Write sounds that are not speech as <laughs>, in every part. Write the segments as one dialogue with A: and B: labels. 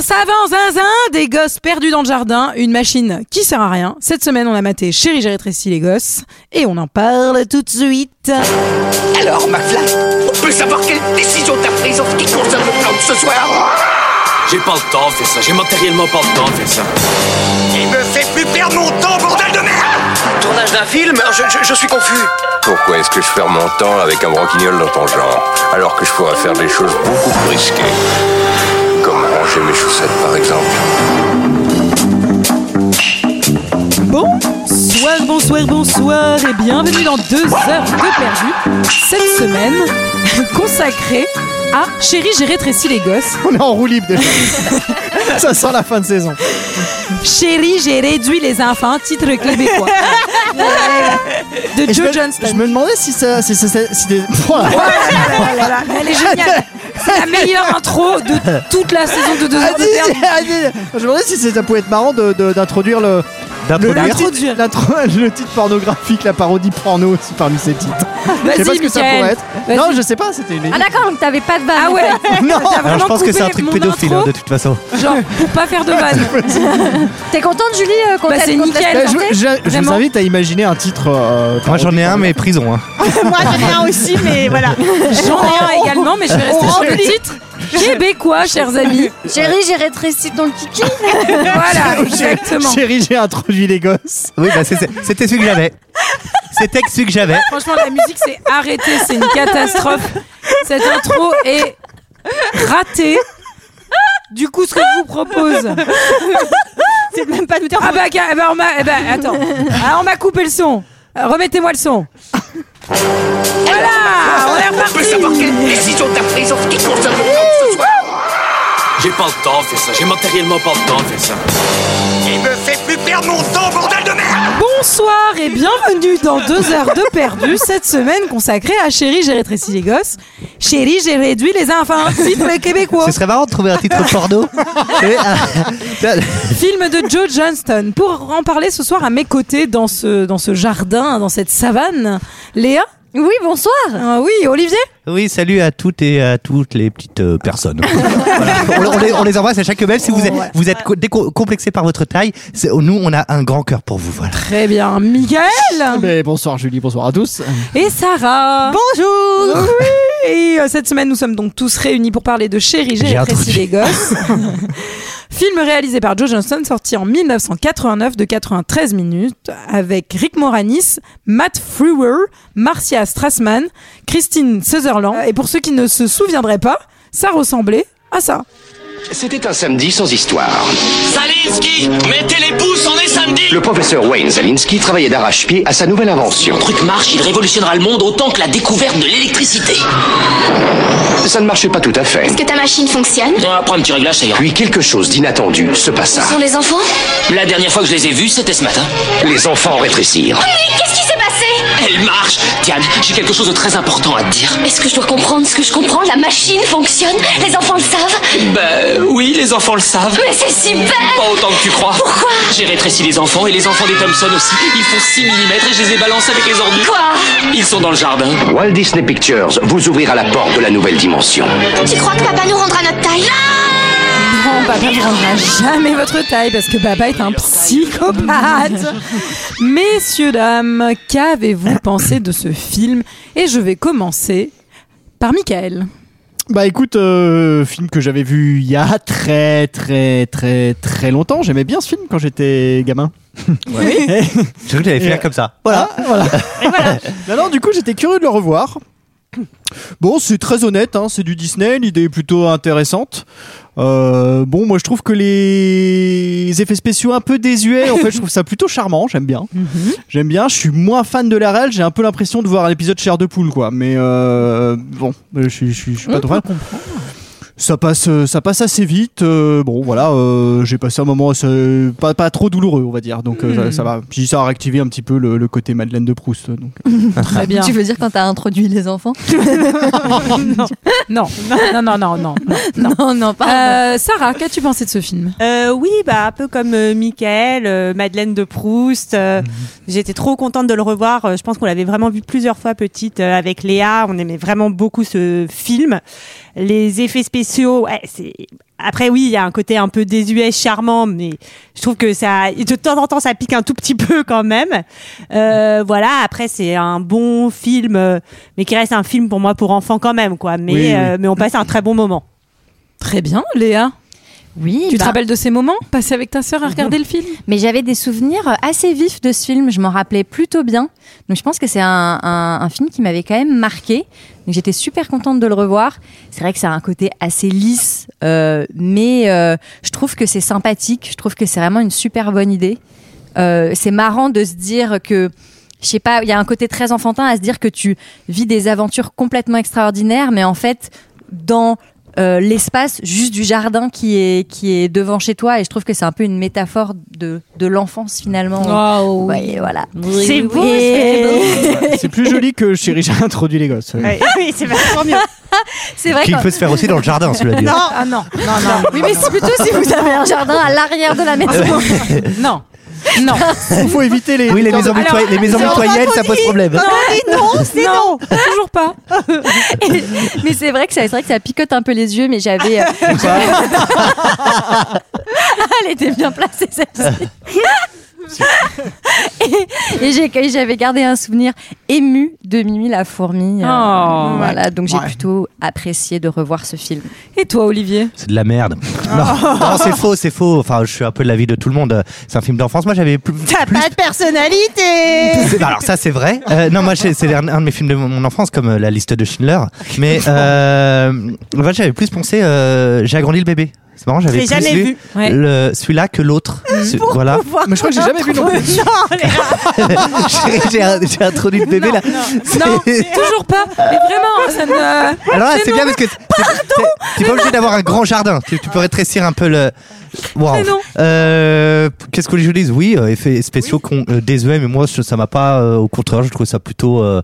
A: savant zinzin, des gosses perdus dans le jardin, une machine qui sert à rien. Cette semaine, on a maté Chérie, j'ai rétréci les gosses et on en parle tout de suite.
B: Alors, McFly, on peut savoir quelle décision t'as prise en ce qui concerne le plan de ce soir
C: J'ai pas le temps de faire ça, j'ai matériellement pas le temps de faire ça.
B: Il me fait plus perdre mon temps, bordel de merde
D: Tournage d'un film je, je- je suis confus.
E: Pourquoi est-ce que je perds mon temps avec un broquignol dans ton genre Alors que je pourrais faire des choses beaucoup plus risquées. Comme ranger mes chaussettes par exemple.
A: Bonsoir, bonsoir, bonsoir et bienvenue dans deux heures de perdu. Cette semaine, <laughs> consacrée à Chérie, j'ai rétréci les gosses.
F: On est en roue libre déjà.
A: <laughs>
F: ça sent la fin de saison.
A: Chérie, j'ai réduit les enfants, titre
F: <laughs>
A: québécois. de
F: Et je,
A: Joe
F: me,
A: Johnston. Oh
F: je me demandais si ça. Si, si- si- si
A: <laughs>
F: des- Ouah.
A: Elle est géniale. C'est la meilleure intro de toute la saison de deux
F: Ah,
A: heures
F: dis-
A: de perdu.
F: <laughs> ah, dis- Je me demandais si ça pouvait être marrant de- de- d'introduire le.
A: D'introduire.
F: le titre- l'intro- <laughs> le titre pornographique, la parodie porno aussi parmi ces titres. Je sais pas
A: Vas-y,
F: ce que ça
A: Mickaël.
F: pourrait être.
A: Vas-y.
F: Non, je sais pas, c'était une idée.
G: Ah d'accord, donc t'avais pas de vanne.
A: Ah ouais,
F: <laughs> Non,
A: vraiment
H: Alors je pense que
A: coupé
H: c'est un truc
A: mon
H: pédophile hein,
A: intro,
H: de toute façon.
A: genre pour pas faire de
H: <laughs>
A: vanne.
G: T'es contente Julie euh, qu'on
A: Bah,
G: t'aide-
A: c'est
G: qu'on te laisse
A: nickel.
F: Bah, je,
G: chanter
F: je- je vous
A: Vraiment.
F: invite à imaginer un titre. euh,
H: Moi
F: <laughs>
H: j'en ai un mais prison. hein.
I: Moi j'en ai un aussi, mais voilà.
A: J'en ai un également, mais je vais
H: Oh,
A: rester sur le titre québécois, chers
H: <laughs>
A: amis.
G: Chérie, j'ai rétréci ton kiki.
A: Voilà, exactement.
F: Chérie, j'ai introduit les
A: <laughs>
F: gosses.
H: Oui bah c'est- c'est- c'était celui que j'avais. C'était celui que j'avais.
A: Franchement, la musique c'est arrêté, c'est une catastrophe. Cette intro est ratée. Du coup, ce que je vous propose.
I: C'est même pas tout à
A: Ah bah, ca- eh bah, on m'a, eh bah, attends. Ah, on m'a coupé le son. Euh, Remettez-moi le son. Voilà, on est
B: On peut savoir
A: reparti.
B: quelle décision t'as prise en ce qui concerne le plan de ce soir
C: J'ai pas le temps de faire ça, j'ai matériellement pas le temps de faire ça.
B: Il me fait plus perdre mon temps, bordel de merde
A: Bonsoir et bienvenue dans deux heures de perdu cette semaine consacrée à Chérie, j'ai rétréci les gosses. Chérie, j'ai réduit les enfants. Titre québécois.
H: Ce serait marrant de trouver un titre porno. Et, ah, tiens,
A: Film de Joe Johnston. Pour en parler ce soir à mes côtés dans ce, dans ce jardin, dans cette savane, Léa
G: Oui, bonsoir.
A: Ah Oui, Olivier
H: oui salut à toutes et à toutes les petites euh, personnes. Voilà. On, on les, on les embrasse à chaque belle. Si vous êtes, vous êtes co- déco- complexé par votre taille, c'est- nous on a un grand cœur pour vous. Voilà.
A: Très bien, Michael
F: Mais bonsoir Julie, bonsoir à tous.
A: et Sarah. Bonjour Oui et, euh, Cette semaine, nous sommes donc tous réunis pour parler de Chérie, j'ai
H: J'ai
A: rétréci
H: introduit.
A: les <laughs> gosses. Film réalisé par Joe Johnston, sorti en 1989 de 93 minutes, avec Rick Moranis, Matt Frewer, Marcia Strassman, Christine Sutherland. Et pour ceux qui ne se souviendraient pas, ça ressemblait à ça.
E: C'était un samedi sans histoire.
C: Zalinski, mettez les pouces, on est samedi
E: Le professeur Wayne Zalinski travaillait d'arrache-pied à sa nouvelle invention.
D: Truc marche, il révolutionnera le monde autant que la découverte de l'électricité.
E: Ça ne marchait pas tout à fait.
J: <laughs> Que ta machine fonctionne
D: On après un petit réglage, ça ira.
E: Puis quelque chose d'inattendu se passa.
J: Sont les enfants
D: La dernière fois que je les ai vus, c'était ce matin.
E: Les enfants rétrécirent.
J: Qu'est-ce qui s'est passé
D: Elle marche Diane, j'ai quelque chose de très important à te dire.
J: Est-ce que je dois comprendre ce que je comprends La machine fonctionne Les enfants le savent
D: Bah oui, les enfants le savent.
J: Mais c'est super
D: Pas autant que tu crois.
J: Pourquoi
D: J'ai rétréci les enfants et les enfants des Thompson aussi. Ils font 6 mm et je les ai balancés avec les ordures.
J: Quoi
D: Ils sont dans le jardin.
E: Walt Disney Pictures vous ouvrira la porte de la nouvelle dimension.
J: Tu crois que papa nous rendra notre taille
A: Bon, papa ne rendra jamais votre taille parce que papa est un psychopathe. Messieurs, dames, qu'avez-vous pensé de ce film Et je vais commencer par Michael.
F: Bah écoute, euh, film que j'avais vu il y a très très très très longtemps. J'aimais bien ce film quand j'étais gamin.
H: Je crois que j'allais finir comme ça.
F: Voilà, voilà. Non, non, du coup j'étais curieux de le revoir. Bon, c'est très honnête, hein, c'est du Disney, l'idée est plutôt intéressante. Euh, bon, moi je trouve que les effets spéciaux un peu désuets, en fait, je trouve ça plutôt charmant, j'aime bien. J'aime bien, je suis moins fan de la réelle, j'ai un peu l'impression de voir un épisode chair de poule, quoi. Mais euh, bon, je suis- je suis je suis pas trop fan. Ça passe, euh, ça passe assez vite. euh, bon, voilà, euh, j'ai passé un moment assez- pas, pas trop douloureux, on va dire. Donc euh, ça, ça va. Puis ça a réactivé un petit peu le, le côté Madeleine de Proust. euh, Donc.
A: Très bien.
G: veux dire quand t'as introduit les enfants
A: non. non, non, non, non, non.
G: Non, non, pas.
A: Euh, Sarah, qu'as-tu pensé de ce film
I: Euh, oui, bah un peu comme euh, Michael, euh, Madeleine de Proust.
F: Mhm.
I: euh, J'étais trop contente de le revoir. Euh, je pense qu'on l'avait vraiment vu plusieurs fois petite euh, avec Léa. On aimait vraiment beaucoup ce film. Les effets spéciaux spéciaux, ouais, c'est. Après oui, il y a un côté un peu désuet, charmant, mais je trouve que ça, de temps en temps, ça pique un tout petit <laughs> peu quand même. Euh, voilà. Après, c'est un bon film, euh, mais qui reste un film pour moi pour enfants quand même, quoi. Mais
F: Oui, oui.
I: euh, mais on passe un très bon moment.
A: Très bien, Léa.
K: Oui,
A: Tu te
K: bah,
A: rappelles de ces moments passés avec ta sœur à regarder le film
K: Mais j'avais des souvenirs assez vifs de ce film, je m'en rappelais plutôt bien. Donc je pense que c'est un, un- un film qui m'avait quand même marqué. Donc j'étais super contente de le revoir. C'est vrai que ça a un côté assez lisse, euh, mais euh, je trouve que c'est sympathique, je trouve que c'est vraiment une super bonne idée. Euh, c'est marrant de se dire que, je sais pas, il y a un côté très enfantin à se dire que tu vis des aventures complètement extraordinaires, mais en fait, dans euh, l'espace juste du jardin qui est, qui est devant chez toi, et je trouve que c'est un peu une métaphore de, de l'enfance finalement. Ouais, voilà.
I: Oh. C'est beau,
K: Et-
F: <laughs> C'est plus joli que chez Richard introduit les gosses. ouais.
I: Ouais, <laughs> oui, c'est vachement mieux.
K: C'est vrai
H: Qu'il
K: que-
H: peut se faire aussi dans le jardin, cela dit.
A: Ah non, non, non,
K: Oui, mais c'est plutôt si vous avez
I: <laughs>
K: un jardin à l'arrière de la maison.
A: non, non.
F: Il faut éviter les.
H: Oui, les maisons
A: Alors,
H: mitoyennes, les maisons
A: alors,
H: mitoyennes, ça pose problème.
I: non, c'est non.
A: Toujours pas.
K: Et- <laughs> mais c'est vrai que ça, c'est vrai que ça picote un peu les yeux, mais j'avais. euh, j'avais- <laughs> Elle était bien placée celle-ci. et et j'ai- et j'avais gardé un souvenir ému de Mimi la fourmi. euh,
A: Oh.
K: voilà, donc j'ai
F: Ouais.
K: plutôt apprécié de revoir ce film.
A: Et toi, Olivier
H: C'est de la merde. Non, non, c'est faux, c'est faux. Enfin, je suis un peu de l'avis de tout le monde. C'est un film d'enfance. Moi, j'avais plus.
I: T'as
H: plus-
I: pas de personnalité.
H: C'est- Alors ça c'est vrai. Euh, non moi j'ai- c'est un, un de mes films de mon enfance comme euh, la liste de Schindler. Mais euh, en fait, j'avais plus pensé euh, j'ai agrandi le bébé. C'est marrant j'avais plus
I: Je l'ai jamais vu.
A: Ouais.
H: le- celui-là que l'autre. Ce- Voilà.
F: Mais je crois que <laughs> j'ai jamais vu non plus.
I: Non, les rats.
H: J'ai- j'ai j'ai introduit le bébé là. <laughs>
A: Non,
H: C'est-
A: toujours pas. Mais vraiment, ça ne.
H: Alors là, c'est bien parce que t- t- tu es pas obligé d'avoir un grand jardin. Tu, tu peux rétrécir un peu le. Wow.
A: Mais non.
H: Euh, Qu'est-ce que je dis Oui, euh, effets spéciaux con, euh, désuets, mais moi je- ça m'a pas. euh, au contraire, je trouve ça plutôt euh,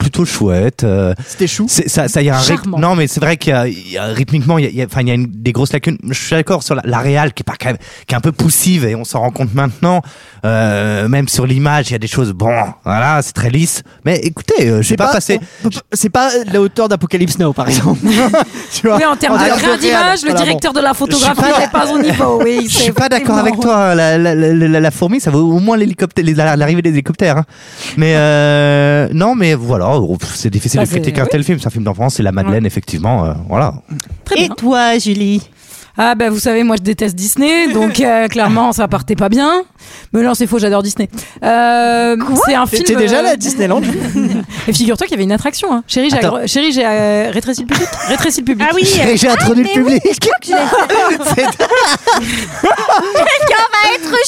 H: plutôt chouette. euh,
F: C'était chou.
H: c'est- ça, ça y a un rythme.
A: Charmant.
H: Non, mais c'est vrai qu'il y a, il y a- rythmiquement, il y a- il y a, enfin, il y a une- des grosses lacunes. Je suis d'accord sur la, la réal qui est pas quand même, qui est un peu poussive et on s'en rend compte maintenant. Euh, même sur l'image, il y a des choses. Bon, voilà, c'est très lisse. Mais écoutez, euh, j'ai pas, <laughs> passé.
F: C'est pas la hauteur d'Apocalypse Now, par <laughs> exemple. tu vois.
A: Oui, en termes de
F: Alors,
A: grain
F: de réel,
A: d'image, le
F: voilà,
A: directeur de la photographie
H: Je suis
A: n'est pas au niveau.
H: <laughs>
A: Oui,
H: Je suis pas d'accord avec toi. La, la, la, la- la fourmi, ça vaut au moins l'hélicoptère, les- la- l'arrivée des hélicoptères. hein. Mais euh, non, mais voilà, oh, pff, c'est difficile
A: Bah,
H: de critiquer
A: c'est-
H: un tel film. C'est un film d'enfance, c'est la Madeleine, effectivement. euh, voilà.
I: Et toi, Julie
A: Ah bah vous savez, moi je déteste Disney, donc euh, clairement ça partait pas bien. Mais non, c'est faux, j'adore Disney. Euh, c'est un film.
F: T'étais déjà
A: euh,
F: là à Disneyland
A: <laughs> Et figure-toi qu'il y avait une attraction. Hein. Chérie, j'ai
H: Attends.
A: agro- chérie, j'ai euh, rétréci le public. Rétréci le public.
I: Ah oui.
H: J'ai j'ai introduit le public. <laughs> C'est-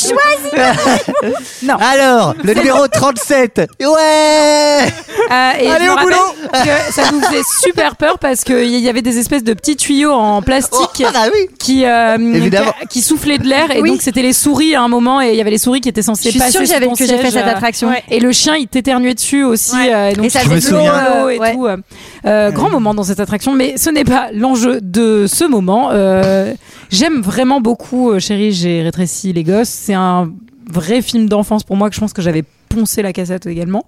F: <laughs>
A: Non.
H: Alors, le numéro 37. Ouais.
A: Euh, et
H: Allez
A: je me
H: au
A: rappelle
H: boulot
A: que Ça nous faisait super peur parce qu'il y avait des espèces de petits tuyaux en
K: Oh,
A: plastique
H: Ah oui.
A: qui, euh,
H: Évidemment.
A: qui, qui soufflaient de l'air et
K: bah Oui.
A: donc c'était les souris à un moment et il y avait les souris qui étaient censées
K: Je suis
A: passer
K: sûre que
A: sous
K: j'avais-
A: ton
K: que j'ai fait
A: siège,
K: cette
A: euh,
K: attraction.
A: ouais. et le chien il t'éternuait dessus aussi
I: Ouais.
A: euh, et donc
K: Et ça
A: tu
H: Je me
A: faisais
H: souviens.
A: de l'eau et
K: Ouais.
A: tout euh. Euh, grand moment dans cette attraction mais ce n'est pas l'enjeu de ce moment Euh, j'aime vraiment beaucoup euh, chérie j'ai rétréci les gosses c'est un vrai film d'enfance pour moi que je pense que j'avais poncé la cassette également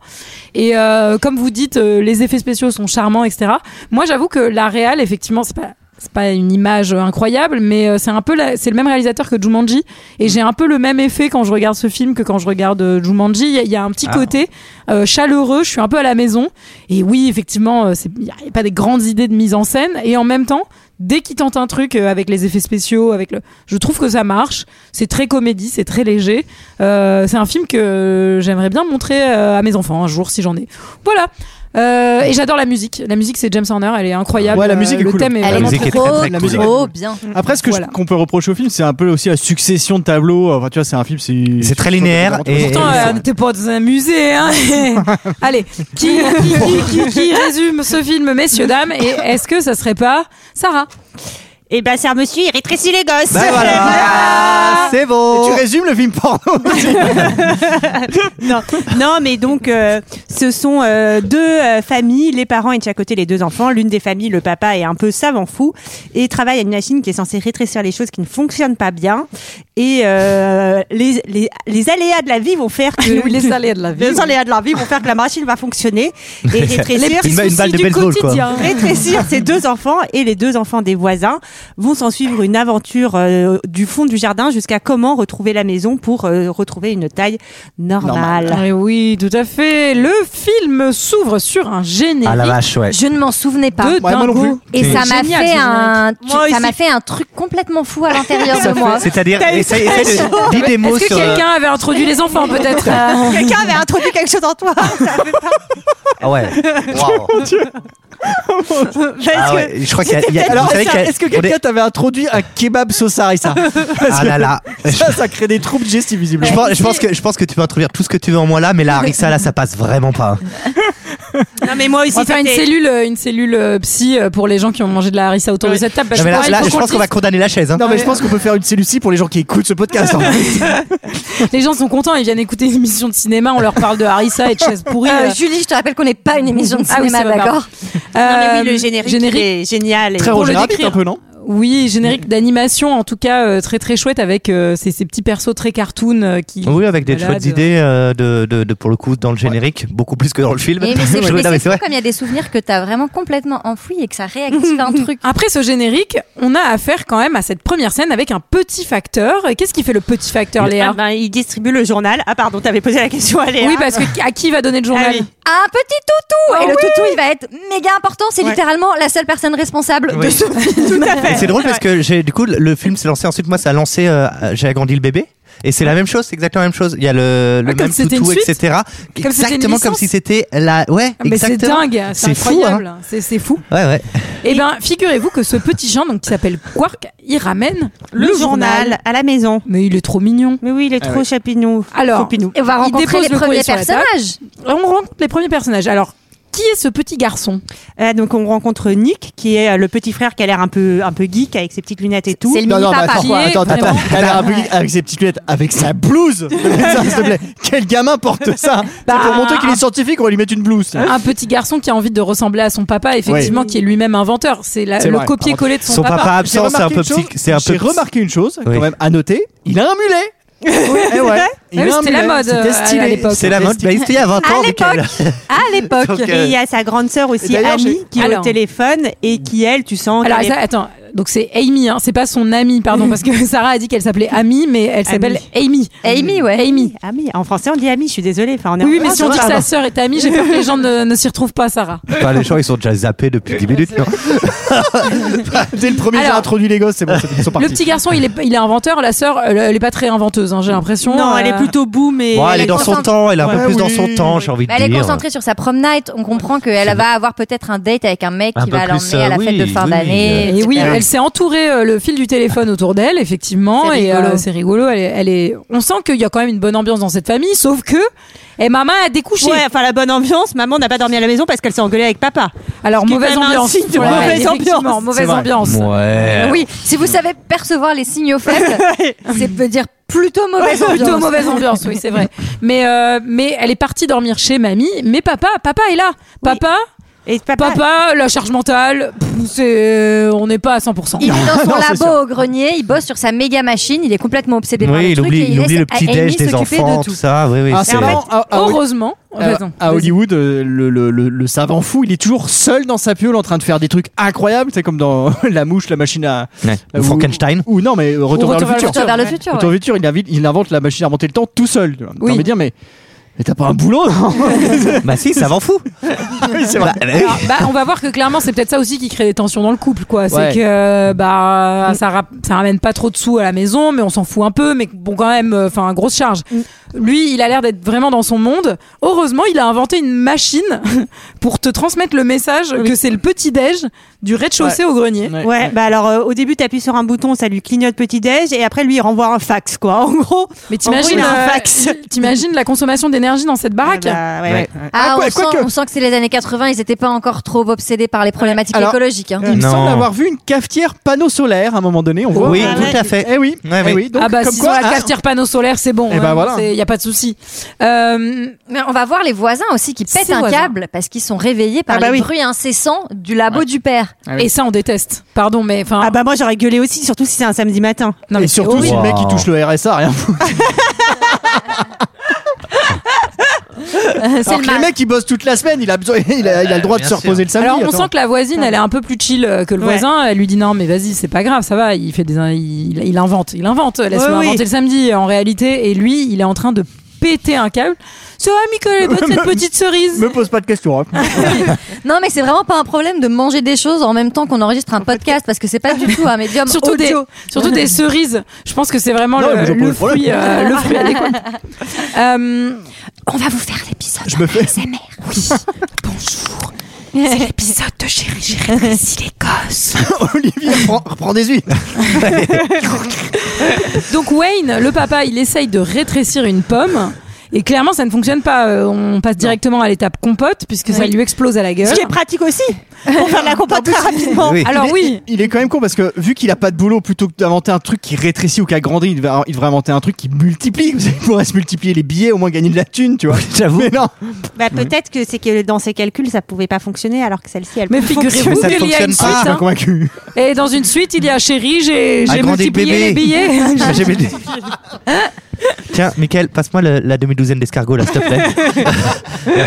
A: et euh, comme vous dites, euh, les effets spéciaux sont charmants, etc. Moi, j'avoue que la réal, effectivement, c'est pas c'est pas une image euh, incroyable, mais euh, c'est un peu la- c'est le même réalisateur que Jumanji, et j'ai un peu le même effet quand je regarde ce film que quand je regarde euh, Jumanji. Il y, a- il y a un petit
H: Ah.
A: côté euh, chaleureux. Je suis un peu à la maison, et oui, effectivement, euh, c'est- il n'y a, il y a pas des grandes idées de mise en scène, et en même temps. Dès qu'il tente un truc euh, avec les effets spéciaux, avec le, je trouve que ça marche. C'est très comédie, c'est très léger. Euh, c'est un film que j'aimerais bien montrer euh, à mes enfants un jour si j'en ai. Voilà. Euh, et j'adore la musique. La musique, c'est James Horner. Elle est incroyable.
F: Ouais, la musique
A: Euh,
F: est
A: le
F: cool.
A: thème est
H: La
A: vraiment
H: musique
A: très
H: est très,
K: trop,
H: très cool.
K: trop bien.
F: Après, ce que je-
A: Voilà.
F: qu'on peut reprocher au film, c'est un peu aussi la succession de tableaux. Enfin, tu vois, c'est un film, c'est.
H: C'est très linéaire et-
A: Pourtant, euh, t'es pas dans un musée, hein. <laughs> Allez, qui, qui, qui, qui- qui résume ce film, messieurs, dames Et est-ce que ça serait pas Sarah
I: Et ben c'est un monsieur, il rétrécit les gosses.
H: Ben voilà, c'est bon.
F: Tu résumes le film porno
I: <laughs> non. non, mais donc euh, ce sont euh, deux euh, familles, les parents et de chaque côté les deux enfants. L'une des familles, le papa est un peu savant fou et travaille à une machine qui est censée rétrécir les choses qui ne fonctionnent pas bien. Et euh, les, les, les aléas de la vie vont faire <laughs> que
A: Oui, les aléas de la vie.
I: les aléas de la vie vont faire que la machine va fonctionner
H: <laughs>
I: et rétrécir
H: petits Une balle- une balle de
A: du
H: baseball, quoi.
A: quotidien.
I: rétrécir ces deux enfants et les deux enfants des voisins vont s'en suivre une aventure euh, du fond du jardin jusqu'à comment retrouver la maison pour euh, retrouver une taille normale.
A: Eh oui, tout à fait. Le film s'ouvre sur un générique.
H: Ah la vache, ouais.
G: Je ne m'en souvenais pas.
A: De
F: Ouais, moi non
A: dingo.
G: Et
H: C'est
G: ça m'a
A: génial,
G: fait
A: ce
G: un, tu-
I: Moi
G: ça
I: aussi.
G: m'a fait un truc complètement fou
A: <laughs>
G: à l'intérieur de moi.
H: C'est-à-dire,
I: T'as eu
H: essaye, essaye de- dis des mots
A: Est-ce que
H: sur. euh,
A: quelqu'un avait introduit les enfants peut-être euh,
I: <laughs> Quelqu'un avait introduit quelque chose en <laughs> toi. Ça fait pas-
H: Ah ouais. Waouh.
I: Parce
H: Ah
I: que-
H: ouais, Je crois qu'il y a- il y a.
F: Alors,
H: vous savez
F: est-ce,
H: qu'il y a-
F: est-ce que
H: on est-
F: quelqu'un t'avait introduit un kebab sauce harissa Parce
H: Ah
F: que
H: là là. Je-
F: ça, ça crée des troubles digestifs,
H: Je
F: visiblement.
H: pense, je pense que je pense que tu peux introduire tout ce que tu veux en moi là, mais la harissa là, ça passe vraiment pas.
F: Bah,
I: Non mais moi aussi
A: On va faire
I: ça
A: une
I: fait-
A: cellule, euh, une cellule euh, psy euh, pour les gens qui ont mangé de la harissa autour de cette table. parce
H: Non, Ah, mais
A: que
H: là,
A: pareil,
H: là,
A: faut
H: je pense
A: qu'on
H: qu'on va condamner la chaise. hein.
F: Non, mais je pense qu'on peut faire une cellucie pour les gens qui écoutent ce podcast. hein. en fait.
A: le dise. Les gens sont contents, ils viennent écouter une émission de cinéma, on leur parle de harissa et de chaises pourries.
I: Ah,
G: Euh, Julie, je te rappelle qu'on n'est pas une émission de
A: Ah oui,
G: cinéma,
A: c'est vrai,
G: d'accord
I: Non, mais
A: Euh,
I: oui, le générique, il est génial. Et- Ah,
F: Très
A: Pour le
F: Roger Rabbit,
A: décrire.
F: un peu, non
A: Oui, générique d'animation, en tout cas euh, très très chouette avec euh, ces, ces petits persos très cartoon euh, qui.
H: Oui, avec des
A: Malade.
H: chouettes idées euh, de, de, de- pour le coup dans le générique, beaucoup plus que dans le film. <laughs>
G: Et mais c'est
H: Je-
G: mais
H: non, mais
G: c'est
H: c'est
G: fou
H: vrai.
G: comme il y a des souvenirs que t'as vraiment complètement enfouis et que ça réactive un truc.
A: Après ce générique, on a affaire quand même à cette première scène avec un petit facteur. Et Qu'est-ce qui fait le petit facteur,
I: Ah
A: Léa
I: ben, il distribue le journal. Ah pardon, t'avais posé la question à Léa.
A: Oui, parce que à qui va donner le
I: Ah
A: journal
I: oui.
G: Un petit toutou
A: Ah
G: Et le
A: oui
G: toutou, il va être méga important. C'est littéralement la seule personne responsable de
H: Oui.
G: ce film.
I: <laughs> Tout <laughs> à fait.
H: Et C'est drôle parce que j'ai du coup le- le film s'est lancé ensuite moi ça a lancé euh, euh, j'ai agrandi le bébé et c'est la même chose c'est exactement la même chose il y a le,
A: Ah,
H: le
A: comme
H: même
A: si c'était
H: toutou
A: une suite
H: etc
A: Comme si c'était une
H: exactement comme
A: licence
H: si c'était la ouais
A: Ah, Mais c'est
H: exactement.
A: dingue, c'est
H: C'est fou, hein.
A: incroyable, c'est c'est fou.
H: ouais ouais
A: Eh ben, figurez-vous que ce petit Jean, donc qui s'appelle Quark, il ramène
I: le, journal, à la maison.
A: Mais il est trop mignon.
I: Mais oui, il
F: Ah
I: est trop chapignon.
A: Alors,
I: Choupinou.
G: Et on va
A: Il
G: rencontrer
A: dépose
G: les
A: le
G: premiers
A: courrier sur la table.
G: personnages.
A: on rencontre les premiers personnages. Alors, qui est ce petit garçon
I: Euh, donc on rencontre Nick, qui est euh, le petit frère qui a l'air un peu un peu geek avec ses petites lunettes et tout.
G: C'est le
F: Non, non, mais
G: mini-papa.
F: attends,
A: Qui est
F: attends, attends,
A: vraiment-
F: T'as l'air un peu geek avec ses petites lunettes, avec sa <laughs> blouse. Ça, s'il te plaît. Quel gamin porte ça
A: Bah,
F: Pour montrer qu'il est scientifique, on va lui mettre une blouse.
A: Un petit garçon qui a envie de ressembler à son papa, effectivement, qui est lui-même inventeur. C'est la-
F: C'est
A: le
F: vrai.
A: copier-coller de son,
H: son papa,
F: J'ai
H: absent c'est un
F: remarqué
H: peu
F: une chose-
H: psych- c'est un peu
F: J'ai remarqué une chose,
H: Oui.
F: quand même, à noter. Il a un mulet.
A: <laughs>
F: Eh <laughs> ouais, il
A: Ah oui,
F: a un
A: c'était la
F: mulet.
A: mode, euh,
F: C'était
A: à- à
F: stylé.
A: l'époque.
H: c'est la mode bah, c'était il y a 20 ans Michael.
G: À l'époque.
H: Donc,
I: Et
H: euh,
I: il y a sa grande sœur aussi,
F: Et d'ailleurs,
I: Annie,
F: j'ai-
I: qui est
A: Alors.
I: au téléphone et qui elle, tu sens.
A: Alors,
I: qu'elle
A: ça- attends, donc c'est Amy, hein, c'est pas son amie,
I: <laughs>
A: pardon, parce que Sarah a dit qu'elle s'appelait Amy, mais elle s'appelle Amy.
G: Amy, ouais.
A: Amy.
I: est- Ami. En français, on dit Ami. Je suis désolée. Enfin, on est
A: Oui, oui,
I: en
A: mais si on dit que
I: France.
A: sa sœur est amie, j'ai peur que les gens ne, ne s'y retrouvent pas, Sarah.
H: <laughs> enfin, les gens ils sont déjà zappés depuis 10 minutes non
F: <laughs> Dès le premier, j'ai
A: Alors-
F: introduit les gosses, c'est bon, ils sont
A: Le
F: partis.
A: petit garçon, il est, il est inventeur, la sœur, elle, elle est pas très inventeuse, hein, j'ai l'impression.
I: Non, elle
A: Euh,
I: est plutôt boum et.
H: Bon, elle,
G: elle
H: est
G: est
H: dans son
G: concentrée.
H: temps elle est un
F: Ouais,
H: peu plus dans
F: oui.
H: son temps j'ai envie de
G: Elle est
H: dire
G: concentrée sur sa prom night. On comprend qu'elle va avoir peut-être un date avec un mec
H: Un
G: qui
H: peu
G: va
H: plus,
G: l'emmener à la
H: euh,
G: fête de
H: oui,
G: fin
H: oui,
G: d'année.
H: euh,
A: Et oui,
G: etc.
A: elle s'est entourée euh, le fil du téléphone autour d'elle, effectivement,
G: C'est
A: et
G: rigolo.
A: euh, c'est rigolo. Elle est, elle est- on sent qu'il y a quand même une bonne ambiance dans cette famille, sauf que, et maman a découché.
I: Ouais, enfin la bonne ambiance. Maman n'a pas dormi à la maison parce qu'elle s'est engueulée avec papa.
A: Alors
I: qui est
A: mauvaise
I: quand même un
A: ambiance.
I: signe de mauvaise
A: effectivement,
I: ambiance.
A: mauvaise ambiance.
H: ouais
G: Oui, si vous savez percevoir les signaux faibles, c'est peut dire plutôt mauvaise ambiance.
A: Plutôt mauvaise ambiance, oui, c'est vrai. Mais euh, mais elle est partie dormir chez mamie, mais papa, papa est là. Papa,
I: Et papa.
A: papa, la charge mentale, pff, c'est on n'est pas à 100
G: Il est dans son
F: Non, c'est sûr.
G: labo au grenier, il bosse sur sa méga machine, il est complètement obsédé par le
H: oui il
G: truc
H: oublie
G: et il
H: il oublie
G: laisse
H: le petit
G: Amy
H: déj des
G: s'occuper
H: enfants
G: de tout.
H: tout ça oui oui
F: Ah,
H: c'est
F: c'est marrant, à- à-
A: Heureusement,
F: Euh,
A: vas-y,
F: à
A: Ah, vas-y.
F: Hollywood, euh, le, le- le- le savant fou, il est toujours seul dans sa piole en train de faire des trucs incroyables. C'est comme dans <laughs> La Mouche, la machine à.
H: Ouais.
F: ou-
H: Ou Frankenstein
F: Ou non, mais euh, Retour,
A: Ou
F: vers le
A: Retour vers le
F: futur.
G: Retour vers le
A: Ouais.
G: futur.
F: Retour
G: ouais.
F: vers le futur, il invite- il invente la machine à remonter le temps tout seul. T'as
A: Oui.
F: envie de dire, mais. Mais t'as pas un boulot, non
H: bah si ça m'en fout
F: Oui, c'est vrai.
H: Bah, oui.
A: Alors, bah, on va voir que clairement, c'est peut-être ça aussi qui crée des tensions dans le couple, quoi. C'est
F: Ouais.
A: que euh, bah ça, ra- ça ramène pas trop de sous à la maison, mais on s'en fout un peu, mais bon quand même, euh, enfin grosse charge. Lui, il a l'air d'être vraiment dans son monde. Heureusement, il a inventé une machine <laughs> pour te transmettre le message que c'est le petit déj du rez-de-chaussée au
F: Mm.
A: grenier.
I: Ouais, bah alors euh, au début t'appuies sur un bouton, ça lui clignote petit déj et après lui il renvoie un fax quoi. En gros,
A: Mais
I: En gros,
A: t'imagines,
I: il a un
A: euh,
I: fax.
A: t'imagines la consommation l'énergie dans cette baraque.
I: Ah bah, ouais,
H: Ouais.
I: ouais.
F: Ah, quoi-
K: Ah, on,
F: quoi
K: sent,
F: que-
K: on sent que c'est les années 80, ils n'étaient pas encore trop obsédés par les problématiques
F: Alors-
K: écologiques. hein.
F: Il me
H: Non.
F: semble avoir vu une cafetière panneau solaire à un moment donné, on voit.
H: Oui,
I: Ah ouais.
H: tout à fait.
F: Eh oui,
H: Ouais,
F: eh
H: ouais.
F: oui. Donc,
A: ah bah
F: comme
A: si
F: quoi,
A: sur la
F: ah,
A: cafetière panneau solaire, c'est bon.
F: Eh ben voilà.
A: Il n'y a pas de souci. Euh,
K: Mais on va voir les voisins aussi qui pètent
A: Ces
K: un
A: voisins.
K: câble parce qu'ils sont réveillés par
I: Ah bah
K: les
I: oui.
K: bruits incessants du labo du père.
F: Ah
A: Et ça, on déteste. Pardon, mais enfin.
I: Ah bah moi j'aurais gueulé aussi, surtout si c'est un samedi matin.
A: non, mais
F: Et
A: c'est
F: surtout si
A: horrible.
F: le mec il
H: Wow.
F: touche le RSA, rien.
K: c'est
F: Alors
K: le
F: que les
K: mal.
F: mecs ils bossent toute la semaine, il a besoin, il a, il a le droit de
H: Bien
F: se
H: sûr.
F: reposer le samedi.
A: Alors, on
F: attends.
A: sent que la voisine, elle est un peu plus chill euh, que le
I: Ouais.
A: voisin. Elle lui dit non, mais vas-y, c'est pas grave, ça va. Il fait des, il, il invente, il invente. Laisse-le
I: Ouais, oui.
A: inventer le samedi euh, en réalité. Et lui, il est en train de péter un câble. Ça va, Michael, botte cette petite cerise.
F: Me pose pas de questions. hein.
K: Non, mais c'est vraiment pas un problème de manger des choses en même temps qu'on enregistre un podcast parce que c'est pas du tout un médium
A: Surtout des,
K: audio.
A: surtout des cerises. Je pense que c'est vraiment
F: Non, mais
A: le,
F: j'en pose
A: le
F: le problème.
A: fruit, euh, le fruit
F: <laughs>
A: adéquat. Euh,
K: On va vous faire l'épisode.
F: Je me
K: <laughs>
F: fais.
K: Oui. Bonjour. C'est l'épisode de Chérie Chérie Précis les gosses.
F: Olivier, reprends, reprends des huiles.
A: Donc Wayne, le papa, il essaye de rétrécir une pomme. Et clairement, ça ne fonctionne pas. Euh, On passe directement à l'étape compote, puisque ça lui explose à la gueule.
I: Ce qui est pratique aussi pour faire de <laughs> la compote très rapidement.
H: Oui.
A: Alors
F: <laughs> Il est-
A: oui,
F: <laughs> Il est quand même con parce que vu qu'il a pas de boulot, plutôt que d'inventer un truc qui rétrécit ou qui agrandit, il devrait, il devrait inventer un truc qui multiplie. Il pourrait se multiplier les billets, au moins gagner de la thune, tu vois.
H: <laughs> J'avoue.
F: Mais non,
I: Bah peut-être que c'est que dans ses calculs ça pouvait pas fonctionner alors que celle-ci elle.
A: mais
I: peut
A: figurez-vous
H: Mais ça ne
A: qu'il y a une
H: fonctionne
A: suite.
H: pas.
F: je suis pas
A: hein.
F: convaincu.
A: Et dans une suite, il y a chérie, j'ai j'ai
H: Agrandis
A: multiplié
H: bébé.
A: les billets.
H: <laughs>
A: <laughs>
H: J'ai aimé les- Tiens, Michael, passe-moi le- la demi-douzaine d'escargots, là, s'il te plaît.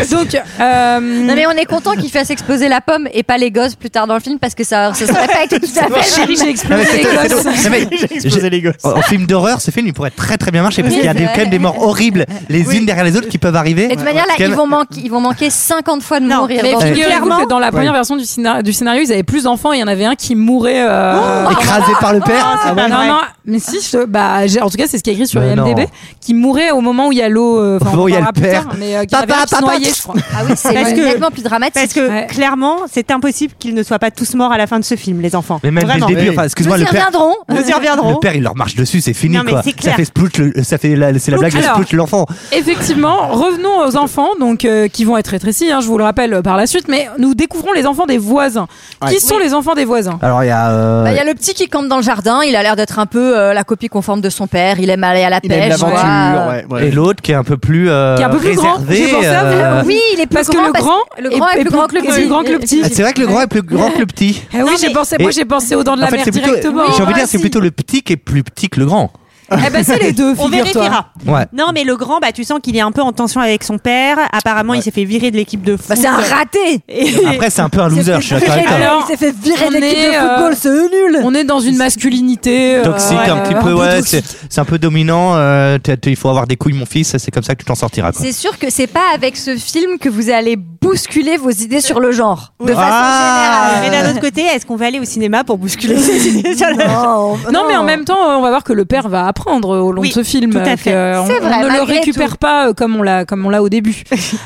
A: Donc, euh,
K: Non, mais on est content qu'il fasse exploser la pomme et pas les gosses plus tard dans le film parce que ça, ça serait <laughs> pas tout à fait.
A: chérie, j'ai explosé les gosses.
H: Non, mais-
F: J'ai explosé les gosses.
H: en- En film d'horreur, ce film, il pourrait très très bien marcher parce
K: Oui,
H: qu'il y a
K: c'est
H: des,
K: vrai.
H: quand même des morts horribles les unes derrière les autres qui peuvent arriver.
K: Et de toute manière, là,
H: Parce que-
K: ils vont, manquer, ils vont manquer 50 fois de
I: Non,
K: mourir.
A: Mais
K: dans le film.
A: figurez-vous
I: clairement-
A: que dans la première version du, scénar- du scénario, ils avaient plus d'enfants et il y en avait un qui mourait.
H: Oh, <laughs>
A: euh,
H: Écrasé par le père.
I: Ah, c'est
H: Ah
I: pas
H: bon
A: non,
I: vrai.
A: non, mais si, je- bah, j'ai- en tout cas, c'est ce qui est écrit sur
H: Mais
A: IMDB,
H: Euh, non.
A: qui mourait au moment où il y a l'eau. euh, enfin, on
H: Bon, il y a
A: parlera
H: le
A: plus
H: père.
A: tard, mais, euh, qui
H: Papa,
A: avait l'air de se
H: papa.
A: noyer, je crois.
K: Ah oui, c'est
I: Parce que-
K: nettement plus dramatique.
I: Parce que
A: Ouais.
I: clairement, c'est impossible qu'ils ne soient pas tous morts à la fin de ce film, les enfants.
H: Mais même dès le
I: Vraiment.
H: début,
F: Oui.
H: enfin, excuse-moi,
K: Nous y
H: le père.
K: reviendrons.
I: Nous y reviendrons.
H: Le père, il leur marche dessus, c'est fini
I: Non, mais
H: quoi.
I: c'est
H: Ça
I: clair.
H: fait splout, le- ça fait la, c'est la blague de
A: Alors.
H: splout l'enfant.
A: Effectivement, revenons aux enfants, donc euh, qui vont être rétrécis, hein, je vous le rappelle euh, par la suite, mais nous découvrons les enfants des voisins. Qui
F: Ouais.
A: sont les enfants des voisins
H: Alors il y a. euh,
K: Bah, Il y a le petit qui campe dans le jardin, il a l'air d'être un peu euh, la copie conforme de son père, il aime aller à la
F: Il aime
K: pêche.
F: l'aventure.
K: voilà.
F: ouais, ouais.
H: Et l'autre qui est un peu plus. euh,
A: Qui est un peu plus grand.
H: réservé,
A: J'ai pensé à-
H: euh,
K: Oui, il est plus
A: Parce que
K: grand
A: le grand,
K: le grand est plus grand que le
A: est
K: petit.
A: plus grand que le petit.
H: Ah, C'est vrai que le grand est plus grand que le petit.
A: Eh oui,
K: Non,
A: j'ai
K: mais-
A: pensé, moi
H: Et-
A: j'ai pensé aux dents de la
H: En fait,
A: mer
H: c'est plutôt-
A: directement.
H: J'ai envie de dire, c'est
K: aussi.
H: plutôt le petit qui est plus petit que le grand.
A: Eh ben c'est les <laughs> deux,
I: On
A: figure-toi.
I: vérifiera.
H: Ouais.
I: Non, mais le grand, bah, tu sens qu'il est un peu en tension avec son père. Apparemment, il s'est fait virer de l'équipe de foot.
K: Bah, c'est un raté
I: Et-
H: Après, c'est un peu un loser, je suis d'accord avec toi.
A: Alors,
K: Il s'est fait virer
A: on
K: de l'équipe
A: est,
K: de
A: euh,
K: football, c'est nul
A: On est dans une masculinité euh,
H: Toxique, un petit peu, ouais, c'est c'est un peu dominant. euh, t'as- t'as- il faut avoir des couilles, mon fils, c'est comme ça que tu t'en sortiras. Quoi.
K: C'est sûr que c'est pas avec ce film que vous allez bousculer vos idées sur le genre. De façon
H: Ah.
I: Mais d'un autre côté, est-ce qu'on va aller au cinéma pour <laughs> bousculer ses idées sur la-
K: générale. Oh, Non,
A: Non, mais en même temps, euh, on va voir que le père va apprendre euh, au long
I: Oui,
A: de ce film.
I: tout à
A: euh,
I: fait.
A: que on-
K: C'est vrai,
A: on ne le
K: malgré
A: récupère
K: tout.
A: pas euh, comme on l'a, comme on l'a au <laughs> début.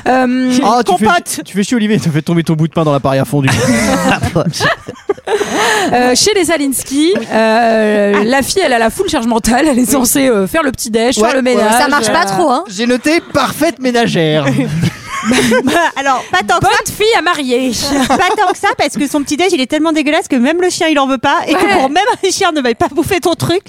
A: Euh,
F: Ah, tu fais,
I: Compote.
F: tu fais chier Olivier, t'as fait tomber ton bout de pain dans la paria
H: <laughs>
F: fondue. <laughs>
H: Ah,
A: euh, chez les Salinski, euh, la fille, elle a la full charge mentale. Elle est censée euh, faire le petit déj,
F: Ouais,
A: faire le
F: ouais,
A: ménage.
K: Ça marche pas
A: euh,
K: trop, hein
F: J'ai noté <laughs> parfaite ménagère.
I: Bah, Alors, pas tant,
A: <laughs>
I: que
A: Bonne fille à marier.
I: ça, pas tant que ça, parce que son petit déj, il est tellement dégueulasse que même le chien, il en veut pas. Et que pour même un chien ne veuille pas bouffer ton truc,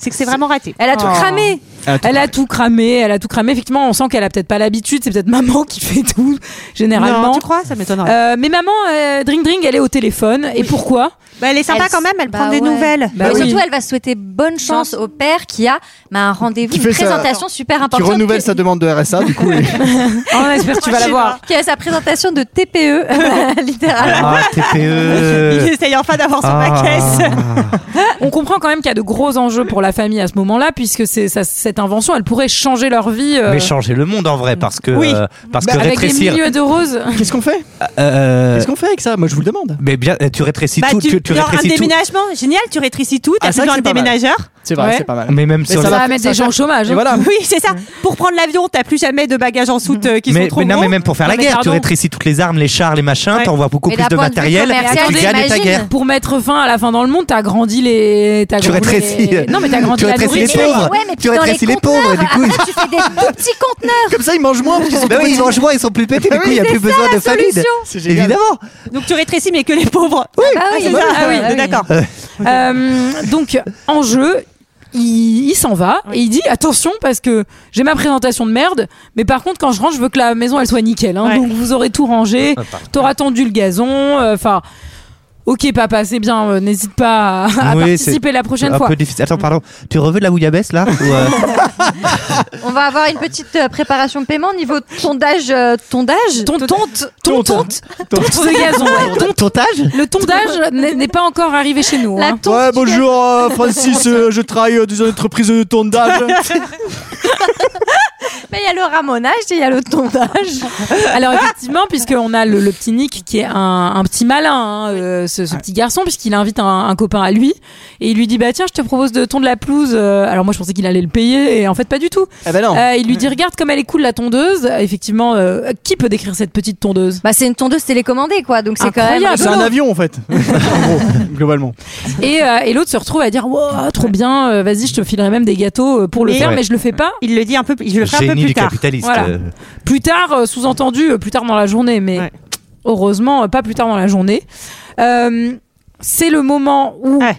I: c'est que c'est vraiment raté.
K: Elle a tout cramé
A: Elle a tout cramé. Elle a tout cramé. Effectivement, on sent qu'elle a peut-être pas l'habitude. C'est peut-être maman qui fait tout <laughs>
I: Non,
A: généralement.
I: tu crois Ça m'étonnerait.
A: Euh, mais maman, euh, Dring Dring, elle est au téléphone. Et pourquoi
I: Bah, elle est sympa
K: Elle-
I: quand même, elle
K: bah
I: prend des
K: ouais.
I: nouvelles.
A: Bah
K: et
A: oui.
K: surtout, elle va souhaiter bonne chance au père qui a bah, un rendez-vous,
F: Qui
K: une
F: fait sa-
K: présentation super
F: Qui
K: importante.
F: renouvelle
K: que-
F: sa demande de RSA, du <laughs> coup.
A: Ah, On espère que tu vas la voir.
K: qui a sa présentation de TPE, <laughs> littéralement.
H: Ah,
I: <laughs> Il
H: TPE.
I: essaye enfin d'avoir son
H: Euh. Ah.
I: maquesse.
A: On comprend quand même qu'il y a de gros enjeux pour la famille à ce moment-là, puisque c'est ça- cette invention, elle pourrait changer leur vie. euh,
H: Mais changer le monde en vrai, parce que,
I: Oui.
H: euh, parce que
A: avec des
H: rétrécir.
A: milieux de roses.
F: Qu'est-ce qu'on fait
H: euh,
F: Qu'est-ce qu'on fait avec ça Moi, je vous le demande.
H: mais bien, euh, tu rétrécis
I: Bah,
H: tout.
I: tu,
H: Tu, tu
I: genre un
H: rétrécis tout.
I: déménagement, génial, tu rétrécis tout,
F: Ah,
I: t'as
F: c'est
I: plus
F: vrai
I: besoin
F: que
I: de
F: c'est pas mal.
I: déménageur.
F: C'est vrai,
A: Ouais.
F: c'est pas mal.
H: Mais même sur
A: Ça
H: la-
A: va mettre des gens au chômage.
K: Ah
F: Et voilà.
I: Oui, c'est ça. Pour prendre l'avion, t'as plus jamais de bagages en soute euh, qui
H: mais,
I: sont trop
H: mais non,
I: gros.
H: mais même pour faire
K: Non,
H: la
K: mais
H: guerre, tu
K: pardon.
H: rétrécis toutes les armes, les chars, les machins,
I: Ouais.
H: t'envoies beaucoup
K: Et
H: plus
K: d'un
H: de
K: point de vue
H: matériel,
K: commercial,
H: tu gagnes ta
K: j'imagine.
H: guerre.
A: Pour mettre fin à la fin dans le monde, t'as agrandi les. t'as
H: Tu
A: agrandi
H: rétrécis.
A: les- Non, mais t'as grandi
H: Tu
A: la
H: rétrécis les
A: nourriture.
H: pauvres.
K: Ouais, mais puis
H: Tu
K: dans
H: rétrécis les pauvres, et du coup,
K: après, <laughs> tu fais des tout petits conteneurs.
F: Comme ça, ils mangent moins parce qu'ils sont
H: Bah oui, ils mangent moins, ils sont plus pétés, du coup, il n'y a plus besoin de famine.
F: C'est génial.
H: Évidemment.
I: Donc tu rétrécis, mais que les pauvres.
K: Ah oui,
I: c'est
K: oui,
I: ça.
K: oui,
I: Ah oui,
K: oui.
I: d'accord.
A: Euh, donc, en jeu, il, il s'en va et il dit attention parce que j'ai ma présentation de merde, mais par contre, quand je range, je veux que la maison elle soit nickel. hein.
I: Ouais.
A: Donc, vous aurez tout rangé,
H: Ah,
A: t'auras tendu le gazon, euh, enfin. Ok papa, c'est bien, euh, n'hésite pas à, à
H: Oui,
A: participer la prochaine
H: un
A: fois.
H: peu difficile. Attends, pardon. Tu reveux de la bouillabaisse, là
F: <laughs>
H: ou, euh,
K: On va avoir une petite euh, préparation de paiement niveau tondage. euh, tondage
A: Ton tonte, ton tonte, tonte de gazon. ouais. Tonte-
H: Tontage
A: Le tondage n'est n'est pas encore arrivé chez nous.
K: La
A: hein.
K: tonte.
F: Ouais, bonjour euh, Francis, euh, je travaille euh, dans une entreprise de <laughs> tondage.
K: Mais il y a le ramonage et il y a le tondage.
A: Alors effectivement, puisqu'on a le, le petit Nick qui est un, un petit malin, hein, euh, ce, ce petit garçon, puisqu'il invite un, un copain à lui et il lui dit bah tiens, je te propose de tondre la pelouse. Euh, Alors moi je pensais qu'il allait le payer et en fait pas du tout.
F: ah bah non.
A: Euh, il lui dit regarde comme elle est cool la tondeuse. Effectivement, euh, qui peut décrire cette petite tondeuse
K: Bah, c'est une tondeuse télécommandée, quoi. Donc c'est quand même.
A: Incroyable.
F: C'est un avion en
H: <laughs>
F: fait. en gros, globalement.
A: Et, euh, et l'autre se retrouve à dire wow, trop bien, euh, vas-y je te filerai même des gâteaux euh, pour le
I: Et-
A: faire,
H: Ouais.
A: mais je le fais pas.
I: Il le dit un peu, je le ferai un peu
H: Génie
I: plus
H: du
I: tard.
H: capitaliste.
A: Voilà.
H: euh.
A: plus tard, euh, sous-entendu, euh, plus tard dans la journée, mais
I: Ouais.
A: heureusement, euh, pas plus tard dans la journée. Euh, c'est le moment où.
I: Ouais.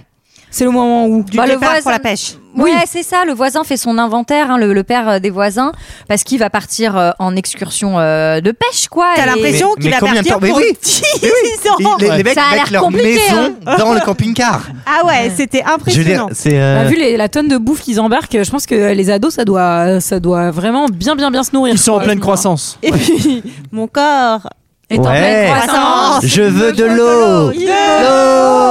A: C'est le moment où.
I: Du
K: Bah, le
I: départ
K: voisin-
I: pour la pêche.
A: Oui.
K: Ouais, c'est ça. Le voisin fait son inventaire, hein, le, le père euh, des voisins, parce qu'il va partir euh, en excursion euh, de pêche, quoi.
I: T'as
K: et-
I: l'impression
H: mais
I: qu'il va
H: combien de
I: partir
H: temps Mais
I: <laughs> pour
H: oui.
I: 10
H: Et
I: ans.
H: les, les mecs
K: Ça a l'air
H: mettent leur
K: compliqué,
H: maison dans le camping-car.
I: Ah ouais, c'était
H: Je veux dire, <laughs>
I: impressionnant.
H: c'est.
A: Bah,
H: euh,
A: vu les- la tonne de bouffe qu'ils embarquent, je pense que les ados, ça doit, ça doit vraiment bien, bien, bien se nourrir.
F: Ils sont en
A: quoi.
F: pleine croissance.
I: Et puis, mon corps.
A: Et en
H: Ouais.
A: pleine
I: Croissance.
K: hein.
A: croissance.
H: Je veux de l'eau. Oh.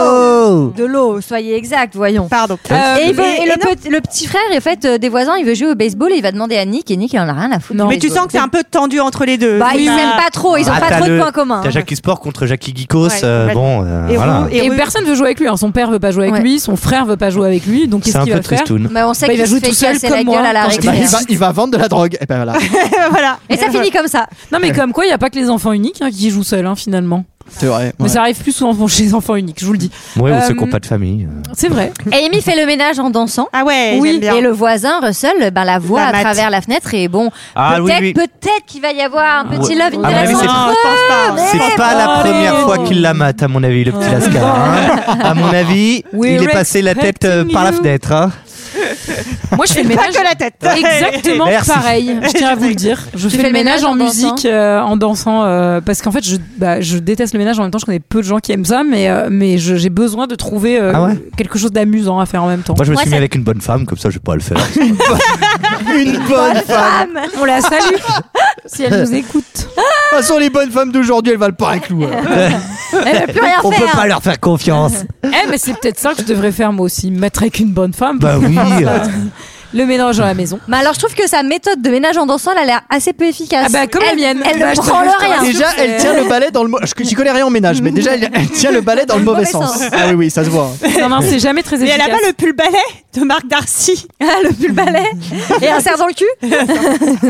H: L'eau.
K: De l'eau, soyez exact, voyons.
I: Pardon.
A: Euh,
K: Et, il veut-
I: mais-
K: et
I: et
K: le,
I: non.
K: pe- le petit frère, en fait, euh, des voisins, il veut jouer au baseball et il va demander à Nick et Nick, il en a rien à foutre.
A: Non.
K: du
I: Mais tu
K: baseball.
I: sens que c'est un peu tendu entre les deux.
K: Bah, ils
I: Oui.
K: s'aiment pas trop, ils ont
H: Ah,
K: pas
H: t'as
K: trop de
H: le-
K: points communs.
H: T'as
K: hein.
H: Jackie Sport contre Jackie Gikos.
I: Ouais,
H: euh,
I: complètement.
H: bon, euh,
I: Et
H: voilà.
I: roux, et
A: Et
I: roux.
A: personne veut jouer avec lui. hein. Son père veut pas jouer avec
K: Ouais.
A: lui, son frère veut pas jouer avec lui. Donc
H: C'est
A: qu'est-ce
H: un
A: qu'il
H: peu
A: va faire
H: tristoun.
K: Mais on sait
A: Bah, il
K: qu'il
A: va
K: se
A: jouer
K: fait
A: tout seul
K: casser
A: comme
K: la
A: moi.
K: gueule à la
A: Bah,
F: Bah, il,
K: récré. hein.
F: va, il va vendre de la drogue. Et ben
H: <laughs>
F: voilà.
I: <laughs> voilà.
K: Et ça finit comme ça.
A: Non mais comme quoi, il y a pas que les enfants uniques hein, qui jouent seuls hein, finalement.
F: C'est vrai.
A: Mais ça arrive plus souvent chez <laughs> les enfants uniques, je vous le dis.
H: Ouais, ou
A: Euh,
H: ceux qui n'ont pas de famille. euh.
A: C'est vrai.
K: Et Amy fait le ménage en dansant.
I: Ah ouais,
K: Oui,
I: j'aime bien.
K: et le voisin Russell, ben la voit
I: La
K: à
I: mate.
K: travers la fenêtre et bon,
H: Ah, oui,
K: peut-être,
H: oui. Ah,
K: peut-être qu'il va y avoir un petit
A: Ouais.
K: love
A: À
K: Ah, in the
H: mon
K: last
H: avis,
I: non,
H: c'est-
I: je
K: room.
I: pense pas.
H: Ah, C'est pas la
A: allez.
H: première fois qu'il la mate, à mon avis, le petit Lascar. hein. À mon avis,
A: We're
H: il est passé la tête euh, par la
A: expecting
H: fenêtre. hein.
A: Moi, je fais le
I: Pas
A: ménage.
I: que la tête.
A: Exactement
H: Merci.
A: pareil, je tiens à vous le dire. Je fais le ménage en
K: dansant
A: musique, euh, en dansant, euh, parce qu'en fait, je, bah, je déteste le ménage en même temps. Je connais peu de gens qui aiment ça, mais, euh, mais je- j'ai besoin de trouver euh,
H: Ah ouais Bah,
A: quelque chose d'amusant à faire en même temps.
H: Moi, je me
K: Moi,
H: suis mis
K: ça-
H: avec une bonne femme, comme ça, je vais pas
F: <laughs>
H: le faire.
F: Une bonne femme.
A: On la salue
H: <laughs>
A: si elle nous écoute.
F: De toute façon, les bonnes femmes d'aujourd'hui, elles valent pas un clou. hein. alors.
K: Elle peut plus rien
H: On peut
K: faire.
H: pas leur faire confiance.
A: Eh, mais c'est peut-être ça que je devrais faire moi aussi, me mettre avec une bonne femme.
H: bah oui.
K: <laughs>
H: euh,
A: Le ménage dans la maison.
K: Mais alors je trouve que sa méthode de ménage en dansant, elle a l'air assez peu efficace.
A: Ah bah, comme la
K: elle,
A: mienne.
K: Elle
A: Bah,
K: ne
A: je te-
K: prend
A: je te
K: le rien.
A: rassure.
F: Déjà, elle tient le balai dans le. mo- je- J'y connais rien en ménage, mais déjà, elle, elle tient le balai dans le mauvais sens. Ah oui, oui, ça se voit.
A: Non, non, c'est jamais très
I: <laughs> Mais
A: efficace.
I: elle a pas le pull balai de Marc Darcy.
K: Ah, <laughs> le pull <laughs> balai et un serre dans le cul.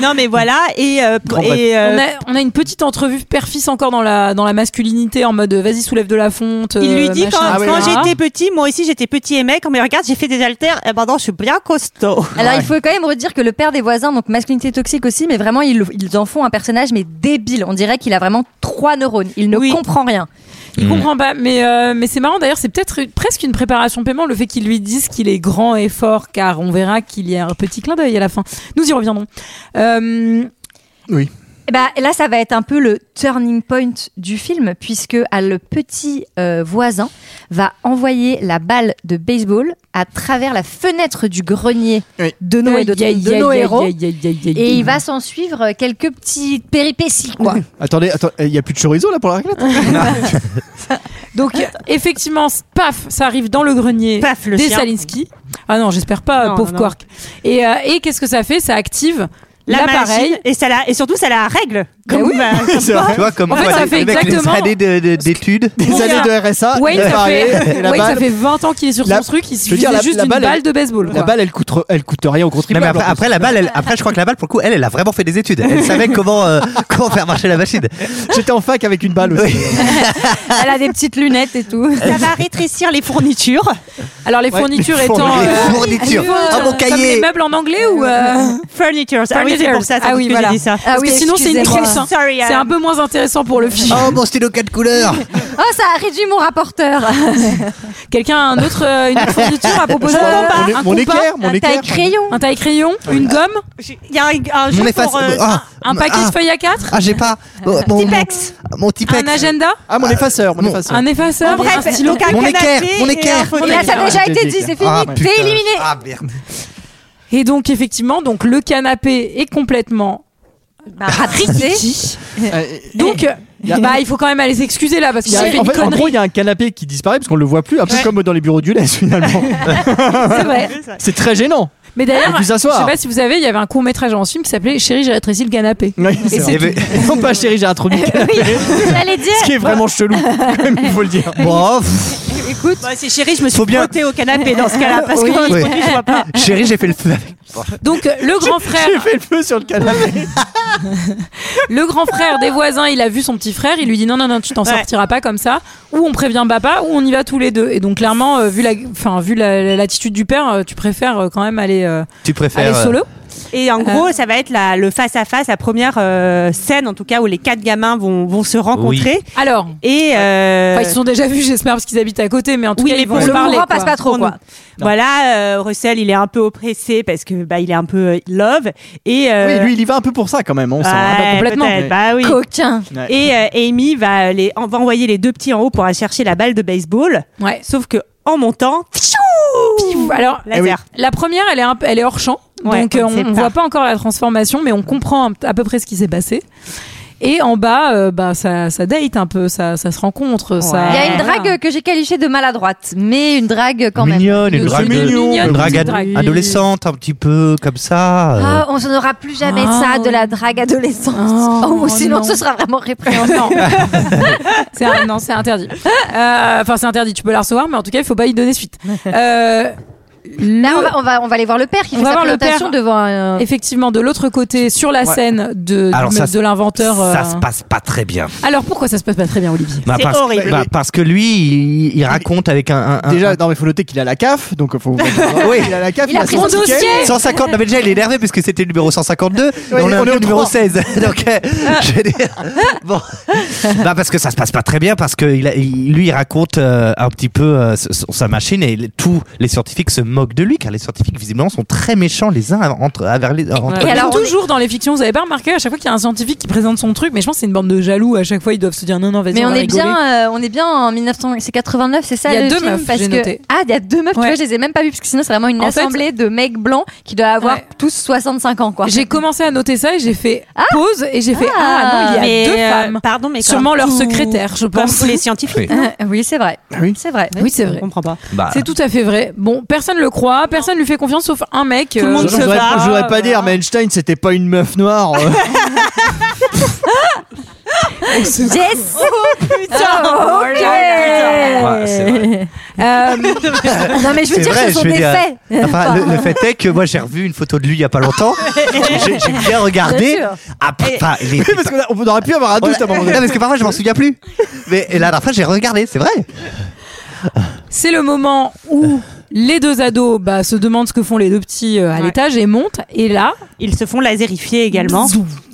I: Non, mais voilà. Et, euh,
F: Grand
I: et euh,
A: on, a, on a une petite entrevue père-fils encore dans la, dans la masculinité en mode euh, vas-y soulève de la fonte.
I: il lui
A: euh,
I: dit
A: machin,
I: quand,
F: Ah oui,
I: quand
A: etc.
I: j'étais petit, moi aussi j'étais petit et mec, on me regarde, j'ai fait des haltères. Eh ben non, je suis bien costaud.
K: Alors il faut quand même redire que le père des voisins, donc masculinité toxique aussi, mais vraiment ils, ils en font un personnage mais débile. On dirait qu'il a vraiment trois neurones. Il ne
I: Oui.
K: comprend rien.
A: Il comprend pas, mais, euh, mais c'est marrant d'ailleurs, c'est peut-être une- presque une préparation paiement le fait qu'ils lui disent qu'il est grand et fort, car on verra qu'il y a un petit clin d'œil à la fin. Nous y reviendrons. Euh,
K: Et bah, là, ça va être un peu le turning point du film, puisque ah, le petit euh, voisin va envoyer la balle de baseball à travers la fenêtre du grenier
F: Oui.
K: de nos, de,
A: aïe, aïe,
K: de nos
A: aïe,
K: héros.
A: aïe, aïe, aïe, aïe, aïe.
K: Et il va s'en suivre quelques petites péripéties, quoi.
F: Attendez, attends, il y a plus de chorizo là pour la raclette
A: Donc euh,
F: <laughs>
A: effectivement, paf, ça arrive dans le grenier
I: Paf, le
A: des
I: chien.
A: Salinski. Ah non, j'espère pas,
I: Non,
A: pauvre
I: non.
A: Quark. Et, euh, et qu'est-ce que ça fait Ça active
I: La
A: l'appareil.
I: machine, Et, ça la, et surtout, ça la règle. Comme bah,
H: tu vois, comme
A: En fait,
H: quoi,
A: ça
H: les-
A: fait
H: les mecs,
A: exactement-
H: les années de- de- d'études.
F: Des
A: Bon,
F: années
A: gars,
F: de RSA.
A: Wayne,
F: Oh, il a
A: ça
F: parlé,
A: fait, <laughs>
F: et la
A: Wayne, ça
F: balle-
A: fait 20 ans qu'il est sur
F: La-
A: son truc, il
F: je veux dire,
A: suffisait
F: la-
A: juste
F: la
A: une
F: balle,
A: balle,
F: elle-
A: de baseball.
F: La
A: quoi.
F: balle, elle coûte, re- elle coûte rien au
H: Non, mais
F: contribuable.
H: après,
F: en plus.
H: après, la balle, elle- après, je crois que la balle, pour le coup, elle, elle a vraiment fait des études. Elle savait comment, euh, comment faire marcher la machine.
F: J'étais en fac avec une balle aussi.
K: <laughs>
F: <laughs>
K: Elle a des petites lunettes et tout.
I: ça va rétrécir les fournitures.
A: Alors les fournitures
H: les
A: étant...
H: fournitures.
A: euh,
H: Fournitures.
A: niveau,
H: Ah, mon
A: comme
H: cahier.
A: les meubles en anglais ou... euh,
I: Furnitures. Ah oui, c'est pour ça,
A: Ah
I: ah
A: oui,
I: oui, que
A: voilà.
I: j'ai dit ça.
K: Ah
A: Parce que sinon c'est une
K: excusez-moi.
A: trousse. hein.
I: Sorry, euh,
A: C'est
I: Adam.
A: un peu moins intéressant pour le film.
H: Oh, mon stylo 4 couleurs.
K: <laughs> Oh, ça a réduit mon rapporteur.
A: Ah, Quelqu'un a un autre, euh, une autre fourniture à proposer
F: Je crois-
A: Un
F: mon, é-
A: compas,
F: mon équerre, mon
K: Un taille
F: équerre.
K: crayon.
A: Un taille crayon, une gomme,
I: Il y a un, un jeu
H: Mon
I: pour,
H: efface.
I: euh,
H: ah,
A: un paquet
H: ah,
A: de feuilles à 4
H: Ah, j'ai pas. Mon, mon, mon- mon Tipex.
A: un agenda,
F: Ah, mon effaceur, mon
H: Mon-
F: effaceur.
A: un effaceur,
I: En bref,
A: un stylo.
I: donc ah, un
H: Mon
I: canapé
H: équerre, mon
I: et un
H: équerre.
I: fauteuil.
K: Là, ça a
F: Ah,
K: déjà
F: j'ai
K: été
F: dit,
K: dit, c'est fini.
H: Ah, putain.
K: T'es éliminé.
H: Ah, merde.
A: Et donc effectivement, donc le canapé est complètement ratriqué.
F: Euh,
A: Donc bah il faut quand même aller s'excuser là parce
F: il y
A: qu'il
F: a-
A: a fait
F: en,
A: une
F: fait, en gros,
A: connerie.
F: il y a un canapé qui disparaît parce qu'on le voit plus, un peu comme dans les bureaux du
A: <laughs>
F: LES finalement.
A: C'est vrai.
F: C'est très gênant.
A: Mais d'ailleurs, je
F: pu
A: sais
F: s'asseoir.
A: pas si vous savez, il y avait un court métrage en film qui s'appelait Chérie, j'ai rétréci le canapé.
F: Ouais,
A: Et
F: c'est
A: c'est
F: vrai. <laughs> Non, pas chérie, j'ai
A: <laughs>
F: introduit le canapé.
K: J'allais dire.
F: Ce qui est vraiment chelou, quand même, il faut le dire.
H: Bon, pff,
I: Écoute, moi c'est chéri, je me suis
H: Faut bien-
I: frottée au canapé dans ce cas-là <laughs> parce
H: Oui.
I: que
H: Oui.
I: je vois pas.
H: chérie, j'ai fait le feu avec.
A: Donc euh,
I: <laughs>
A: le grand frère,
F: J'ai fait le feu sur le canapé.
A: Le grand frère des voisins, il a vu son petit frère, il lui dit non non non, tu t'en
I: Ouais.
A: sortiras pas comme ça. Ou on prévient papa, ou on y va tous les deux. Et donc clairement, euh, vu la, enfin vu la- la- l'attitude du père, euh, tu préfères euh, quand même aller euh,
H: Tu préfères.
A: aller
H: euh,
A: solo.
I: <laughs> Et en gros, ça va être la, le face à face, la première euh, scène en tout cas où les quatre gamins vont, vont se rencontrer.
A: Alors,
I: Et euh,
A: enfin, ils se sont déjà vus, j'espère, parce qu'ils habitent à côté, mais en tout
I: Oui,
A: cas
I: mais
A: ils vont
I: pour
A: se
I: le
A: parler.
K: moment,
A: quoi.
K: passe pas trop,
I: on-
K: quoi.
I: Voilà, euh, Russell, il est un peu oppressé parce que bah il est un peu euh, love et euh,
F: Oui, lui, il y va un peu pour ça quand même. On sent. hein.
I: ouais,
A: complètement.
I: peut-être, Bah oui.
K: Coquin.
I: Et euh, Amy va les en- va envoyer les deux petits en haut pour aller chercher la balle de baseball.
A: Ouais.
I: Sauf que en montant,
A: Pfiou Alors
F: Eh
I: laser.
A: la première, elle est un peu- elle est hors champ,
I: Ouais,
A: donc euh,
I: on sait
A: on,
I: pas.
A: voit pas encore la transformation, mais on comprend à peu près ce qui s'est passé. Et en bas, euh, bah ça, ça date un peu, ça, ça se rencontre, ça.
K: Il y a une
A: voilà.
K: drague que j'ai qualifiée de maladroite, mais une drague quand même.
H: Mignonne, une
A: C'est
H: drague, euh,
A: mignon,
H: une
A: une
H: drague
A: petite
H: ad-
A: drague.
H: adolescente, un petit peu comme ça. euh.
K: Ah, on n'aura plus jamais
A: Ah,
K: ça de
A: oui.
K: la drague adolescente.
A: Oh,
K: Oh, sinon,
A: non.
K: ce sera vraiment répréhensible.
A: Non, non. <laughs> c'est un- non, c'est interdit. Euh, Enfin, c'est interdit. Tu peux la recevoir, mais en tout cas, il faut pas y donner suite. Euh,
K: Là, on va, on, va, on va aller voir le père qui
A: On
K: fait
A: va
K: sa
A: voir le
K: présentation
A: père.
K: devant un.
A: effectivement, de l'autre côté, sur la scène de
H: Alors,
A: de,
H: ça se-
A: de l'inventeur. euh,
H: Ça se passe pas très bien.
A: Alors pourquoi ça se passe pas très bien, Olivier
H: Bah,
I: C'est
H: parce,
I: horrible.
H: bah, parce que lui, il, il raconte avec un. un- un-
F: Déjà, non, mais faut noter qu'il a la CAF, donc faut. <laughs>
H: Oui.
F: il a la CAF.
K: Il a pris
A: Mon
K: son
A: dossier.
K: ticket.
H: 150, non mais déjà il est énervé parce que c'était le numéro 152 et
F: Ouais,
H: on, est
F: on est
H: au
F: au
H: numéro
F: trois. Ah.
H: 16 <laughs> donc euh, je veux dire,
F: <laughs>
H: bon bah parce que ça se passe pas très bien parce que il a- il- lui il raconte euh, un petit peu euh, s- son- sa machine et les- tous les scientifiques se moquent de lui car les scientifiques visiblement sont très méchants les uns entre, envers les entre
A: Et
K: Et alors, on
A: toujours dans les fictions, vous avez pas remarqué à chaque fois qu'il y a un scientifique qui présente son truc, mais je pense que c'est une bande de jaloux. À chaque fois, ils doivent se dire non, non, vas-y.
K: Mais on
A: va
K: est
A: rigoler.
K: bien, euh, on est bien en 1989, c'est ça
A: Il y a
K: le
A: deux
K: film
A: meufs,
K: parce
A: j'ai
K: que
A: noté.
K: ah, il y a deux meufs.
A: Ouais.
K: Tu vois, je les ai même pas vus parce que sinon c'est vraiment une
A: En fait-
K: assemblée de mecs blancs qui doivent avoir
A: Ouais.
K: tous 65 ans, quoi.
A: J'ai commencé à noter ça et j'ai fait pause et j'ai fait ah,
K: Ah,
A: non, il y a
I: mais,
A: deux
I: euh,
A: femmes.
I: Pardon, mais
A: Sûrement
I: comme
A: leur
I: tout-
A: secrétaire, je pense.
I: Comme tous les scientifiques.
K: Euh, oui, c'est vrai.
F: Oui.
K: C'est vrai.
A: Oui, c'est
I: Je
A: vrai.
I: comprends pas.
H: Bah,
A: C'est tout à fait vrai. Bon, personne le croit, personne lui fait confiance sauf un mec. euh, Tout
I: le monde
F: Je
I: se
F: voudrais,
I: bat,
F: je voudrais pas
A: euh,
F: dire, mais Einstein, c'était pas une meuf
H: <laughs>
F: noire. euh.
K: Yes.
A: Oh,
K: ok.
H: ouais, c'est vrai.
A: Euh,
K: Non mais je veux
H: C'est
K: dire,
H: vrai,
K: ce sont
H: je veux
K: des
H: dire,
K: faits.
H: Enfin, le, le fait est que moi j'ai revu une photo de lui il y a pas longtemps. j'ai j'ai bien regardé.
K: Bien
H: Après, enfin, il est-
F: parce qu'on a- on aurait pu avoir un
H: On
F: doute à un moment
H: l'a-
F: donné.
H: Non, parce que parfois je m'en souviens plus. Mais et là, à la fin, j'ai regardé, c'est vrai.
A: C'est le moment <laughs> où les deux ados bah, se demandent ce que font les deux petits euh, à
I: Ouais.
A: l'étage et montent. Et là,
I: Ils se font laserifier également.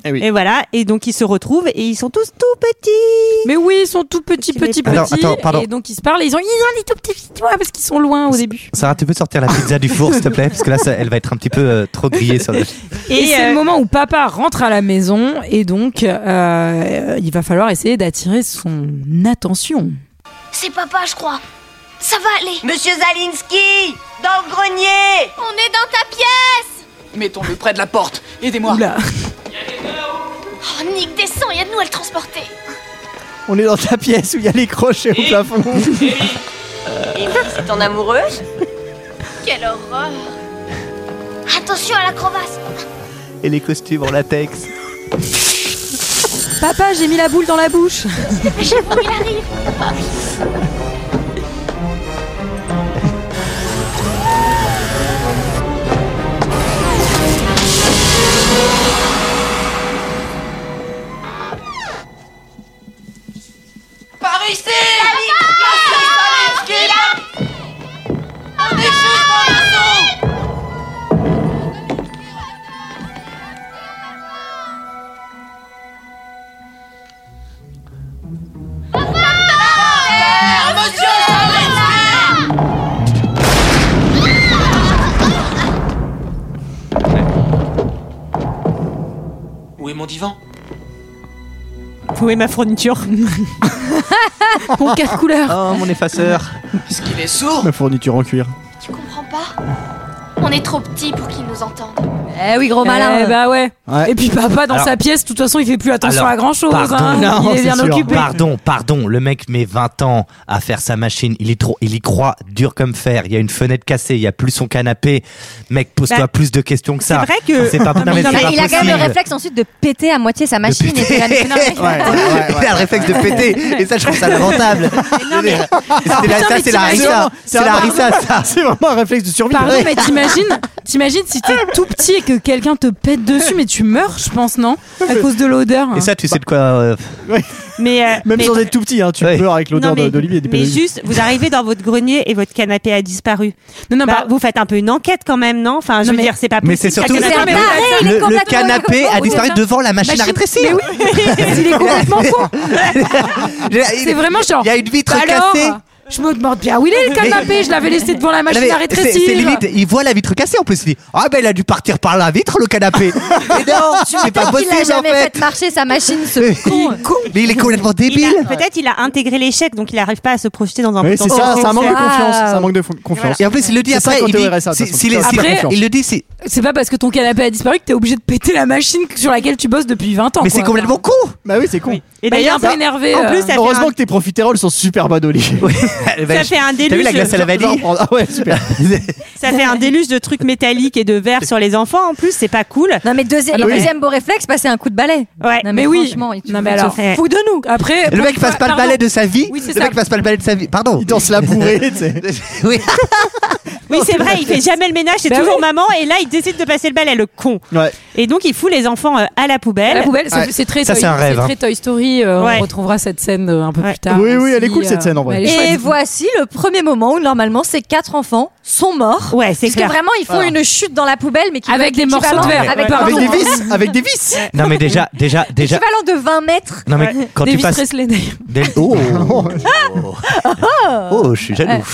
F: Eh oui.
I: Et voilà, et donc ils se retrouvent et ils sont tous tout petits.
A: mais oui, ils sont tout petits, petits,
I: Petit
H: bébé.
A: petits.
H: Attends, attends, pardon.
A: Et donc ils se parlent et ils ont, ils ont des tout petits doigts parce qu'ils sont loin au début.
H: Sarah, tu peux sortir la <laughs> pizza du four, s'il te plaît, parce que là, ça- elle va être un petit peu euh, trop grillée. Sur le-
A: Et, c'est
I: euh,
A: le moment où papa rentre à la maison et donc euh, il va falloir essayer d'attirer son attention.
J: C'est papa, je crois. Ça va aller.
L: Monsieur Zalinski Dans le grenier
J: On est dans ta pièce.
B: Mettons-le près de la porte. Aidez-moi.
A: Oula.
J: Oh, Nick, descends, il y a de nous à le transporter.
F: On est dans ta pièce où il y a les crochets au plafond.
L: Amy, c'est ton amoureuse
J: Quelle horreur. Attention à la crevasse.
H: Et les costumes en latex.
A: Papa, j'ai mis la boule dans la <laughs> bouche.
J: Je vois qu'il arrive.
B: Par ici Salinski On est juste dans la zone Papa Monsieur Salinski
D: Où est mon divan
I: Où est ma fourniture Mon quatre couleurs.
H: Oh, mon effaceur.
D: Est-ce qu'il est sourd
F: Ma fourniture en cuir. <laughs>
J: Tu comprends pas On est trop petits pour qu'ils nous entendent.
G: Eh oui, gros malin.
A: Eh bah ouais.
F: Ouais.
A: Et puis papa, dans
H: Alors-
A: sa pièce, de toute façon, il fait plus attention
H: Alors,
A: à grand chose. hein.
H: pardon.
A: il
F: Non,
A: est
F: c'est
A: bien
F: sûr.
A: occupé.
H: Pardon, pardon, le mec met 20 ans à faire sa machine, il, est trop, il y croit dur comme fer, il y a une fenêtre cassée, il y a plus son canapé. Mec, pose-toi
I: Bah,
H: plus de questions que
F: Ah,
H: ça.
I: c'est vrai que-
H: C'est pas, non, mais
I: mais
H: c'est
I: Euh, non,
H: pas
K: il a quand même
H: possible.
K: le réflexe ensuite de péter à moitié sa machine et de la mettre- Non, mais-
H: Il a le réflexe de péter, et ça, je trouve ça lamentable. C'était la- ça, <laughs> c'est la harissa. C'est la harissa, ça.
F: C'est vraiment un réflexe de survie.
A: Pardon, mais t'imagines, t'imagines si t'es tout petit et que quelqu'un te pète dessus, mais tu meurs, je pense, non À cause de l'odeur.
H: Et ça, tu sais de quoi. euh,
I: Mais euh,
F: Même
I: mais-
F: sans être tout petit, hein, tu
H: Ouais.
F: pleures avec l'odeur
I: Non, mais-
F: de- d'Olivier et des
I: Mais
F: pédagogues.
I: juste, vous arrivez dans votre grenier et votre canapé a disparu.
A: Non, non,
I: Bah,
A: bah,
I: vous faites un peu une enquête quand même, non Enfin, je
A: Non,
I: veux
A: mais-
I: dire, c'est pas
H: Mais
I: possible.
H: c'est surtout.
A: Mais c'est un taré,
H: Le,
K: il est
H: le
K: complètement-
H: canapé a disparu devant la machine à
A: Machine-
H: rétrécir.
A: Mais oui,
F: <laughs>
A: il est complètement con. C'est vraiment genre.
H: <laughs> Il y a une vitre
A: Bah alors,
H: cassée.
A: Je me demande bien où il est le canapé, je l'avais laissé devant la machine
H: Non,
A: à
H: mais C'est
A: rétrécir.
H: c'est limite, il voit la vitre cassée en plus. Il dit Ah ben il a dû partir par la vitre le canapé. Mais non, c'est pas
K: Il a
H: possible en
K: jamais fait
H: fait.
K: marcher sa machine, ce
H: Mais <laughs>
K: con.
H: il est complètement
I: Il a-
H: débile.
I: Peut-être il a intégré l'échec, donc il n'arrive pas à se projeter dans un.
F: Oui, c'est
I: potentiel
F: ça, c'est un manque de
I: succès.
F: confiance. C'est un
K: Wow.
F: manque de fo- confiance.
H: Et en plus il le dit
F: C'est
H: après.
F: ça quand
H: Il
F: t'es
H: dit
F: au RSA, de
H: si-
F: toute façon,
H: s'il est-
F: t'as
H: s'il-
A: pas confiance.
H: il le dit c'est
A: C'est pas parce que ton canapé a disparu que t'es obligé de péter la machine sur laquelle tu bosses depuis 20 ans.
H: mais c'est
A: quoi.
H: complètement con.
F: Bah oui, c'est con.
I: Et
A: Bah, il est
I: d'ailleurs,
A: un peu
I: ça-
A: énervé.
I: en
A: euh.
I: plus, ça fait
F: Heureusement
I: un-
F: que tes profiteroles sont super bonnes, Olivier. <laughs>
I: ça fait un
H: T'as vu
I: déluge.
H: la glace à la vanille
F: Ah ouais,
H: <laughs>
F: super.
I: Ça fait un déluge de trucs métalliques et de verre sur les enfants. En plus, c'est pas cool.
K: Non, mais deuxi-
A: Alors,
K: deuxième beau réflexe, passer un coup de balai.
I: Ouais.
K: Non,
A: mais
K: mais
A: oui.
K: franchement, il-
A: non, mais
K: il
A: alors,
I: se fait-
A: fou de nous. Après,
H: Le mec
A: pourquoi-
H: passe pas le
A: pardon.
H: balai de sa vie.
A: Oui, c'est ça.
H: Le mec passe pas le balai de sa vie. Pardon.
F: Il danse la bourrée, tu
H: <laughs>
F: sais.
H: Oui.
I: Oui, c'est vrai, il fait jamais le ménage, c'est
A: Bah
I: toujours
A: oui.
I: maman. Et là, il décide de passer le balai, le con.
F: Ouais.
I: Et donc, il fout les enfants euh, à la
A: À
I: poubelle.
A: la poubelle, ça- c'est très,
H: Ça,
A: Toy-
H: c'est un rêve,
A: très Toy Story. euh,
I: Ouais.
A: On retrouvera cette scène euh, un peu
I: Ouais.
A: plus tard.
F: Oui, oui, elle
A: aussi,
F: est
A: euh,
F: cool, cette scène, en vrai.
A: elle est
K: Et
A: chouette.
K: voici le premier moment où normalement ces quatre enfants sont morts.
I: Ouais, c'est
K: Parce que
I: clair.
K: vraiment ils font une chute dans la poubelle, mais qui
A: Avec des morceaux de verre.
K: Avec,
A: Ouais.
F: Avec
K: pardon,
F: des vis, avec des vis.
H: Non mais déjà déjà déjà.
K: Équivalent de 20 mètres.
H: Non mais quand
A: Davis
H: tu passes
A: Presley, d'ailleurs.
H: Del- Oh. oh
I: <laughs>
H: Oh, je suis jaloux. <laughs>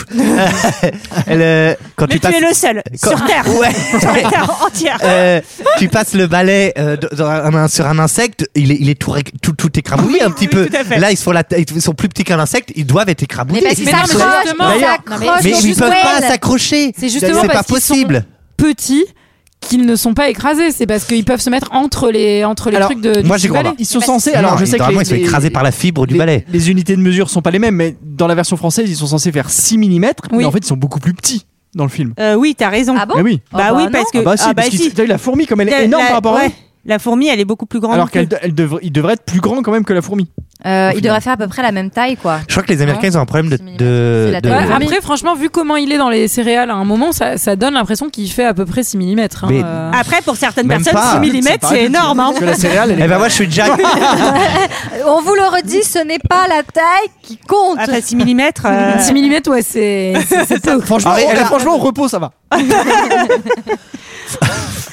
H: Elle, euh, quand
I: Mais
H: tu
I: tu,
H: passes
I: es le seul
H: quand-
I: sur
F: <laughs>
I: Terre.
H: <laughs>
I: Sur
H: Ouais.
I: la Terre entière.
H: Euh, tu passes le balai euh, dans- dans un- sur un insecte, il est, il est tout, ré- tout, tout écrabouillé un petit
I: oui,
H: peu.
I: tout à fait.
H: Là, ils sont, la, ta- ils sont plus petits qu'un insecte, ils doivent être écrabouillés.
K: Mais parce
A: Mais
K: qu'ils
A: non, mais justement. D'ailleurs, non,
K: s'accrochent, ils s'accrochent.
H: Mais
K: au
H: ils peuvent
K: poubelle.
H: pas s'accrocher.
A: C'est
H: C'est
A: justement
H: pas
A: parce qu'ils sont
H: possible.
A: petits qu'ils ne sont pas écrasés. C'est parce qu'ils peuvent se mettre entre les, entre les
F: Alors,
A: trucs de.
H: moi,
A: du
H: j'y crois
A: balai.
F: Ils sont
K: Non,
F: censés.
H: Non,
F: Alors, je sais que.
H: normalement,
F: les-
H: ils sont
F: les-
H: écrasés par la fibre du
F: les-
H: balai.
F: Les unités de mesure sont pas les mêmes, mais dans la version française, ils sont censés faire 6 mm, mais
A: Oui.
F: en fait, ils sont beaucoup plus petits dans le film.
I: Euh, oui, t'as raison.
K: Ah bon
F: Mais oui.
K: Ah
I: Bah
K: bah
I: oui,
K: non.
I: parce que
F: Ah bah si,
I: ah bah
F: parce
I: si.
F: que t'as vu la fourmi comme elle
I: La-
F: est énorme
I: la-
F: par rapport à
I: ouais,
F: eux.
I: la fourmi, elle est beaucoup plus grande.
F: Alors qu'elle
I: que-
F: elle devrait, il devrait être plus grand quand même que la fourmi.
K: Euh, ils devraient faire à peu près la même taille, quoi.
H: Je crois que les Américains, ils ont un problème de.
K: C'est
H: de,
K: la
H: de-
A: Ouais,
K: taille.
H: Mais-
A: après, franchement, vu comment il est dans les céréales à un moment, ça, ça donne l'impression qu'il fait à peu près 6 mm.
H: Mais-
I: Après, pour certaines
H: Même
I: personnes,
H: pas.
I: 6 mm, c'est énorme. hein.
F: Parce que la céréale, elle
H: Eh
F: est.
H: ben, moi, je suis Jack.
K: Euh, On vous le redit, ce n'est pas la taille qui compte.
I: Après 6 mm.
A: <laughs> 6 mm, ouais, c'est. c'est- c'est peu.
F: Franchement,
H: Arrête,
F: au-
H: elle a-
F: franchement, au repos, ça va.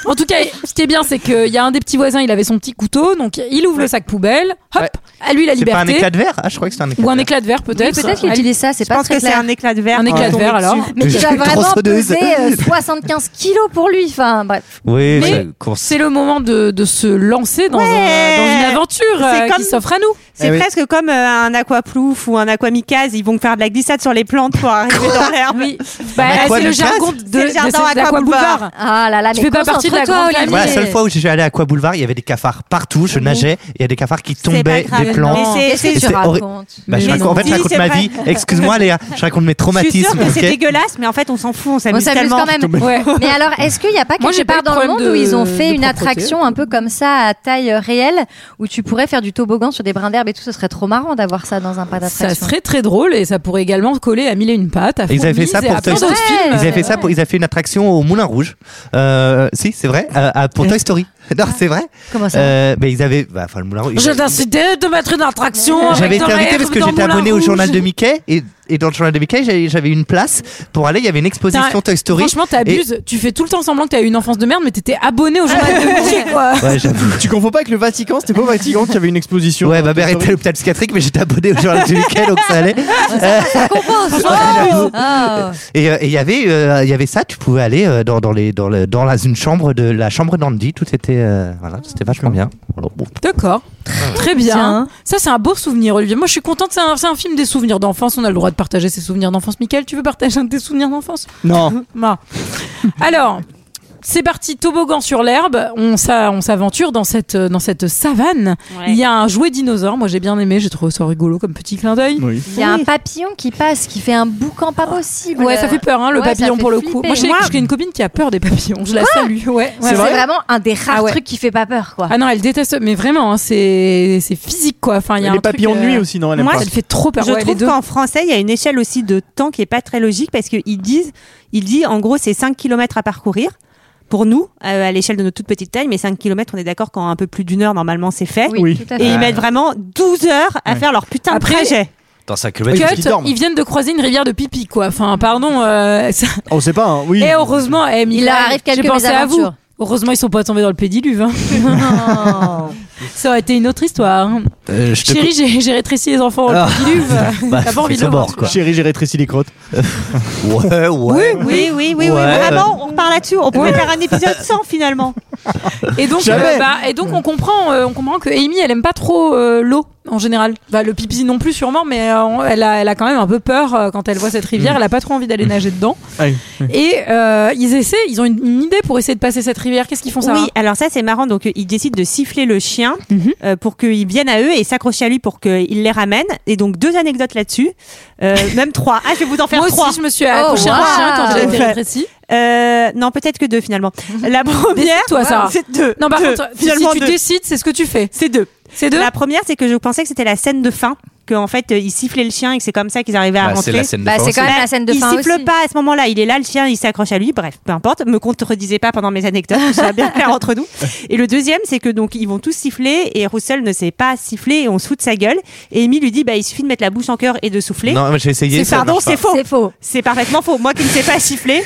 A: En tout cas, ce qui est bien, c'est qu'il y a un des petits voisins, il avait son petit couteau, donc il ouvre le sac poubelle, hop,
F: Ouais.
A: à lui la
H: C'est pas un
A: liberté.
H: éclat de verre Ah, je crois que c'est un éclat.
A: Ou un
H: de verre.
A: éclat de verre,
K: Oui,
A: peut-être.
K: peut-être qu'il
A: Allez.
K: utilise ça, c'est
I: Je
K: pas
I: pense
K: très
I: que c'est
K: clair.
I: un éclat de verre.
A: Un éclat de
I: Ouais.
A: verre, alors.
K: Mais qui
H: Une
K: va vraiment
H: tronçonneuse.
K: peser euh, 75 kilos pour lui. Enfin, bref.
H: Oui,
A: Mais-
H: c'est- course.
A: C'est le moment de, de se lancer dans,
I: Ouais.
A: un- dans une aventure
I: C'est
A: euh,
I: comme-
A: qui s'offre à nous.
I: C'est
F: Eh oui.
I: presque comme euh, un aquaplouf ou un aquamikaze. Ils vont faire de la glissade sur les plantes pour arriver dans l'herbe.
A: Oui. Bah,
H: Un
A: c'est le
H: aquaboulevard.
A: jargon de,
I: C'est le jardin
A: de- de-
I: aquaboulevard.
A: d'Aquaboulevard.
K: Ah là là,
A: Tu
K: mais
A: fais pas partie de la
K: concentre-toi,
A: grande famille.
K: Olivier.
H: la seule fois où je suis allé à Aqua Boulevard, il y avait des cafards partout. Je nageais, il y a des cafards qui tombaient
G: pas grave,
H: des plans.
G: non. Mais c'est-
H: Et
G: qu'est-ce que tu
H: c'est horri-
G: racontes
H: Bah, je
G: Mais
H: raconte- en
G: non.
H: fait, je
G: Si,
H: raconte
G: c'est
H: ma
G: vrai.
H: vie. Excuse-moi, Léa, je raconte mes
I: Je suis
H: traumatismes.
I: sûre que c'est
H: ok
I: dégueulasse, mais en fait, on s'en fout, on s'amuse
G: s'amuse
I: tellement.
G: quand même. Mais alors, est-ce qu'il n'y a pas
I: Moi,
G: quelque
I: j'ai pas
G: part
I: eu de
G: dans le monde
I: problème
G: où
I: de-
G: ils ont fait
I: de
G: une
I: propreté.
G: attraction un peu comme ça à taille réelle où tu pourrais faire du toboggan sur des brins d'herbe et tout Ce serait trop marrant d'avoir ça dans un pas d'attraction.
A: Ça serait très drôle et ça pourrait également coller à mille et une pattes. À
H: Et Ils avaient fait ça
A: Fourmise et
H: pour
A: à plein
H: Toy Story.
A: d'autres films.
H: Ils avaient fait ça pour- ils avaient fait une attraction au Moulin Rouge. Euh, si, c'est vrai, euh, à- pour Toy Story. Non, c'est vrai.
K: Ah,
G: <laughs>
A: Comment ça
H: Euh, ben, ils avaient, bah, enfin, le Moulin Rouge.
A: J'ai décidé de mettre une attraction. avec
H: J'avais été
A: Doraire
H: invité parce que
A: dans
H: j'étais
A: Moulin
H: abonné au
A: Rouge.
H: journal de Mickey et, et dans le journal de Mickey j'avais j'avais une place pour aller. Il y avait une
A: T'as-
H: exposition Toy Story.
A: Franchement, t'abuses. Tu fais tout le temps semblant que t'as eu une enfance de merde, mais t'étais abonné au journal de Mickey, quoi.
H: Ouais, j'avoue.
F: <laughs> Tu confonds pas avec le Vatican, c'était pas au Vatican qu'il y avait une exposition.
H: Ouais, ma mère était à l'hôpital psychiatrique, mais j'étais abonné au journal du week-end, donc ça allait.
G: Oh
H: Et euh, et il y avait, euh, il y avait ça. Tu pouvais aller euh, dans, dans les, dans, le, dans la, une chambre de la chambre d'Andy. Tout était, euh, voilà, c'était vachement bien. Voilà, bon.
A: D'accord.
F: Ah.
A: Très bien.
H: Tiens.
A: Ça, c'est un beau souvenir, Olivier. Moi, je suis contente. C'est un, c'est un film des souvenirs d'enfance. On a le droit de partager ses souvenirs d'enfance. Michael, tu veux partager un de tes souvenirs d'enfance <laughs>
F: Non. <laughs>
A: Bah. Alors, c'est parti, toboggan sur l'herbe. On, s'a- on s'aventure dans cette, dans cette savane.
G: Ouais.
A: Il y a un jouet dinosaure. Moi, j'ai bien aimé. J'ai trouvé ça rigolo comme petit clin d'œil.
G: Il y a un papillon qui passe, qui fait un boucan pas possible.
A: Ouais, ça fait peur, hein, le
G: Ouais, ça
A: papillon
G: fait
A: pour le
G: flipper.
A: coup. Moi, j'ai j'ai une copine qui a peur des papillons. Je la
G: Quoi
A: salue. Ouais, ouais,
G: C'est
A: ouais.
G: vrai vraiment un des rares
A: Ah ouais.
G: trucs qui fait pas peur, quoi.
A: Ah non, elle déteste, mais vraiment, hein, c'est c'est physique quoi. Enfin, il y a
F: Les
A: un truc,
F: papillons de
A: euh,
F: nuit aussi, non, elle aime
A: Moi,
F: pas.
A: elle fait trop peur.
I: Je
A: ouais, les
I: trouve
A: deux.
I: qu'en français, il y a une échelle aussi de temps qui est pas très logique parce qu'ils disent, il dit en gros c'est 5 km à parcourir. Pour nous, euh, à l'échelle de notre toute petite taille, mais 5 km, on est d'accord qu'en un peu plus d'une heure, normalement, c'est fait.
F: Oui, tout à fait.
I: Et ils
F: Ouais.
I: mettent vraiment 12 heures à faire leur putain
A: Après,
I: de
A: <laughs>
I: trajet.
H: Dans sa
F: Bah,
A: Cut, ils
F: hein.
A: viennent de croiser une rivière de pipi quoi. Enfin, pardon. euh, <laughs> ça-
F: On sait pas, hein, oui.
A: Et heureusement, eh, Mila,
G: leur arrive quelques
A: j'ai pensé à vous.
G: mésaventures.
A: Heureusement, ils sont pas tombés dans le pédiluve. hein. Oh. Ça aurait été une autre histoire. hein.
H: Euh, je te
A: Chérie,
H: cou-
A: j'ai j'ai rétréci les enfants dans
H: Ah.
A: le pédiluve.
H: <laughs> Bah,
A: T'as pas envie de
H: c'est
A: le voir.
H: mort, quoi.
F: Chérie, j'ai rétréci les crottes.
H: <laughs> ouais, ouais.
I: Oui, oui, oui, oui,
H: Ouais.
I: vraiment, on repart là-dessus. On pourrait faire un épisode 100
A: <laughs>
I: finalement.
A: Et donc,
I: Jamais.
A: euh, bah, et donc on comprend, euh, on comprend que Amy, elle aime pas trop euh, l'eau en général. Bah, le pipi non plus sûrement, mais euh, on- elle, a, elle a quand même un peu peur euh, quand elle voit cette
H: Mm.
A: rivière. Elle a pas trop envie d'aller nager dedans.
H: Ah
A: Et euh, ils essaient, ils ont une, une idée pour essayer de passer cette rivière. Qu'est-ce qu'ils font ça
I: Oui, alors ça c'est marrant. Donc euh, ils décident de siffler le chien
A: Mhm.
I: euh, pour qu'il vienne à eux et s'accrocher à lui pour qu'il les ramène. Et donc deux anecdotes là-dessus, Euh, même trois. Ah, je vais vous en faire
A: Moi aussi,
I: trois.
A: je me suis
G: Oh,
A: accrochée à un chien quand j'ai été rétrécie.
I: Euh, non, peut-être que deux
A: <laughs>
I: finalement. La première,
A: Décide-toi, Sarah.
I: <laughs> c'est deux.
A: Non, par
I: Deux.
A: contre, si-
I: finalement
A: si tu
I: deux.
A: décides, c'est ce que tu fais.
I: C'est deux.
A: C'est deux.
I: <laughs> La première, c'est que je pensais que c'était la scène de fin, qu'en fait euh, ils sifflaient le chien et que c'est comme ça qu'ils arrivaient à
H: Bah, c'est
I: rentrer.
H: la scène de Bah, fin c'est quand aussi. même la
G: scène de
I: il
G: fin
I: siffle
G: aussi.
I: pas à ce moment-là. Il est là, le chien, il s'accroche à lui. Bref, peu importe. Me contredisez pas pendant mes anecdotes. Ça va bien clair entre
H: <laughs>
I: nous. Et le deuxième, c'est que donc ils vont tous siffler et Russell ne sait pas siffler et on se fout de sa gueule. Et Amy lui dit, bah il suffit de mettre la bouche en cœur et de souffler.
H: Non, mais j'ai essayé,
I: C'est
H: ça
I: pardon,
H: marche
I: c'est
H: pas.
I: faux.
G: C'est faux.
I: C'est parfaitement faux. Moi qui ne sais
A: <laughs>
I: pas siffler.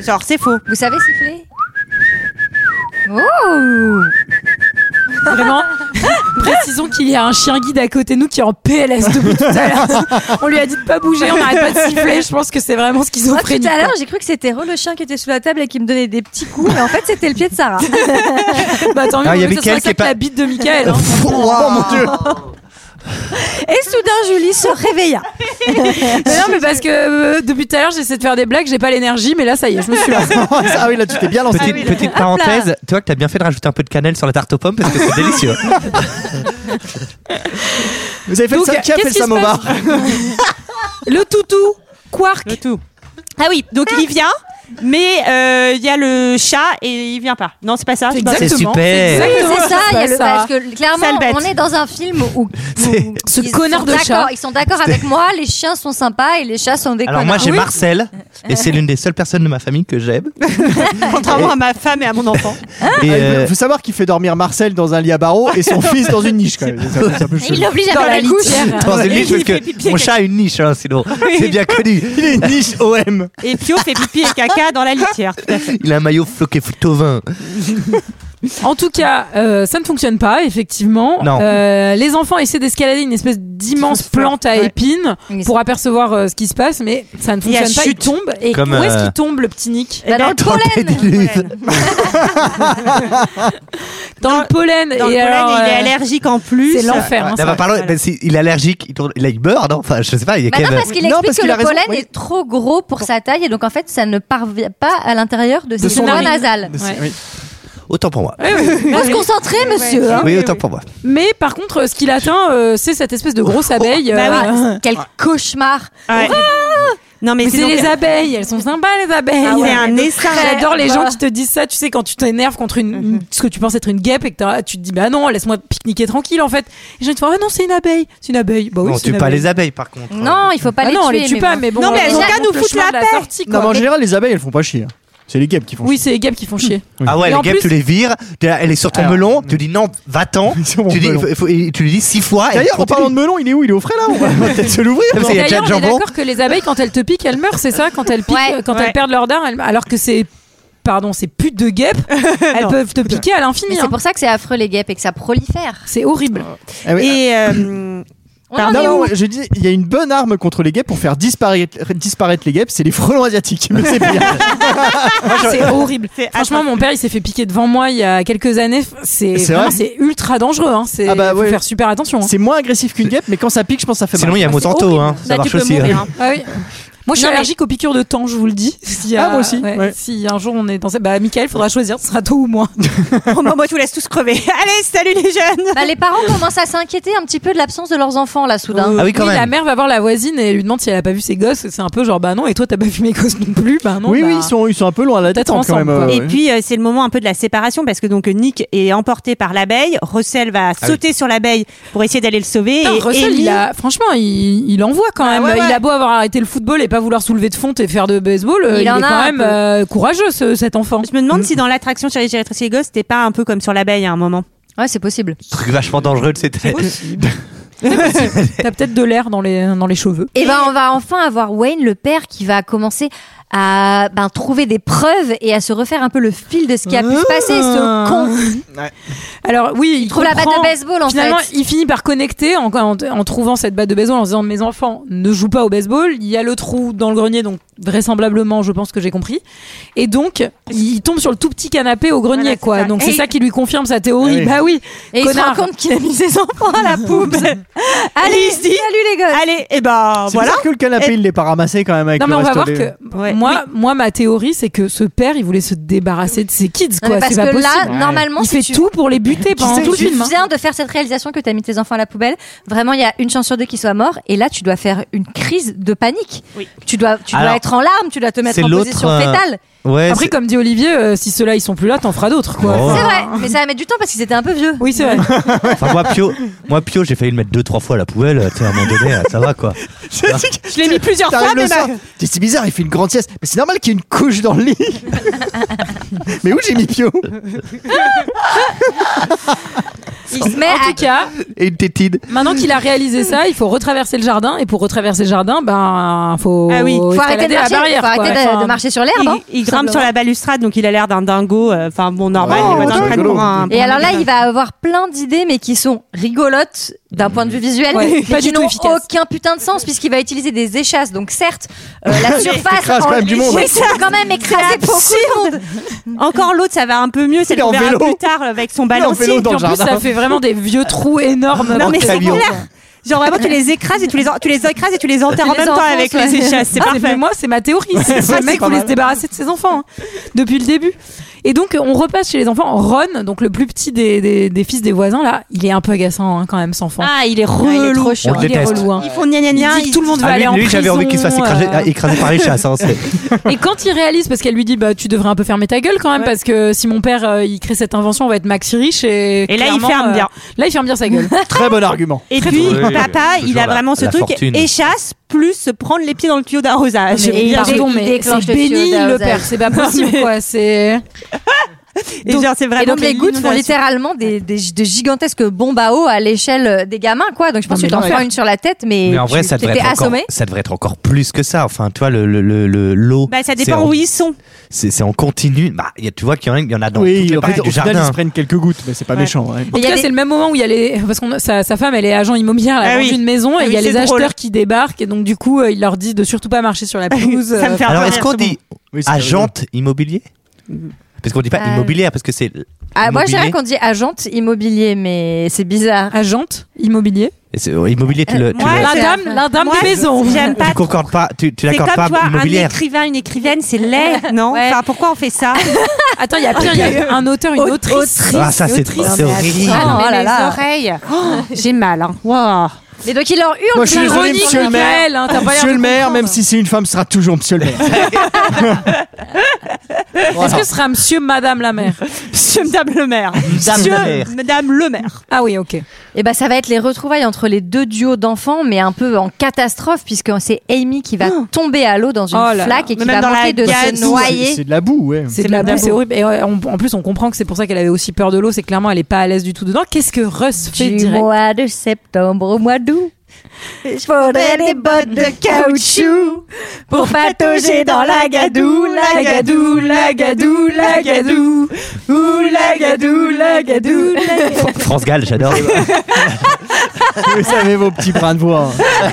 I: Genre c'est faux.
G: Vous savez siffler Oh
A: Vraiment, précisons qu'il y a un chien guide à côté de nous qui est en PLS depuis tout à l'heure. On lui a dit de pas bouger, on n'arrête pas de siffler. Je pense que c'est vraiment ce qu'ils ont
G: Moi, tout à l'heure, j'ai cru que c'était Ro le chien qui était sous la table et qui me donnait des petits coups, mais en fait, c'était le pied de Sarah.
A: bah, tant mieux,
H: Ah, il y
A: mais
H: avait
A: ça
H: quel
A: serait
H: qui
A: ça
H: est
A: que
H: pas-
A: la bite de Michael.
H: <laughs>
A: hein.
F: Oh mon dieu
G: Et soudain, Julie se réveilla.
A: Mais non, mais parce que euh, depuis tout à l'heure, j'essaie de faire des blagues, j'ai pas l'énergie, mais là, ça y est, je me
I: <laughs>
A: suis lancée.
F: <laughs> Ah oui, là, tu t'es bien lancé.
H: Petite, petite parenthèse, tu vois que t'as bien fait de rajouter un peu de cannelle sur la tarte aux pommes parce que c'est délicieux.
F: Vous avez fait
A: Donc,
F: le cinquième et le
A: qu'est-ce qui se
F: samovar.
A: Le toutou, Quark.
I: Le tout. Ah oui, donc il vient, mais euh, il y a le chat et il vient pas. Non, Ah, c'est pas ça. je pense.
H: C'est super.
G: Oui,
A: exactement
G: c'est ça,
A: ce qui
G: il y a
A: se
G: le-
A: passe,
G: parce que
I: Sale
G: clairement,
I: bête.
G: on est dans un film où, où
A: Ce
G: ils
A: connard
G: sont
A: de
G: d'accord-
A: chat.
G: Ils sont d'accord avec moi, les chiens sont sympas et les chats sont des
H: Alors
G: connards.
H: moi j'ai
G: Oui.
H: Marcel et c'est l'une des seules personnes de ma famille que j'aime.
I: Contrairement à ma femme et à mon enfant.
H: Et
F: Ah, il
H: euh,
F: faut- faut savoir qu'il fait dormir Marcel dans un lit à barreaux et
H: <laughs>
F: son fils dans une niche quand même. Ça- ça peut-
G: Il l'oblige à
A: Dans
G: faire
A: la
G: la couche.
H: dans une niche parce
I: Il fait
H: que
I: pipi
H: mon
I: et
H: chat a une niche hein, sinon c'est bien connu.
F: Il est une niche OM.
I: Et Pio fait pipi et caca dans la litière. tout à fait.
H: Il a un maillot floqué vin.
A: En tout cas, euh, ça ne fonctionne pas, effectivement.
H: Non.
A: Euh, les enfants essaient d'escalader une espèce d'immense plante à
I: Ouais.
A: épines
G: Mais
A: pour apercevoir euh, ce qui se passe, mais ça ne
I: Il y a
A: fonctionne pas. Ils
I: chute.
A: tombent. Et
H: Comme,
A: où est-ce
H: euh,
A: qu'il tombe, le petit Nick
G: Bah, dans le
H: Dans le
G: pollen.
H: pédiluve.
A: dans le pollen.
I: dans
A: et
I: le pollen,
A: alors,
I: il est
A: euh,
I: allergique en plus.
A: C'est l'enfer. hein,
H: Non,
A: ça.
H: bah, parlons- bah, si- il est allergique, il, tourne, il a- il meurt, non Enfin, je sais pas, il y a
K: Bah
H: quel-
K: non, parce qu'il
F: Non,
K: explique
F: parce
K: que
F: qu'il a
K: le
F: raison,
K: pollen
F: oui.
K: est trop gros pour sa taille et donc en fait ça ne parvient pas à l'intérieur de, ses
F: son
K: voies
F: narine.
K: nasales.
F: Oui.
H: euh, Autant pour moi.
K: Faut se concentrer, monsieur. hein.
H: oui, autant pour moi.
A: Mais par contre, ce qu'il atteint, euh, c'est cette espèce de
I: Oh.
A: grosse abeille.
K: Bah
A: euh, <laughs>
K: oui, quel cauchemar.
I: Ouais. Non, mais
A: Mais c'est
I: donc-
A: les abeilles, elles sont sympas les abeilles.
I: Ah ouais. C'est un essaim.
A: J'adore les gens
K: Voilà.
A: qui te disent ça, tu sais, quand tu t'énerves contre une, une- ce que tu penses être une guêpe et que t'as- tu te dis, bah non, laisse-moi pique-niquer tranquille en fait. Et les gens te font, ah non, c'est une abeille, c'est une abeille. Bah oui,
H: non,
A: c'est
H: tue
A: une
H: pas
A: abeille.
H: les abeilles, par contre.
K: Non, il faut pas
A: Bah
K: les
A: non, on
K: tuer.
A: les tue pas, mais bon.
I: Non, mais elles
A: euh,
I: ont
A: on
I: qu'à
A: coupe
I: nous
A: le
I: foutre
A: chemin
I: la
A: de
I: paix.
A: sortie,
F: Non,
A: quoi.
F: mais en général, les abeilles, elles font pas chier. hein. C'est les guêpes qui font
A: Oui, c'est les guêpes qui font chier.
H: Ah ouais,
A: Et en
H: les gars,
A: plus-
H: tu les vires, t'es là, elle est sur ton
F: Alors.
H: melon, tu dis non, va-t'en.
F: Sur mon
H: Tu, dis,
F: melon.
H: il faut- il- tu lui dis Ah, six fois.
F: chier. D'ailleurs, en parlant de melon, il est où Il est au frais là On
H: <laughs>
F: va peut-être se l'ouvrir.
H: Comme ça, il y a déjà
A: D'ailleurs,
H: le
A: on est
H: jambon.
A: d'accord que les abeilles, quand elles te piquent, elles meurent, c'est ça Quand elles piquent,
K: Ouais,
A: quand
I: ouais.
A: elles perdent leur dard, elles- alors que c'est, pardon, ces putes de <laughs> guêpes, elles peuvent te piquer à
K: Mais
A: l'infini.
K: c'est
A: hein.
K: pour ça que c'est affreux les guêpes et que ça prolifère.
A: C'est horrible.
F: Ah oui.
I: Et euh,
K: On
H: Ah,
K: en
F: non,
K: est
F: non,
K: où
F: ouais, je dis, il y a une bonne arme contre les guêpes pour faire disparaître, disparaître les guêpes, c'est les frelons asiatiques. Mais <laughs> c'est bien.
A: C'est horrible.
I: C'est
A: Ah, Franchement, mon père, il s'est fait piquer devant moi il y a quelques années. C'est
F: C'est
A: vraiment,
F: vrai
A: c'est ultra dangereux. Hein. C'est
F: Ah bah
A: faut
F: ouais.
A: faire super attention. hein.
F: C'est moins agressif qu'une guêpe, mais quand ça pique, je pense que ça fait
H: Sinon,
F: mal.
H: il y a Monsanto, hein, ça
I: là,
H: marche
I: tu peux
H: aussi. hein.
I: mourir. hein.
A: Ah oui. Moi, je suis
I: Non, mais-
A: allergique aux piqûres de temps, je vous le dis. Si,
F: Ah, moi aussi, ouais.
A: Si un jour on est dans cette. Bah, Michael, faudra choisir, ce sera toi ou moi.
I: Bon, bah, moi, je vous laisse tous crever. <laughs> Allez, salut les jeunes.
K: Bah,
A: <laughs>
K: les parents commencent à s'inquiéter un petit peu de l'absence de leurs enfants là soudain.
H: Ah oui, quand
A: la
H: même.
A: mère va voir la voisine et lui demande si elle a pas vu ses gosses. C'est un peu genre, bah non, et toi, t'as pas vu mes gosses non plus. Bah non.
F: oui,
A: bah-
F: oui, ils sont, ils sont un peu loin à la
A: Peut-être
F: détente quand
A: ensemble,
F: même.
A: quoi.
F: euh,
I: Et
F: ouais.
I: puis euh, c'est le moment un peu de la séparation parce que donc euh, Nick est emporté par l'abeille, Russell va sauter sur l'abeille pour essayer d'aller le sauver
A: Putain,
I: et
A: Russell,
I: Ellie-
A: il a, franchement, il, il envoie quand même.
I: ouais,
A: Il
I: ouais.
A: a beau avoir arrêté le football et pas vouloir soulever de fonte et faire de baseball, euh, il,
K: Il en
A: est
K: a
A: quand
K: un
A: même
K: peu.
A: euh, courageux, ce- cet enfant.
I: Je me
F: Mm.
I: demande si dans l'attraction Chérie Chérie Tracy Ghost, c'était pas un peu comme sur l'abeille à un moment.
K: Ouais, c'est possible.
H: Truc vachement dangereux de cette.
K: Eh.
A: T'as peut-être de l'air dans les, dans les cheveux.
K: Et ben on va enfin avoir Wayne le père qui va commencer à ben, trouver des preuves et à se refaire un peu le fil de ce qui a
A: Ah.
K: pu se passer ce con.
A: Alors oui, il,
K: Il trouve la batte
A: comprend-
K: à baseball en
A: Finalement,
K: fait.
A: il finit par connecter en, en, en trouvant cette batte de baseball en se disant mes enfants ne jouent pas au baseball. Il y a le trou dans le grenier, donc vraisemblablement, je pense que j'ai compris. Et donc, il tombe sur le tout petit canapé au grenier,
I: Voilà, c'est
A: quoi.
I: ça.
A: Donc
I: Et
A: c'est
I: il-
A: ça qui lui confirme sa théorie.
F: Ah oui.
A: Bah oui,
K: Et il
A: connard.
K: se rend compte qu'il a mis ses enfants
A: <laughs>
K: à la poubelle.
I: Et
K: Allez,
I: il se dit-
K: salut les gars.
I: Allez, et ben
F: C'est
I: voilà.
F: bizarre que le canapé,
I: Et-
F: il l'ait pas ramassé quand même avec
A: Non
F: le
A: mais on va
F: reste
A: voir
F: des-
A: que
I: Ouais.
A: moi, moi ma théorie c'est que ce père il voulait se débarrasser de ses kids
K: Non, mais
A: Ah, quoi.
K: parce
A: C'est
K: que
A: pas possible.
K: là, normalement,
A: il
K: si
A: fait
K: tu,
A: tout pour les buter pendant
K: si
A: tout le
K: tu
A: film. hein.
K: viens de faire cette réalisation que t'as mis tes enfants à la poubelle, vraiment, il y a une chance sur deux qu'ils soient morts. Et là, tu dois faire une crise de panique.
I: Oui.
K: Tu dois, tu dois
H: Alors,
K: être en larmes, tu dois te mettre
H: c'est
K: en
H: l'autre,
K: position
H: euh,
K: fétale.
H: Ouais,
A: Après
H: c'est-
A: comme dit Olivier, euh, si ceux-là ils sont plus là, t'en feras d'autres quoi.
H: Oh.
K: C'est vrai, mais ça va mettre du temps parce qu'ils étaient un peu vieux.
A: Oui c'est vrai.
H: enfin, moi, Pio, moi, Pio j'ai failli le mettre deux, trois fois à la poubelle. euh, Tu sais, à un moment donné, euh, ça va quoi.
I: Je l'ai mis plusieurs fois,
F: T'arrives le
I: mais
F: soir,
I: ma-
F: t'es- C'est bizarre, il fait une grande sieste. Mais c'est normal qu'il y ait une couche dans le lit. mais où j'ai mis Pio
K: Il se met à-
A: En tout cas,
H: Et une tétine.
A: maintenant qu'il a réalisé ça, il faut retraverser le jardin et pour retraverser le jardin, ben faut
I: Ah oui, faut
K: faut arrêter de
A: escalader
K: marcher,
A: la barrière.
K: faut
A: quoi.
K: arrêter de-
A: Enfin,
K: de marcher sur l'herbe. hein,
I: il, il
K: tout
I: grimpe sur
K: simplement.
I: la balustrade, donc il a l'air d'un dingo. euh, Enfin bon, normal.
F: Oh,
I: il est pas dans le train
F: dingo.
I: pour un- pour
K: Et
I: un
K: alors là,
I: dingo.
K: il va avoir plein d'idées, mais qui sont rigolotes d'un point de vue visuel,
A: Ouais,
K: mais
A: pas
K: qui
A: du tout
K: n'ont
A: efficaces.
K: aucun putain de sens, puisqu'il va utiliser des échasses. Donc certes, euh, la surface
F: t'écrases quand même du monde.
K: Oui, c'est quand même écrasé beaucoup de monde.
I: Encore l'autre, ça va un peu mieux.
F: Mm.
I: C'est
F: Il est
I: le
F: en
I: verra
F: vélo.
I: plus tard avec son
F: est en
I: balancier.
F: vélo dans
A: puis
F: le
A: en plus,
F: jardin.
A: ça fait vraiment des vieux trous énormes.
I: Non, mais c'est
H: camion.
I: clair. Genre vraiment, tu les écrases et tu les, en- tu les écrases et tu les enterres en
K: les
I: même temps
K: enfonces,
I: avec
K: ouais.
I: les échasses. C'est
A: Ah,
I: parfait.
A: mais moi, c'est ma théorie. C'est
F: Ouais,
A: ce
F: c'est
A: mec
F: pas
A: voulait
F: mal.
A: se débarrasser de ses enfants hein, depuis le début. Et donc, on repasse chez les enfants. Ron, donc le plus petit des, des- des fils des voisins, là, il est un peu agaçant hein, quand même, cet enfant.
I: Ah, il est relou.
K: Ah, il est trop chiant.
H: On
A: il
H: le
A: est
H: déteste.
A: relou. hein.
I: Ils font gna gna
A: Il
I: gna.
A: dit que tout le monde va
H: Ah,
A: aller en
H: lui, lui, j'avais envie qu'il se fasse
A: prison,
H: écraser,
A: euh,
H: ah, écraser par les chasses. hein, c'est-
A: Et quand il réalise, parce qu'elle lui dit, bah, tu devrais un peu fermer ta gueule quand même,
I: Ouais.
A: parce que si mon père euh, il crée cette invention, on va être maxi riche. Et,
I: Et là, il
A: clairement,
I: ferme
A: euh,
I: bien.
A: Là, il ferme bien sa
I: <laughs>
A: gueule.
F: Très bon argument.
I: Et puis,
H: Oui,
I: papa,
H: toujours
I: il a
H: la-
I: vraiment ce
H: la
I: truc
H: fortune.
I: et chasse plus se prendre les pieds dans le tuyau d'arrosage.
A: Mais
I: Et,
K: il
A: pardon,
K: dé- il
A: mais
K: déclenche
A: c'est
K: le tuyau
A: béni le
K: d'arrosage.
A: père, c'est
I: <laughs>
A: pas possible
I: mais-
A: quoi, c'est.
I: et genre, c'est vraiment
K: Et donc les gouttes font
I: l'inondation.
K: littéralement des, des- de gigantesques bombes à eau à l'échelle euh, des gamins, quoi. Donc je pense
A: Non,
K: que
A: mais
K: tu en
A: l'enfer.
K: prends une sur la tête, mais,
H: Mais en vrai,
K: tu
H: ça devrait,
K: t'étais
H: être encore,
K: assommé.
H: ça devrait être encore plus que ça. Enfin, tu vois, le, le, le, le- l'eau.
I: Bah, ça
H: c'est
I: dépend
H: en-
I: où ils sont.
H: C'est, c'est en continu. Bah, il y a- tu vois qu'il y en a, il y en a dans toutes
F: oui,
H: les
F: en
H: parties
F: fait, au
H: du
F: final, ils
H: jardin.
F: se prennent quelques gouttes, mais c'est pas
I: Ouais.
F: méchant. ouais.
A: En
K: Il
A: tout
K: y a
A: cas,
K: des-
A: c'est le même moment où il y a les. Parce que sa, sa femme, elle est agent immobilière, elle a
I: Ah
A: vendu
I: oui.
A: une maison
I: Ah
A: et il
I: oui,
A: y a les
I: c'est
A: acheteurs
I: drôle.
A: qui débarquent et donc du coup, euh, il leur dit de surtout pas marcher sur la pelouse.
I: <laughs> Ça me
A: euh,
I: fait
H: Alors,
I: rire,
H: est-ce qu'on
I: tout le
H: dit
F: Oui, c'est-
H: agente immobilier Parce qu'on dit pas
K: Ah.
H: immobilière, parce que c'est.
K: Ah, moi,
H: immobilier.
K: j'aimerais qu'on dit agente immobilier, mais c'est
A: Ah,
K: bizarre.
A: Agente immobilier
H: Et c'est- euh, Immobilier, tu le. tu
I: moi,
H: le-
I: La
A: La
I: Ah, c'est-
A: dame, la dame
I: moi,
A: des maisons.
I: j'aime
H: Tu concordes pas, tu, tu
I: C'est comme
H: l'accordes pas
I: toi, un
H: immobilière.
I: écrivain, une écrivaine, c'est laid, <laughs> non Enfin, pourquoi on fait <laughs> ça
A: Attends,
I: Ah,
A: il y a pire, il y a eu un auteur, une autrice.
H: Ah, ça, c'est
A: Autrice.
H: c'est horrible.
I: Ah, non, mais
K: Oh là
I: les
K: là.
I: oreilles. Oh, J'ai mal. Hein. Wow.
K: Mais donc, il leur hurle.
F: Moi, je suis
K: plein
F: désolé,
K: de-
F: monsieur le
A: Michael, hein,
F: maire.
A: t'as pas l'air
F: monsieur
A: de
F: le maire,
A: comprendre.
F: même si c'est une femme, sera toujours monsieur le maire.
A: Est-ce que ce sera monsieur, madame la mère
I: Monsieur, madame le maire.
H: Madame
I: Monsieur,
H: le maire.
I: Madame le maire.
A: Ah oui, ok.
K: Eh ben, ça va être les retrouvailles entre les deux duos d'enfants, mais un peu en catastrophe, puisque c'est Amy qui va tomber à l'eau dans une
A: Oh là là.
K: flaque et qui
I: Mais
K: va
I: même dans la
K: tenter de
I: galerie,
K: se
I: c'est-
F: C'est c'est
K: noyer.
F: de la boue, ouais.
A: C'est
I: C'est
A: de la
I: madame.
A: boue, c'est horrible. Et euh, on- en plus, on comprend que c'est pour ça qu'elle avait aussi peur de l'eau. C'est clairement, elle est pas à l'aise du tout dedans. Qu'est-ce que Russ fait
K: Du
A: direct
K: mois de septembre au mois d'août. Je faudrait des bottes de caoutchouc pour patauger dans la gadoue, la gadoue, la gadoue, la gadoue, ou la gadoue, la gadoue, la gadoue.
H: France Gall, j'adore.
F: <laughs> Vous savez, vos petits brins de voix.
A: <laughs>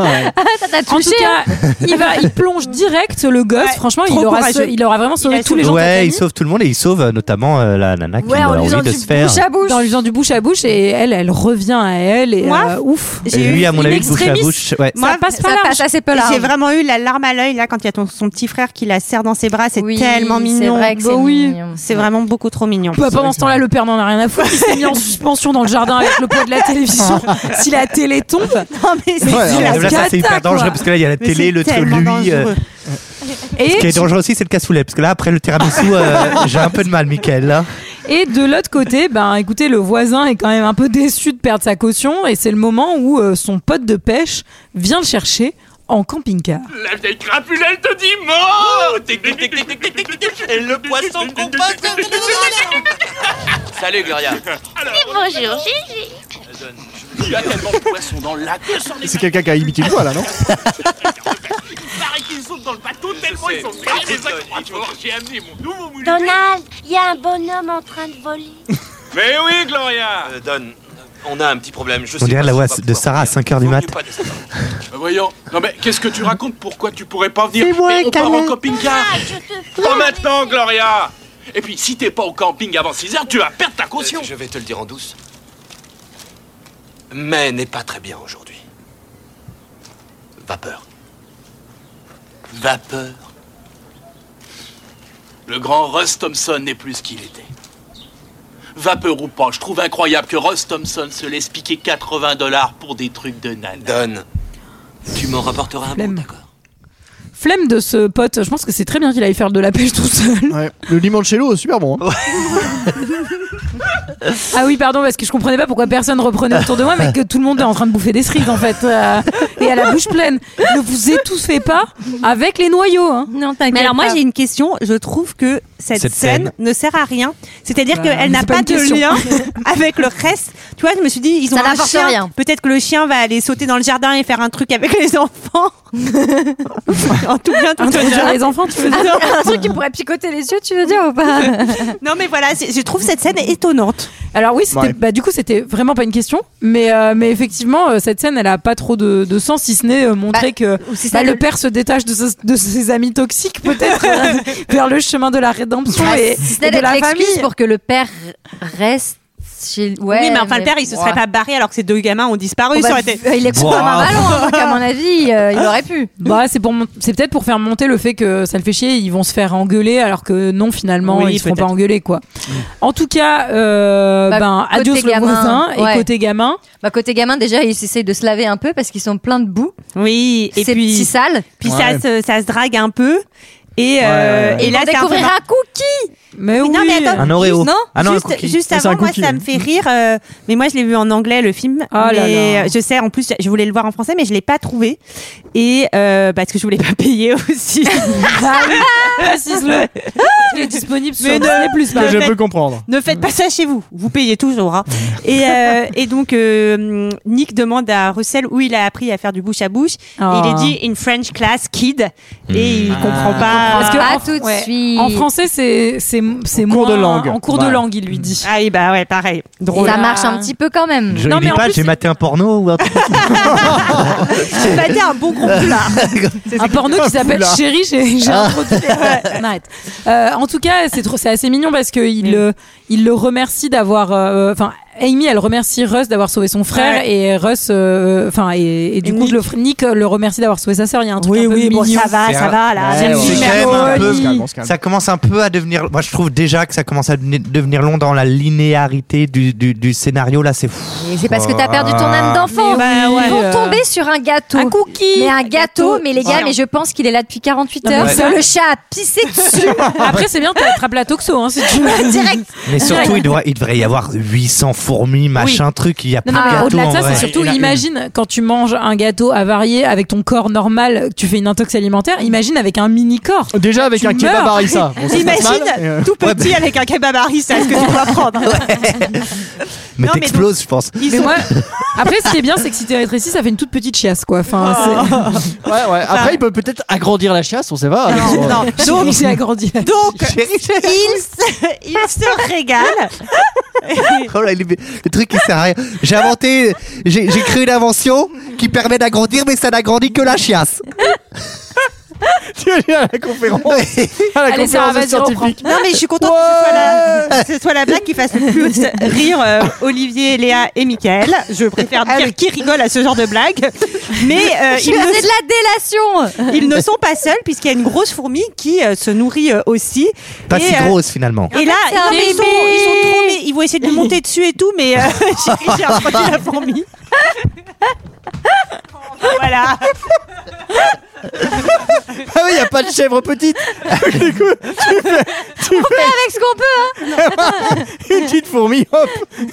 A: En tout cas, il, va, il plonge direct le gosse.
I: Ouais,
A: Franchement, il
I: trop
A: aura,
I: courageux.
A: sau- il aura vraiment sauvé
I: a
A: tous les gens. de la
H: ouais, il
A: famille.
H: sauve tout le monde et il sauve euh, notamment euh, la nana qui
K: Ouais,
H: a
K: en lui
H: envie
K: faisant
H: de
K: du
H: se faire.
K: bouche à bouche.
A: dans en usant du bouche à bouche et elle, elle revient à elle et
I: Moi,
A: euh, ouf.
I: j'ai
H: Et lui,
I: eu
H: à mon
A: une
H: avis, de bouche à
A: extremis.
H: bouche. Ouais.
I: Moi,
A: ça passe
K: Ça
A: pas là.
K: passe assez peu hein.
I: J'ai
K: large.
I: vraiment eu la larme à l'œil là quand il y a ton, son petit frère qui la serre dans ses bras. C'est
K: Oui,
I: tellement
K: c'est
I: mignon.
K: vrai que
I: Bah
K: c'est
I: oui.
K: mignon.
I: C'est vraiment beaucoup trop mignon.
A: Bah, pendant ce temps-là, le père n'en a rien à foutre. Il s'est mis en suspension dans le jardin avec le poids de la <laughs> télévision. si la télé tombe.
I: <laughs> Non, mais c'est
F: Ouais,
I: c'est
F: alors
I: la-
H: Là, ça,
A: cata,
H: c'est hyper dangereux
A: quoi.
H: parce que là, il y a la
I: mais
H: télé,
I: c'est
H: le truc,
I: tellement
H: lui. euh,
I: dangereux.
A: Et,
H: Ce qui est dangereux aussi, c'est le cassoulet. Parce que là, après le tiramisu,
I: <laughs>
H: euh, j'ai un peu de mal, Michael. hein. Là.
A: et de l'autre côté, ben écoutez, le voisin est quand même un peu déçu de perdre sa caution et c'est le moment où euh, son pote de pêche vient le chercher en camping-car.
C: La vieille crapule, elle te dit mort Et le poisson compote <laughs>
D: Salut Gloria.
C: euh,
J: Bonjour Gigi.
C: Il y a tellement de poissons dans le lac que c'en
F: C'est quelqu'un qui a imité une voix, là, non
C: paraît qu'ils sont dans le bateau tellement ils sont bien les accrocs. J'ai amené mon nouveau moulin.
J: Donald, il y a un bonhomme en train de voler.
C: Mais oui, Gloria
D: Euh, Don, on a un petit problème. Je
H: On dirait la voix de Sarah à 5h du mat.
C: Euh, Voyons, non mais qu'est-ce que tu racontes Pourquoi tu pourrais pas venir
F: C'est moi,
C: Mais on part en
F: Carla.
C: camping-car
J: Ah, Je te
C: Pas maintenant, Gloria Et puis, si t'es pas au camping avant 6 heures, tu vas perdre ta caution
D: Je vais te le dire en douce. Mais n'est pas très bien aujourd'hui. Vapeur. Vapeur.
C: Le grand Russ Thompson n'est plus ce qu'il était. Vapeur ou pas, je trouve incroyable que Russ Thompson se laisse piquer 80 dollars pour des trucs de nana.
D: Don, tu m'en rapporteras un
A: Flemme.
D: bon, d'accord
A: Flemme de ce pote, je pense que c'est très bien qu'il aille faire de la pêche tout seul.
F: Ouais. Le limoncello, super bon. hein.
A: Ah oui, pardon, parce que je comprenais pas pourquoi personne reprenait autour de moi, mais que tout le monde est en train de bouffer des cerises en fait, euh, et à la bouche pleine. Ne vous étouffez pas avec les noyaux. Hein.
K: Non,
I: Mais alors Ah, moi
K: pas.
I: j'ai une question, je trouve que cette,
H: Cette
I: scène,
H: scène.
I: ne sert à rien. C'est-à-dire
A: Bah,
I: qu'elle
A: c'est
I: n'a
A: pas
I: pas,
A: une
I: de
A: question.
K: <laughs>
I: lien avec le reste. Tu vois, je me suis dit ils ont
K: Ça
I: un
K: n'apporte
I: chien,
K: rien.
I: peut-être que le chien va aller sauter dans le jardin et faire un truc avec
K: <laughs>
I: les enfants. en tout bien
K: Hein,
I: tout
A: Introduire <laughs>
I: honneur.
A: les enfants, tu veux dire
I: Non,
K: Un truc qui pourrait picoter les yeux, tu veux dire ou pas
I: non, mais voilà, c'est- je trouve cette scène étonnante.
A: Alors oui, c'était-
F: Ouais.
A: bah, du coup, c'était vraiment pas une question, mais, euh, mais effectivement, euh, cette scène, elle a pas trop de, de sens, si ce n'est euh, montrer
K: Bah,
A: que
K: <laughs> ou si
A: bah,
K: ça
A: le
K: le-
A: père se détache de, ses- de ses amis toxiques,
K: <laughs>
A: peut-être, euh, vers le chemin de la rédemption
K: Ah,
A: et,
K: si ce
A: et
K: n'est
A: de
K: d'être
A: la
K: l'excuse
A: famille.
K: pour que le père reste chez ouais,
I: oui, mais enfin le père, il se serait
K: Ouah.
I: pas barré alors que ces deux gamins ont disparu.
K: Bon,
I: ça
K: bah,
I: aurait été-
K: euh, Il est con
H: Ouah.
K: comme un ballon, hein, donc à <laughs> mon avis, euh, il aurait pu.
A: Bah, c'est pour mon- c'est peut-être pour faire monter le fait que ça le fait chier, ils vont se faire engueuler alors que non finalement
I: Oui,
A: ils se feront pas
I: peut-être.
A: engueuler quoi. En tout cas, euh,
K: Mm. Bah,
A: ben
K: côté
A: adios le
K: gamin,
A: voisin et
K: ouais.
A: côté gamin.
K: Bah, côté gamin, déjà, ils essayent de se laver un peu parce qu'ils sont pleins de boue.
I: Oui, et
K: C'est
I: puis
K: petit sale.
I: puis
F: Ouais.
I: ça, se, ça se drague un peu. Et, euh,
F: ouais, ouais.
I: et
K: Et
I: là,
K: là,
I: c'est un peu
K: découvrir un cookie.
A: Mais oui.
I: Euh, Non, mais attends,
H: Un Oreo.
I: juste- non,
H: Ah non, un
I: juste,
H: cookie.
I: juste
F: Ah, c'est
I: avant,
F: un
I: moi,
F: cookie,
I: ça
F: ouais.
I: me fait rire. euh, mais moi, je l'ai vu en anglais, le film.
A: Oh là
I: mais,
A: là.
I: euh, Je sais, en plus, je voulais le voir en français, mais je l'ai pas trouvé. Et euh, parce que je voulais pas <laughs> payer aussi.
A: Ah oui, précise-le. Il est disponible sur
I: Mais non.
A: Disney+. Plus,
I: Mais
F: Que
A: par
F: je
I: fait-
F: peux comprendre.
I: ne faites pas ça chez vous. Vous payez toujours. hein. Et, euh, et donc, euh, Nick demande à Russell où il a appris à faire du bouche à bouche. Et
A: Oh.
I: il est dit in French class kid. Et il comprend pas.
A: Parce que
K: Pas
A: en-
K: Ah, tout de
A: ouais.
K: suite.
A: En français, c'est c'est c'est
F: cours
A: moins-
F: de langue.
A: En cours de
F: Voilà.
A: langue, il lui dit.
I: Ah oui, bah ouais, pareil.
K: <laughs>
I: Drôle.
K: Ça marche un petit peu quand même.
H: Je
A: Non,
H: ne
A: mais
H: dis
A: en
H: pas,
A: plus,
H: j'ai
A: c'est-
H: maté un porno ou un truc.
I: Tu vas dire un bon gros plat.
A: un porno qui s'appelle Chérie, j'ai j'ai introduit. Ouais, on arrête. Euh, en tout cas, c'est trop- c'est assez mignon parce que il le, il le remercie d'avoir. euh, Enfin, Amy, elle remercie Russ d'avoir sauvé son frère et Russ, euh, enfin, et, et du coup, le fr- Nick euh, le remercie d'avoir sauvé sa sœur. Il y a un truc un peu
I: oui, bon,
A: mignon.
I: ça va,
H: C'est
I: ça
H: un-
I: va, là.
F: Eh,
H: Ouais,
I: J'aime
H: ouais.
I: bien.
H: C'est quand même un peu-
I: Oui.
H: Ça commence un peu à devenir. Moi, je trouve déjà que ça commence à devenir- devenir long dans la linéarité du, du- du scénario. Là, c'est fou.
K: Et c'est parce que t'as perdu ton âme d'enfant.
A: Mais oui.
K: Ils vont
A: Euh,
K: tomber sur un gâteau. Un cookie. Mais un gâteau, mais les gars, mais je pense qu'il est là depuis 48
A: Non, mais
K: heures.
A: ça-
K: Le chat a pissé dessus.
A: Après, c'est bien, t'attrapes la toxo, hein, si tu veux.
K: Direct.
H: Mais surtout, il, devrait, il devrait y avoir 800 fourmis, machin truc. Il y a
A: Non,
H: plus
A: non,
H: de
A: mais
H: gâteau,
A: au-delà de
H: en
A: ça,
H: vrai.
A: c'est surtout, imagine quand tu manges un gâteau avarié avec ton corps normal, tu fais une intox alimentaire, imagine avec un mini-corps.
F: Déjà avec
A: Tu
F: un kebab
A: meurs.
F: harissa. Bon, ça se passe mal, mais,
I: <laughs>
F: euh,
I: Imagine, tout petit avec un kebab harissa, est-ce que tu vas prendre
H: Mais
I: Non, mais
H: t'exploses, je pense.
I: Ils
A: Mais
I: sont-
A: <laughs> moi, après, ce qui est bien, c'est que si t'es rétréci, ça fait une toute petite chiasse, quoi. Enfin,
F: Ouais, ouais. Après, il peut peut-être agrandir la chiasse, on sait pas. avec son-
I: Non,
A: <laughs> c'est.
I: donc,
A: j'ai agrandi.
I: donc il, se, il se régale.
H: <laughs> Oh là, il est- le truc, il sert à rien. J'ai inventé, j'ai j'ai créé une invention qui permet d'agrandir, mais ça n'agrandit que la chiasse.
F: <laughs> Tu es à la conférence. À la
A: Allez, Sarah,
F: conférence
A: vas-y,
F: scientifique.
I: Non, mais je suis contente que ce soit, la, que ce soit la blague qui fasse le plus rire euh, Olivier, Léa et Michael. Je préfère dire qui rigole à ce genre de blague. Mais euh,
K: Je
I: ils, ne,
K: faisais de la délation.
I: ils ne sont pas seuls, puisqu'il y a une grosse fourmi qui euh, se nourrit euh, aussi.
H: Pas
I: Et,
H: si
I: euh,
H: grosse, finalement.
I: Et là,
K: c'est un
I: non, mais ils, sont,
K: bébé.
I: ils sont trop, mais ils vont essayer de lui monter dessus et tout, mais euh, <laughs> j'ai- j'ai un produit la fourmi. <laughs> voilà.
F: Ah oui, il n'y a pas de chèvre <laughs> petite. Ah du coup,
K: Avec ce qu'on peut. hein.
F: <laughs> une petite fourmi, hop.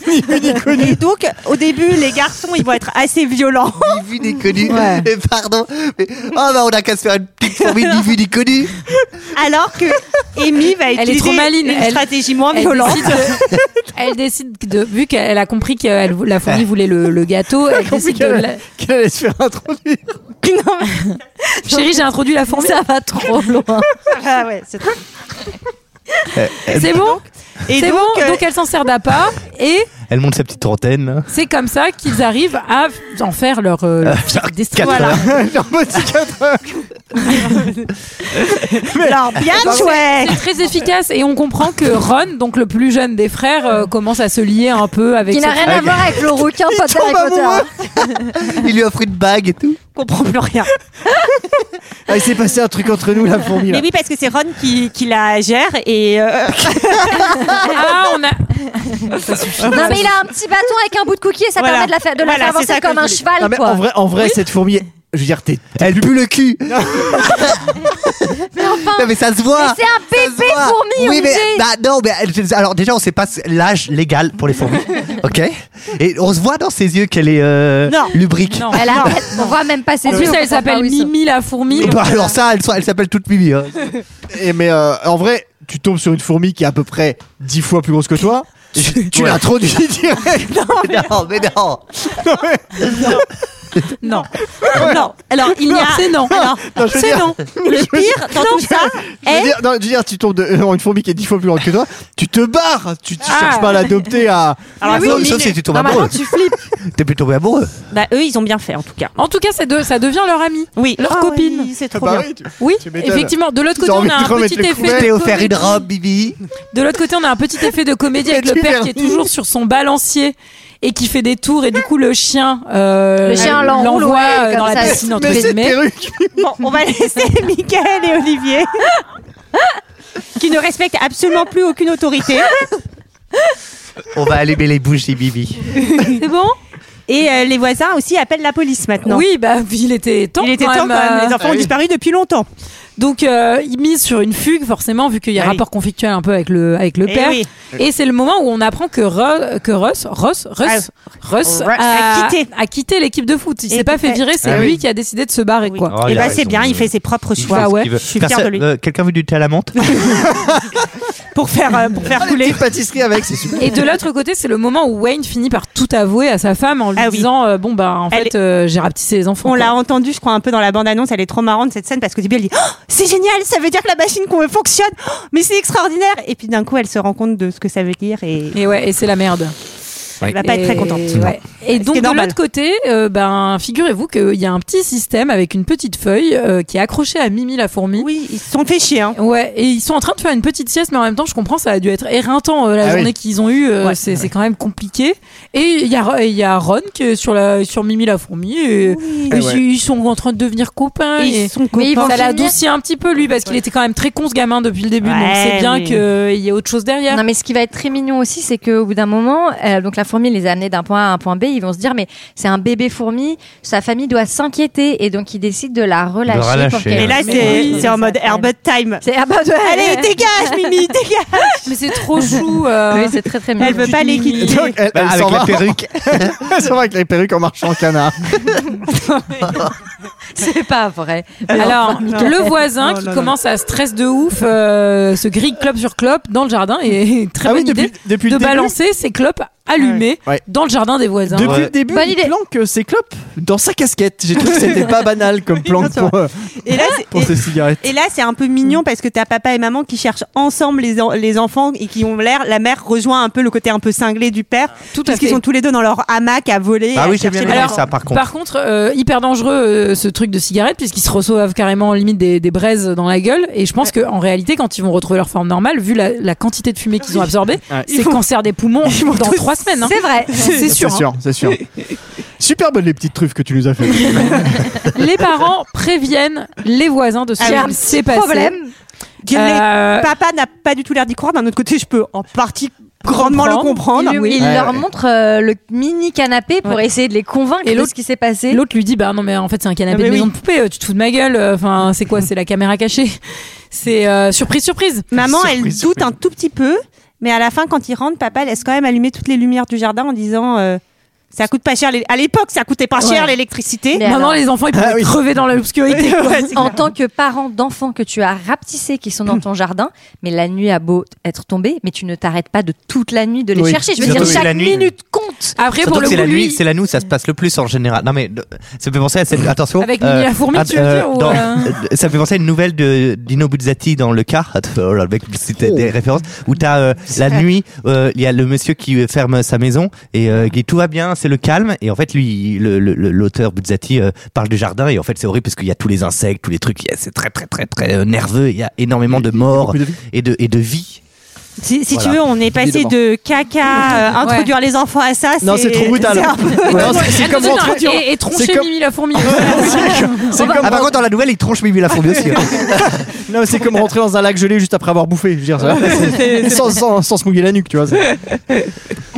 F: Ni vu ni connu.
I: Et donc, au début, les garçons, ils vont être assez violents.
H: Ni vu ni connu. Mais <laughs> pardon. Mais, oh, bah, on a qu'à se faire une petite fourmi ni vu ni connu.
I: Alors que Amy va
A: est
I: utiliser
A: trop maline.
I: une
A: Elle-
I: stratégie moins
A: Elle
I: violente.
A: décide, de, <laughs> elle décide de- vu qu'elle a compris que elle- la fourmi voulait le, le gâteau, elle décide de. la- <laughs>
F: Qu'elle <laughs> qu'elle allait se faire introduire.
I: <laughs>
A: Chérie, j'ai introduit la fourmi. Ça va trop loin.
I: Ah ouais, c'est trop-
A: C'est bon,
I: Et
A: c'est bon.
I: euh,
A: Donc elle s'en sert d'appât et
H: Elle monte sa petite hein. trentaine.
A: c'est comme ça qu'ils arrivent à en faire leur euh, leur destin.
H: quatre
A: Voilà.
H: <laughs> heures.
F: Genre, petit quatre heures.
I: alors, bien
A: C'est
I: joué.
A: très efficace et on comprend que Ron, donc le plus jeune des frères, euh, commence à se lier un peu avec.
K: Qui n'a
A: ses-
K: rien à voir avec le requin pas
H: tombe
K: d'Harry Potter.
H: Il lui offre une bague et tout.
I: Je comprends plus rien.
F: Ah, il s'est passé un truc entre nous, la fourmi. Là.
I: Mais oui, parce que c'est Ron qui, qui la gère et euh,
A: Ah, on a. Ça suffit.
K: Non, mais il a un petit bâton avec un bout de cookie et ça
I: Voilà.
K: permet de la faire, de la
I: Voilà,
K: faire
I: c'est ça
K: avancer
I: que
K: comme
I: je
K: un
I: voulais.
K: cheval,
F: Non, Ah, mais
K: quoi.
F: en vrai, en vrai cette fourmi, je veux dire, t'es.
H: Elle pue le
F: <laughs>
H: cul.
K: Mais enfin,
H: Non, mais ça se
K: mais
H: voit.
K: c'est un
H: Ça se
K: bébé
H: voit.
K: fourmi,
H: Oui, mais
K: Olivier.
H: bah, non, mais je- alors déjà, on sait pas l'âge légal pour les fourmis. ok Et on se voit dans ses yeux qu'elle est euh,
I: <laughs> Non.
H: lubrique.
A: Non.
K: Elle a, on voit même pas ses
A: En plus,
K: yeux, on
A: elle
K: comprend pas
A: s'appelle
K: où ils sont.
A: Mimi la fourmi.
H: Bah, alors ça, elle, soit- elle s'appelle toute Mimi. hein.
F: Et mais euh, en vrai, tu tombes sur une fourmi qui est à peu près 10 fois plus grosse que
H: <laughs>
F: toi. Tu, tu
H: Ouais. <laughs>
F: l'introduis direct.
H: non, mais non.
A: Non,
I: non. Alors, il y
A: non,
I: a
A: c'est non.
I: Alors,
F: Ah Non, je veux
I: c'est
F: dire-
I: non. <laughs> Le pire dans tout ça
F: Je veux
I: est
F: dire, non, je veux dire, tu tombes de, euh, une fourmi qui est 10 fois plus grande que toi. Tu te barres. Tu, tu
A: Ah.
F: cherches pas à l'adopter à.
I: Alors,
H: sauf,
I: Ah oui,
H: Ah, sauf si tu tombes amoureux.
A: tu flippes.
H: <laughs> T'es plus tombé amoureux.
I: bah, eux, ils ont bien fait en tout cas.
A: En tout cas, ça, de- ça devient leur ami,
I: Oui,
A: leur copine.
I: oui, c'est trop
F: Bah
I: bien.
F: oui, tu-
A: Oui,
F: Tu m'étonnes.
A: effectivement. De l'autre
F: Ils
A: côté,
F: ont
A: on
F: envie
A: a
F: de
A: un
F: remettre
A: petit
F: le
A: effet.
F: couvert.
A: de
H: Je t'ai offert une
A: comédie.
H: robe, Bibi.
A: De l'autre côté, on a un petit effet de comédie avec
F: Mais
A: le
F: tu
A: père
F: l'as
A: qui est
F: dit.
A: toujours sur son balancier et qui fait des tours et du coup le chien euh,
K: Le chien l'enroule,
A: l'envoie
K: ouais,
A: euh, dans
K: comme
A: la
K: ça.
A: piscine entre
F: Mais cette
A: guillemets.
F: perruque.
I: Bon, on va laisser Michael et Olivier qui ne respectent absolument plus aucune autorité.
H: On va allumer les bouches des
I: <laughs>
H: Bibi.
A: C'est bon
I: Et euh, les voisins aussi appellent la police maintenant.
A: Oui, bah il était temps.
I: Il était
A: quand
I: temps quand
A: même, euh,
I: même. Les enfants
F: Ah
I: ont
F: oui.
I: disparu depuis longtemps.
A: Donc euh, il mise sur une fugue forcément vu qu'il y a un
I: Ah oui.
A: rapport conflictuel un peu avec le avec le
I: Eh
A: père.
I: oui.
A: Et c'est le moment où on apprend que Ru- que Russ Russ Russ Russ
I: Russ Ah, a quitté.
A: a quitté l'équipe de foot. Il
I: Et
A: s'est pas fait
I: peut-être.
A: virer, c'est
H: Ah
A: lui
H: oui.
A: qui a décidé de se barrer
I: Oui.
A: quoi.
H: Oh,
I: et
H: il a
I: bah c'est
H: raison,
I: bien,
H: il-
I: il fait ses propres choix.
A: ce ouais.
H: Il veut-
I: Je suis
H: Perso-
I: fière de lui.
H: euh, Quelqu'un veut du thé à la menthe
I: Pour faire, euh, pour faire couler.
F: Petite pâtisserie avec, c'est
I: Oh.
F: super.
A: Et de l'autre côté, c'est le moment où Wayne finit par tout avouer à sa femme en lui
I: Ah oui.
A: disant euh, bon bah en
I: Elle
A: fait euh, j'ai rapetissé les enfants.
I: On
A: quoi.
I: l'a entendu, je crois, un peu dans la bande-annonce. Elle est trop marrante cette scène parce qu'au début elle dit Oh, c'est génial, ça veut dire que la machine qu'on fonctionne, Oh, mais c'est extraordinaire. Et puis d'un coup elle se rend compte de ce que ça veut dire et
A: Et ouais, et c'est la merde.
I: Elle va pas être très contente.
A: Et, ouais. Et
I: Ce
A: donc
I: qui est
A: de
I: normal.
A: l'autre côté, euh, ben figurez-vous qu'il y a un petit système avec une petite feuille euh, qui est accrochée à Mimi la fourmi.
I: Oui, ils se sont fait chier. hein.
A: Ouais, et ils sont en train de faire une petite sieste, mais en même temps, je comprends, ça a dû être éreintant euh, la
I: Ah oui.
A: journée qu'ils ont eue. euh, c'est c'est quand même compliqué. Et il y a et il y a Ron qui est sur la sur Mimi la fourmi. Et, et
I: Ah
A: ils-
I: ouais.
A: ils sont en train de devenir copains.
I: Ils
A: et-
I: sont copains.
A: Mais ils vont- ça
I: Mais ils vont
A: l'adoucit un petit peu lui parce qu'il était quand même très con ce gamin depuis le début. donc
K: Ouais,
A: c'est bien
K: mais-
A: qu'il y ait autre chose derrière.
K: Non, mais ce qui va être très mignon aussi, c'est qu'au bout d'un moment, euh, donc la fourmi les a amenés d'un point A à un point B. Ils vont se dire, mais c'est un bébé fourmi, sa famille doit s'inquiéter. Et donc, ils décident de la relâcher. pour qu'elle-
I: Et là, c'est c'est en mode Herbert Time.
K: C'est Herbert
I: Allez, dégage,
A: <laughs>
I: Mimi, dégage.
A: Mais c'est <laughs> trop chou. euh.
K: Oui, c'est très, très mignon.
I: Elle veut pas les quitter.
F: Donc, elle-
H: Bah,
F: elle
H: avec
F: s'en
H: la
F: va.
H: perruque.
F: <laughs> Elle s'en va avec les perruques en marchant en canard.
K: C'est pas vrai.
A: Alors,
K: Non.
A: le voisin
K: Non,
A: qui
K: non, non.
A: commence à stress de ouf, euh, se grille clope sur clope dans le jardin et et <laughs> très
F: Ah oui,
A: bonne
F: depuis-
A: idée
F: depuis
A: de
F: le début.
A: balancer hein. ses clopes allumées
F: Ouais.
A: dans le jardin des voisins.
F: Depuis le début, il planque ses clopes dans sa casquette. J'ai trouvé que c'était pas banal comme planque pour, euh,
I: Et là, c'est-
F: pour ses cigarettes.
I: Et là, c'est un peu mignon parce que t'as papa et maman qui cherchent ensemble les, en- les enfants et qui ont l'air. La mère rejoint un peu le côté un peu cinglé du père.
A: Tout à
I: parce qu'ils
A: fait.
I: sont tous les deux dans leur hamac à voler.
H: Ah
I: à
H: oui, j'ai
I: chercher
H: bien
I: les
H: aimé
I: enfants.
H: ça, par contre.
A: Par contre, euh, hyper dangereux euh, ce truc de cigarette puisqu'ils se reçoivent carrément limite des, des braises dans la gueule et je pense que en réalité quand ils vont retrouver leur forme normale vu la, la quantité de fumée qu'ils ont absorbée,
F: Ouais.
A: c'est cancer des poumons dans trois semaines. hein.
K: C'est vrai.
A: c'est
K: <laughs>
A: sûr. hein.
F: C'est sûr, Super bonnes les petites truffes que tu nous as fait.
A: Les parents préviennent les voisins de ce
K: Ah oui.
A: qui s'est passé.
K: Problème.
I: Qui-
A: Euh,
I: Papa n'a pas du tout l'air d'y croire. D'un autre côté, je peux en partie grandement le comprendre.
K: Il, il leur montre euh, le mini canapé pour essayer de les convaincre
A: Et
K: de
A: l'autre-
K: ce qui s'est passé.
A: L'autre lui dit bah non mais en fait c'est un canapé
I: Ah, mais
A: de maison
I: oui.
A: de poupée, euh, tu te fous de ma gueule, euh, enfin c'est quoi c'est la caméra cachée. C'est euh, surprise surprise.
I: Maman, elle doute un tout petit peu, mais à la fin, quand ils rentrent, papa laisse quand même allumer toutes les lumières du jardin en disant euh, ça coûte pas cher. les- À l'époque, ça coûtait pas cher
A: Ouais.
I: l'électricité.
K: Mais
A: Maintenant
K: alors-
A: les enfants ils peuvent
F: Ah oui.
A: crever dans l'obscurité. quoi.
H: <laughs>
I: Ouais, c'est
K: en
I: clair.
K: tant que parent d'enfants que tu as rapetissés qui sont
A: Hmm.
K: dans ton jardin, mais la nuit a beau être tombée, mais tu ne t'arrêtes pas de toute la nuit de les
F: Oui.
K: chercher. Je veux
H: Surtout
K: dire,
H: que
K: chaque
H: la nuit.
K: minute compte.
A: Après
H: Surtout
A: pour
H: que
A: le
H: c'est
A: coup
H: la nuit,
A: lui,
H: c'est la nuit où ça se passe le plus en général. Non mais de- ça me fait penser à cette attention. euh,
A: Avec Mimi la fourmi, tu veux dire, ou,
H: ah, dans- <laughs>
A: euh
H: Ça me fait penser à une nouvelle de Dino Buzzati dans le car. <laughs> Oh là, le mec, C'était des références où t'as euh, la nuit, euh, il y a le monsieur qui ferme sa maison et euh, qui dit, tout va bien, c'est le calme. Et en fait lui, le- le- le- l'auteur Buzzati euh, parle du jardin et en fait c'est horrible parce qu'il y a tous les insectes, tous les trucs. Il y a- C'est très très très très euh, nerveux. Il y a énormément de morts et de et de vie.
I: Si, si
H: Voilà.
I: tu veux, on est passé
F: Évidemment.
I: de caca, euh, introduire les enfants à ça.
F: Non, c'est trop brutal.
I: c'est un peu-
F: Ouais, non, c'est- c'est comme
A: Ah, Non, non,
F: rentrer-
A: et, et troncher
F: c'est comme-
A: Mimi la
H: <laughs>
A: fourmi.
F: C'est comme,
H: Ah par contre dans la nouvelle il tronche Mimi la
A: <laughs>
H: fourmi aussi. hein.
F: non, mais c'est comme rentrer dans un lac gelé juste après avoir bouffé. Je veux dire, ça- sans, sans- sans se mouiller la nuque, tu vois. c'est-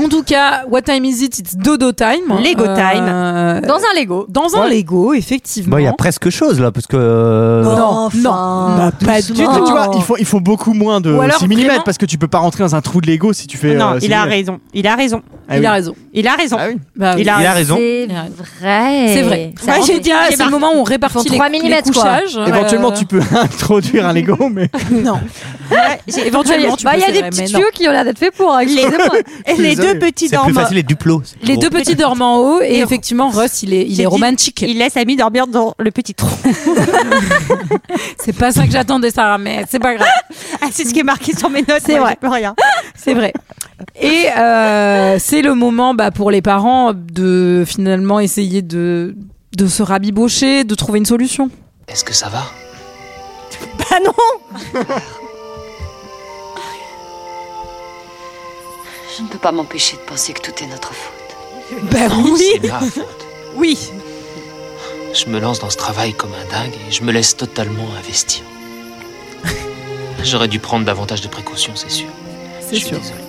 A: en tout cas, what time is it? It's dodo time.
I: Lego time.
A: time.
K: Dans un Lego.
A: Dans un Lego, effectivement.
H: Bon il y a presque chose là parce que. euh,
A: non, non, bah, pas du
F: Tu, tu- tu
A: tout.
F: vois, il faut, il faut beaucoup moins de
A: Ou alors,
F: 6 mm
A: vraiment-
F: parce que tu peux pas rentrer dans un trou de Lego si tu fais.
I: Non,
F: euh,
I: il
F: 6
I: a
F: mm.
I: raison. Il a raison.
F: Ah
A: Il
F: oui.
A: a raison.
I: Il a raison.
F: Ah oui.
A: Bah, oui.
I: Il a-
H: Il a raison.
K: C'est
A: raison.
K: vrai.
A: C'est vrai.
K: Ça
A: Moi, j'ai
K: rentre.
A: dit, ah, c'est le moment où on répartit
K: Ils font
A: les,
K: 3
A: les
K: millimètres, quoi.
A: couchages.
F: Éventuellement,
A: Euh,
F: tu peux <laughs> introduire un Lego, mais.
I: <laughs>
A: Non. Éventuellement, tu
K: Bah,
A: peux,
K: il y a
A: c'est
K: des
A: vrai,
K: petits
A: mais
K: tuyaux qui ont l'air d'être faits pour. hein,
A: <laughs>
K: excusez-moi.
I: Et les
F: Désolé.
I: deux petits
H: C'est plus
I: dorment.
H: facile les duplos. c'est
A: Les
H: gros.
A: deux petits dorment en haut et effectivement Russ il est il
I: J'ai
A: est
I: dit-
A: romantique.
I: Il laisse Ami dormir dans le petit trou. <laughs>
A: C'est pas ça que j'attendais Sarah mais c'est pas grave.
I: Ah, c'est ce qui est marqué sur mes notes.
A: C'est
I: moi,
A: vrai.
I: j'ai plus rien.
A: <laughs> C'est vrai. Et euh, c'est le moment bah, pour les parents de finalement essayer de de se rabibocher, de trouver une solution.
D: Est-ce que ça va
I: Bah non
J: Je ne peux pas m'empêcher de penser que tout est notre faute.
A: Bah oui.
D: C'est ma faute.
I: Oui.
D: Je me lance dans ce travail comme un dingue et je me laisse totalement investir. J'aurais dû prendre davantage de précautions, c'est sûr.
A: C'est
D: Je suis
A: sûr.
D: désolé.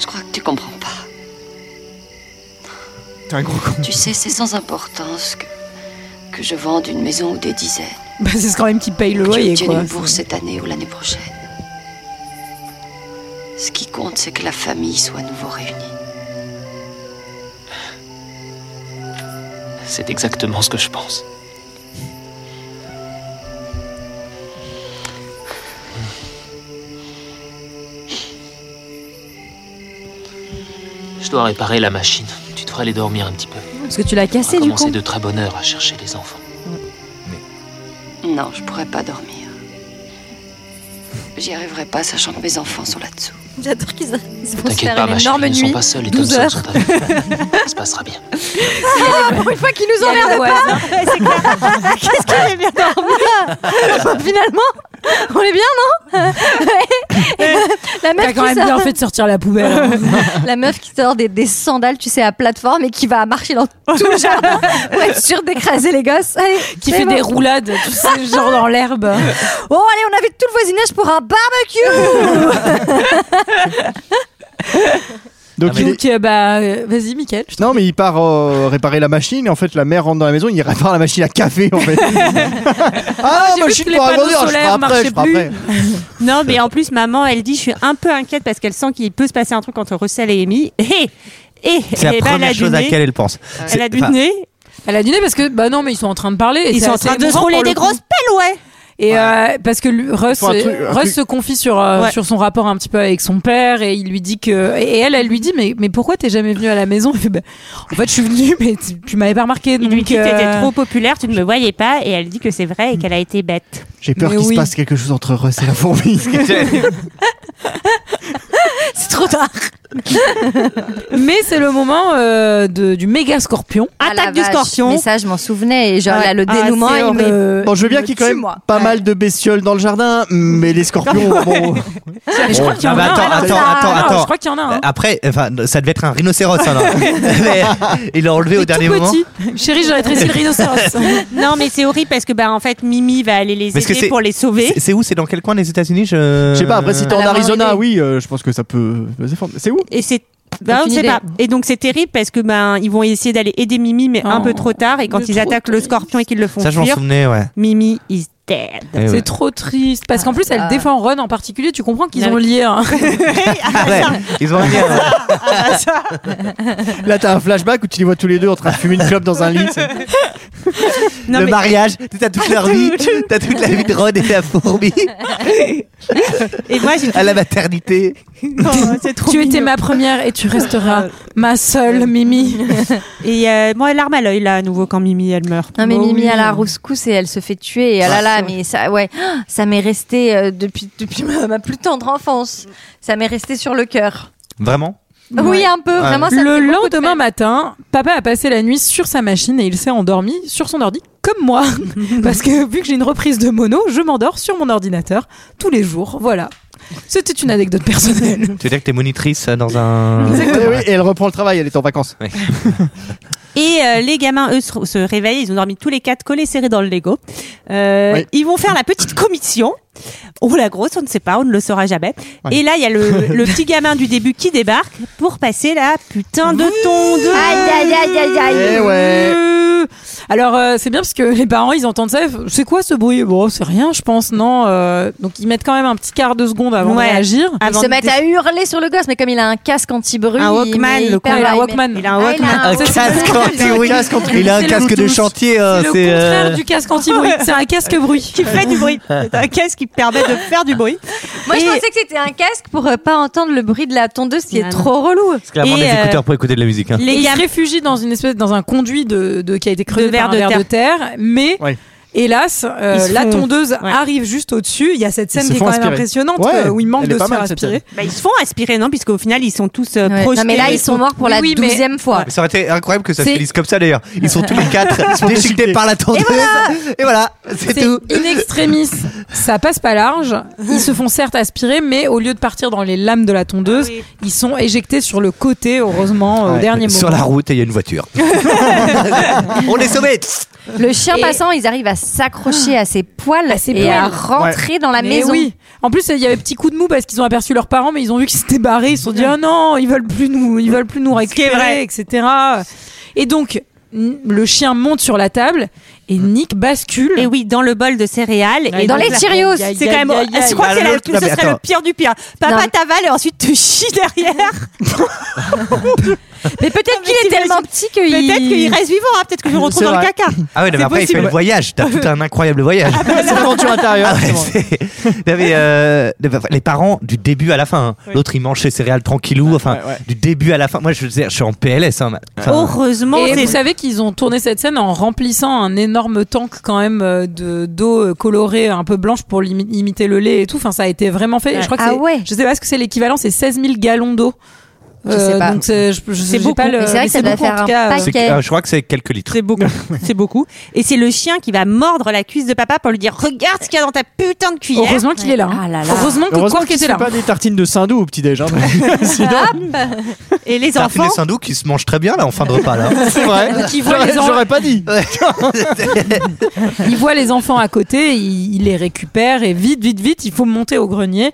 J: Je crois que tu comprends pas.
F: T'es un gros con.
J: Tu sais, c'est sans importance que, que je vende une maison ou des dizaines.
A: Bah, c'est quand même qui paye le
J: que
A: loyer
J: tu obtiennes
A: quoi.
J: une bourse cette année ou l'année prochaine. Ce qui compte, c'est que la famille soit à nouveau réunie.
D: C'est exactement ce que je pense. Je dois réparer la machine. Tu devrais aller dormir un petit peu.
K: Parce que tu l'as
D: On va
K: cassé du
D: commencer
K: coup.
D: de très bonne heure à chercher les enfants.
J: Non, je pourrais pas dormir. J'y arriverai pas, sachant que mes enfants sont là-dessous.
K: J'adore qu'ils ils vont se
D: T'inquiète
K: faire
D: pas,
K: une
D: ma chérie,
K: énorme
D: ils ne
K: nuit.
D: sont pas seuls et Tom
K: 12 heures. <laughs>
D: Sutton sont avec nous. <laughs> Ça se passera bien.
K: Ah, pour une fois qu'ils nous emmerdent pas Qu'est-ce qu'on
A: Ah,
K: est bien dormi <laughs> Finalement, on est bien,
A: <laughs>
K: non <laughs> ben, La
A: Eh, T'as
K: meuf
A: quand
K: qui
A: même
K: sort-
A: bien fait de sortir la poubelle. <laughs> hein.
K: La meuf qui sort des, des sandales, tu sais, à plateforme et qui va marcher dans tout le jardin pour être sûre d'écraser les gosses. Allez,
A: qui
K: c'est
A: fait
K: bon.
A: des roulades, tu sais, genre dans l'herbe. <laughs>
K: Bon, allez, on invite tout le voisinage pour un barbecue
F: Donc, il est-
A: Donc, euh, bah, euh, vas-y, Mickaël.
F: Non, mais il part euh, réparer la machine. Et en fait, la mère rentre dans la maison. Il répare la machine à café, en
A: <laughs>
F: fait. ah,
A: j'ai vu
F: machine
A: que les
F: pour
A: panneaux
F: agrandir. Je ferai
A: solaires
F: après, je ferai
A: marchaient
F: après.
I: Non, mais en plus, maman, elle dit, je suis un peu inquiète parce qu'elle sent qu'il peut se passer un truc entre Russell et Amy. Et, et,
H: C'est la
A: Eh
I: et ben, elle a
H: première
I: du
H: chose à
I: nez.
H: laquelle elle pense.
A: Hein
I: Elle a
H: C'est-
I: du
H: enfin,
I: nez.
A: Elle a du nez parce que, bah non, mais ils sont en train de parler. et
I: Ils
A: c'est
I: sont en
A: assez
I: train de se
A: émouvant
I: rouler
A: pour le
I: des
A: coup.
I: grosses pelles, ouais.
A: Et euh, parce que lui- Russ,
F: Faut un truc- un
A: Russ
F: truc-
A: se confie sur euh,
I: Ouais.
A: sur son rapport un petit peu avec son père et il lui dit que et elle elle lui dit mais mais pourquoi t'es jamais venu à la maison Il fait, bah, En fait je suis venue mais tu, tu m'avais pas remarqué
I: Il
A: donc
I: lui dit,
A: euh,
I: t'étais trop populaire, tu ne me voyais pas. Et elle dit que c'est vrai et qu'elle a été bête.
F: J'ai peur
A: Mais
F: qu'il
A: oui.
F: se passe quelque chose entre Russ et
A: <laughs>
F: la fourmi.
K: C'est trop tard
A: mais c'est le moment euh, de, du méga
I: <laughs>
A: scorpion
K: Ah, la
I: Attaque du
K: vache.
I: scorpion.
K: Mais ça, je m'en souvenais. Et genre,
I: Ouais.
K: là, le
I: Ah,
K: dénouement,
I: c'est
K: il
I: horrible.
K: me...
A: Euh,
F: Bon, je veux bien
K: me
F: qu'il y ait quand
K: tue,
F: même
K: moi.
F: pas
K: Ouais.
F: mal de bestioles dans le jardin, mais les scorpions,
A: <laughs>
F: bon.
A: Mais je crois qu'il y en
H: Ah
A: a un.
H: bah attends,
A: Ah,
H: attends,
A: non,
H: attends,
A: non,
H: attends.
A: je crois qu'il y en a un
H: Euh, Après, enfin, ça devait être un rhinocéros,
A: <laughs>
H: ça, non <laughs> Mais euh, Il l'a enlevé
A: Mais
H: au
A: tout
H: dernier moment.
A: petit chérie j'aurais dressé le rhinocéros
I: Non, mais c'est horrible parce que, bah, en fait, Mimi va aller les
H: Parce que
I: aider
H: c'est-
I: pour les sauver.
H: C'est- C'est où C'est dans quel coin des États-Unis Je
F: Je sais pas, après si t'es
K: À
F: en
K: la
F: Arizona,
K: Vendée.
F: oui, euh, je pense que ça peut se défendre. C'est où
I: Et c'est bah, on
K: Aucune
I: sait
K: idée.
I: pas. Et donc c'est terrible parce que ben ils vont essayer d'aller aider Mimi mais un
A: Oh,
I: peu trop tard et quand
A: le
I: ils
A: trop
I: attaquent le
A: triste.
I: scorpion et qu'ils le font
H: Ça, je m'en
I: fuir,
H: souvenais, ouais.
I: Mimi is dead.
H: Eh ouais.
A: c'est trop triste parce qu'en plus elle
K: Ah.
A: défend Ron en particulier tu comprends qu'ils
I: Non,
A: ont
I: mais-
A: lié hein.
H: Ah ouais, ils euh. ont un lien.
A: <laughs>
F: Là, t'as un flashback où tu les vois tous les deux en train de fumer une clope
A: <laughs>
F: dans un lit. c'est-
I: Non,
H: le
I: mais-
H: mariage, t'as toute leur vie, t'as toute la vie de Rod et la fourmi
I: Et moi j'ai
H: à la maternité.
I: Non, c'est trop
A: tu étais
I: mignon.
A: ma première et tu
K: <laughs>
A: resteras ma seule Mimi
I: Et euh, moi larme à l'œil là à nouveau quand Mimi elle meurt.
K: Non mais
A: Bah
K: Mimi
A: oui.
K: à la rouscousse et elle se fait tuer et ah là là mais ça ouais <gasps> ça m'est resté euh, depuis depuis ma, ma plus tendre enfance ça m'est resté sur le cœur
H: Vraiment
K: oui un peu
H: Ouais.
K: vraiment ça me
A: Le
K: fait beaucoup de
A: lendemain
K: peine.
A: matin, papa a passé la nuit sur sa machine et il s'est endormi sur son ordi, comme
K: <laughs>
A: moi. Parce que vu que j'ai une reprise de mono, je m'endors sur mon ordinateur tous les jours. Voilà. C'était une anecdote personnelle.
H: Tu veux dire que t'es monitrice euh, dans un.
F: Ouais, ouais, et elle reprend le travail, elle est en vacances.
I: Et euh, les gamins eux se, se réveillent, ils ont dormi tous les quatre collés serrés dans le Lego. Euh,
F: Oui.
I: Ils vont faire la petite commission. Ou la grosse, on ne sait pas, on ne le saura jamais.
F: Ouais.
I: Et là, il y
A: <laughs>
I: a le, le petit gamin du début qui débarque pour passer la putain de tondeuse.
K: aïe <laughs> aïe aïe aïe aïe
F: Eh ouais.
A: Euh, Alors euh, c'est bien parce que les parents ils entendent ça. C'est quoi ce bruit Bon, c'est rien, je pense, non. euh, donc ils mettent quand même un petit quart de seconde avant
I: Ouais.
A: de réagir.
K: ils
I: Avant
K: se
I: de
K: mettent à hurler sur le gosse mais comme il a un casque anti bruit
I: Un Walkman, le con,
A: Ah, il a un Walkman.
I: Il a un
K: Ah, il
I: Walkman.
K: a un
H: Un
K: Walkman.
H: casque anti-bruit. Il a un
A: C'est le
H: casque de
A: Bluetooth.
H: chantier.
A: C'est
H: euh,
A: le
H: C'est
A: contraire
H: euh,
A: du casque
I: <laughs>
A: anti-bruit. C'est un casque bruit.
I: Ah, qui fait du
A: <laughs>
I: bruit. C'est un casque qui permet de faire du bruit.
K: moi je
I: Et-
K: pensais que c'était un casque pour euh, pas entendre le bruit de la tondeuse qui
I: Ah,
K: est
I: non.
K: trop relou
H: clairement
I: Et,
H: des
I: euh,
H: écouteurs pour écouter de la musique. hein.
A: Et
I: Les
A: il se
I: gamins,
A: réfugie dans une espèce dans un conduit de, de- qui a été creusé
I: De verre
A: par un
I: de
A: verre de terre, mais
F: Ouais.
A: hélas euh,
I: Ils se
A: la
I: font-
A: tondeuse
I: ouais.
A: arrive juste au-dessus. Il y a cette scène
F: se
A: qui est
F: font
A: quand même
F: aspirer.
A: impressionnante
F: Ouais,
A: euh, où il manque
F: elle est
A: de se
F: pas
A: faire
F: mal, cette
A: aspirer.
I: bah, ils se font aspirer, non Puisqu'au final, ils sont tous euh,
K: Ouais.
I: projetés.
K: non mais là ils sont morts pour la
A: Oui, mais-
K: douzième fois
H: Mais Ça aurait été incroyable que ça se
K: C'est-
H: finisse comme ça d'ailleurs. <laughs> Ils sont tous les quatre déchiquetés par la tondeuse. Et voilà, c'est
A: C'est
H: tout.
F: <laughs>
A: in extremis, ça passe pas large. Ils se font certes aspirer, mais au lieu de partir dans les lames de la tondeuse,
I: Ah oui.
A: ils sont éjectés sur le côté, heureusement, au
F: Ouais,
A: dernier moment.
H: Sur la route, et il y a une voiture. On est sauvés.
K: le chien
A: Et-
K: passant ils arrivent à s'accrocher à ses poils
A: ses
K: et à
A: poils.
K: rentrer dans la
A: Mais
K: maison
A: oui. En plus, il y avait petit coup de mou parce qu'ils ont aperçu leurs parents, mais ils ont vu qu'ils s'étaient barrés. Ils se sont dit, ah non, ils veulent plus nous, ils veulent plus nous
I: Ce qui est
A: récupérer, etc. Et donc, n- le chien monte sur la table et Nick bascule.
I: Et oui, dans le bol de céréales.
A: Ouais,
I: et
K: dans
A: donc
K: les
A: là-
K: Cheerios.
A: Aïe,
I: C'est
A: aïe,
I: quand même.
A: aïe, aïe.
I: Je crois
H: aïe.
I: que c'est la-
H: Non,
I: ce
H: mais
I: serait
H: attends.
I: le pire du pire.
K: Non,
I: Papa
K: mais-
I: t'avale et ensuite tu chies derrière.
K: Mais peut-être qu'il est tellement petit qu'il.
I: Peut-être qu'il reste vivant, hein, peut-être que je le retrouve
H: C'est Ah,
I: dans le
H: vrai.
I: caca.
H: Ah ouais, non, mais
I: C'est
H: après, il
I: possible.
H: fait le voyage. T'as tout un incroyable voyage.
F: C'est l'aventure intérieure.
H: Ah ouais,
F: justement.
H: c'est- Non, mais, euh, les parents du début à la fin. hein. L'autre il mange ses céréales tranquillou. Enfin, du début à la fin. Moi je, veux dire, je suis en PLS. hein, ma- enfin,
I: Heureusement,
A: Et
I: c'est-
A: vous savez qu'ils ont tourné cette scène en remplissant un énorme tank quand même euh, de d'eau euh, colorée un peu blanche pour limi- imiter le lait et tout. Enfin, ça a été vraiment fait.
K: Ouais.
A: Je crois que
K: Ah
A: c'est-
K: ouais.
A: je sais pas ce que c'est l'équivalent, c'est 16 000 gallons d'eau. Euh,
K: Je sais pas.
A: donc c'est, je, je- j'ai
I: C'est beaucoup.
A: Pas le,
I: Mais c'est vrai que ça
A: c'est
I: doit
A: beaucoup, en
I: faire
A: tout
I: un
A: cas, euh,
I: paquet.
H: c'est- euh, je crois que c'est quelques litres.
I: C'est beaucoup. c'est beaucoup. Et c'est le chien qui va mordre la cuisse de papa pour lui dire Regarde ce qu'il y a dans ta putain de cuillère.
A: Heureusement qu'il est là. hein.
K: Ah là là.
A: Heureusement que
F: Heureusement
A: Quark
F: qu'il
A: était
F: ne
A: là.
F: pas des tartines de Sindou au
A: <laughs>
F: petit-déj. hein. Sinon,
I: Et les
H: Tartine
I: enfants.
H: de Sindou qui se mange très bien là en fin de repas <laughs> là.
F: c'est vrai.
A: Qui voit les
F: <laughs> J'aurais-
A: enfants.
F: J'aurais pas dit.
A: il voit les enfants à côté, il, il les récupère et vite, vite, vite, il faut monter au grenier.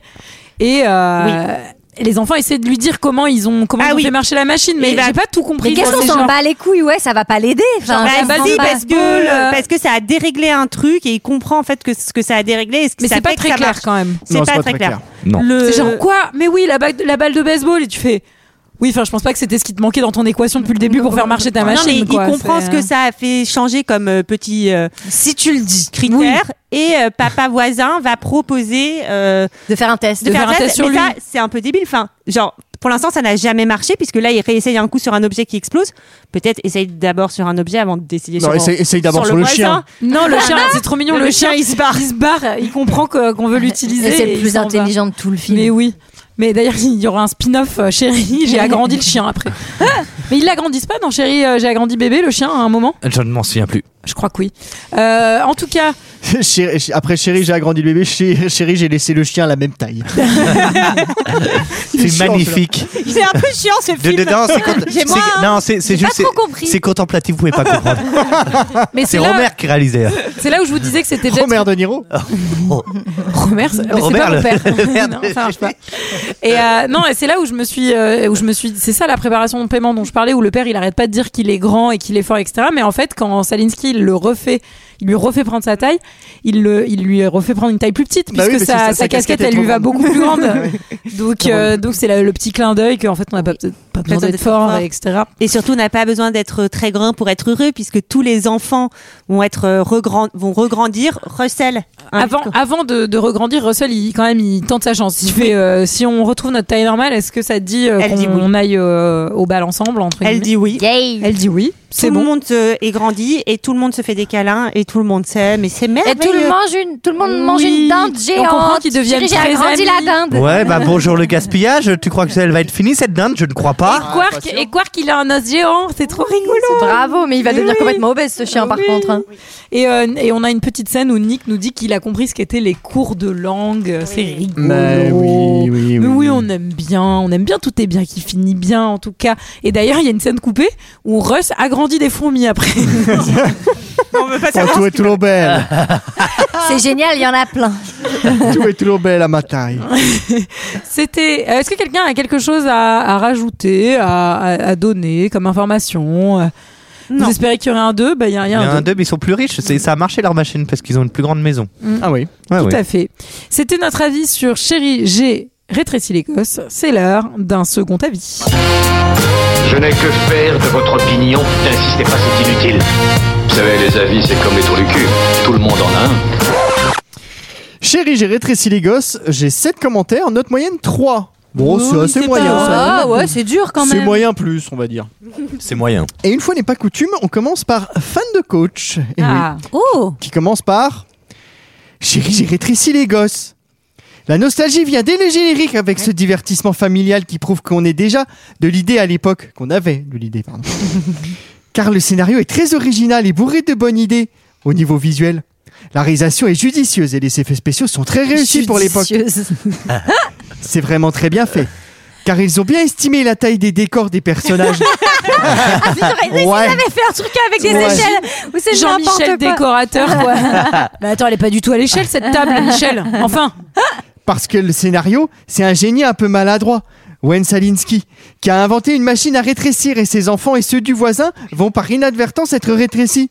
A: Et, euh, et les enfants essaient de lui dire comment ils ont, comment
I: Ah
A: ils ont
I: oui.
A: fait marcher la machine, Eh ben, mais
I: Et bah-
A: j'ai pas tout compris.
K: Mais qu'est-ce
A: dans
K: qu'on
A: ces
K: s'en
A: genres.
K: bat les couilles Ouais, ça va pas l'aider. Enfin,
I: Bah,
K: ça
A: bah
K: va
A: si,
K: pas.
I: parce que
A: euh,
I: parce que ça a déréglé un truc et il comprend en fait que ce que ça a déréglé et ce que
A: Mais
I: ça
A: c'est pas
I: fait que
A: très
I: ça
A: clair
I: marche.
A: quand même. Euh,
I: C'est pas, très clair.
H: Non.
I: Le-
A: C'est genre quoi Mais oui, la balle, la balle de baseball. Et tu fais. Oui, enfin, je pense pas que c'était ce qui te manquait dans ton équation depuis le début pour faire marcher ta
I: Non,
A: machine.
I: mais il
A: quoi.
I: comprend
A: C'est- euh.
I: ce que ça a fait changer comme euh, petit euh,
K: Si tu le dis.
I: critère et euh, papa voisin va proposer euh,
K: De faire un test.
I: de, faire un test.
A: sur
I: mais
A: lui.
I: ça, c'est un peu débile. Enfin, genre, pour l'instant, ça n'a jamais marché puisque là, il réessaye un coup sur un objet qui explose. Peut-être essaye d'abord sur un objet avant d'essayer
F: Non,
I: sur.
F: essaye, essaye d'abord sur, le,
I: voisin. <laughs>
F: chien.
A: Non, le <laughs> chien, c'est trop mignon.
I: Le
A: Le,
I: chien, il se barre.
A: Il se barre. Il comprend que- qu'on veut l'utiliser.
K: Et c'est
A: et
K: le
A: il
K: plus
A: s'en va.
K: intelligent de tout le film.
A: Mais oui. Mais d'ailleurs, <laughs> il y aura un spin-off, euh, chérie. J'ai agrandi le chien après. Mais ils l'agrandissent pas dans Chérie, euh, j'ai agrandi bébé, le chien, à un moment
H: Ah, Je ne m'en souviens plus.
A: Je crois que oui. Euh, en tout cas,
F: <laughs> Chéri- ch- après chérie, j'ai agrandi le bébé. Chéri- Chérie, j'ai laissé le chien à la même taille. Il est
H: C'est
F: chiant,
H: magnifique.
I: C'est un peu chiant
F: <laughs>
I: ce
H: De,
I: film.
H: de- non, c'est cont-
I: J'ai
H: c'est-
I: moins, hein.
H: non, c'est- c'est
K: J'ai
H: juste.
K: pas trop
H: c'est-
K: compris.
H: C'est contemplatif, vous pouvez <laughs> pas comprendre.
A: mais
H: C'est
A: c'est là,
H: Romer qui réalisait.
A: c'est là où je <laughs> vous Oh, disais que c'était peut-être
F: Robert De Niro.
A: Romer, c'est mais c'est
H: Robert,
A: pas mon
H: le-
A: père.
H: Merde.
A: <laughs> non, ça marche pas. Et euh, non, et c'est là où je me suis, euh, où je me suis, c'est ça la préparation de paiement dont je parlais, où le père il arrête pas de dire qu'il est grand et qu'il est fort, etc. Mais en fait, quand Salinski il le refait, il lui refait prendre sa taille, il le, il lui refait prendre une taille plus petite
F: Bah oui,
A: puisque
F: parce que
A: sa,
F: sa-
A: sa
F: sa
A: casquette,
F: casquette est
A: elle lui
F: trop
A: va
F: grande.
A: beaucoup plus grande. donc, euh, donc c'est la- le petit clin d'œil qu'en fait on n'a pas, peut-être pas besoin
I: Peut-être
A: d'être fort,
I: fort.
A: etc.
I: Et surtout, on n'a pas besoin d'être euh, très grand pour être heureux, puisque tous les enfants vont être euh, regran- vont regrandir. Russell, un
A: Avant,
I: petit-
A: avant de, de regrandir, Russell, il, quand même, il tente sa chance. Il fait, euh, si on retrouve notre taille normale, est-ce que ça te dit euh,
I: Elle
A: qu'on
I: dit oui.
A: on aille euh, au bal ensemble entre
I: elle
A: guillemets
I: dit oui.
K: Yay.
A: Elle dit oui. C'est
I: tout le
A: bon.
I: monde euh, est grandi et tout le monde se fait des câlins et tout le monde s'aime et c'est merveilleux.
K: Et tout le, mange une, tout le monde mange
A: Oui.
K: une dinde
A: On
K: géante.
A: comprend qu'ils deviennent
K: Chérie,
A: très
K: J'ai agrandi
A: amis.
K: la dinde.
H: Ouais, <laughs> bah bonjour le gaspillage. Tu crois que elle va être finie cette dinde Je ne crois Ah, pas.
A: Quark, et Quark, il a un os géant. C'est trop rigolo.
K: Bravo, mais il va
A: Mais
K: devenir
A: oui.
K: complètement obèse ce chien par
A: Oui.
K: contre. hein.
A: Et, euh, et on a une petite scène où Nick nous dit qu'il a compris ce qu'étaient les cours de langue. C'est rigolo.
F: Mais Bah oui, oui, oui.
A: Mais oui, on aime bien, on aime bien, tout est bien qui finit bien en tout cas. Et d'ailleurs, il y a une scène coupée où Russ agrandit des fourmis
I: <laughs>
A: après.
I: On veut pas
F: Oh,
I: savoir
F: tout
I: ce
F: est
A: <laughs>
I: qui-
F: toujours belle.
K: C'est génial, il y en a plein.
F: Tout est toujours belle à
A: <laughs>
F: ma taille.
A: C'était. euh, Est-ce que quelqu'un a quelque chose à, à rajouter, à, à- à donner comme information euh,
I: Non.
A: Vous espérez qu'il y aurait un 2 Bah, il y a
H: Il y
A: rien.
H: a un deux, mais ils sont plus riches. C'est- Ça a marché leur machine parce qu'ils ont une plus grande maison.
F: Ah oui.
H: Ouais,
A: Tout
H: ouais.
A: à fait. C'était notre avis sur Chérie G. Rétrécis l'Écosse, c'est l'heure d'un second avis.
B: Je n'ai que faire de votre opinion. N'insistez pas, c'est inutile. Vous savez, les avis, c'est comme les trous du cul. Tout le monde en a un.
F: Chérie, j'ai rétréci les gosses. J'ai 7 commentaires. Note moyenne 3. Bon,
A: Oui,
F: c'est assez
A: c'est
F: moyen.
A: pas-
F: ça.
K: Ah ouais, c'est dur quand
F: C'est
K: même.
F: moyen plus, on va dire.
H: C'est moyen.
F: Et une fois n'est pas coutume, on commence par fan de coach. Eh oui.
A: Ah.
K: Oh,
F: qui commence par Chérie, j'ai rétréci les gosses. La nostalgie vient dès le générique avec ce divertissement familial qui prouve qu'on est déjà de l'idée à l'époque, qu'on avait de l'idée, pardon. Car le scénario est très original et bourré de bonnes idées au niveau visuel. La réalisation est judicieuse et les effets spéciaux sont très réussis pour l'époque.
K: judicieuse.
F: C'est vraiment très bien fait. Car ils ont bien estimé la taille des décors des personnages. Ouais.
K: Ils avaient fait un truc avec des
F: Ouais.
K: échelles où c'est
A: Jean-Michel
K: n'importe quoi.
A: décorateur, quoi. <laughs> Mais attends, elle est pas du tout à l'échelle, cette table, Michel. Enfin.
F: Parce que le scénario, c'est un génie un peu maladroit. Wen Salinski, qui a inventé une machine à rétrécir et ses enfants et ceux du voisin vont par inadvertance être rétrécis.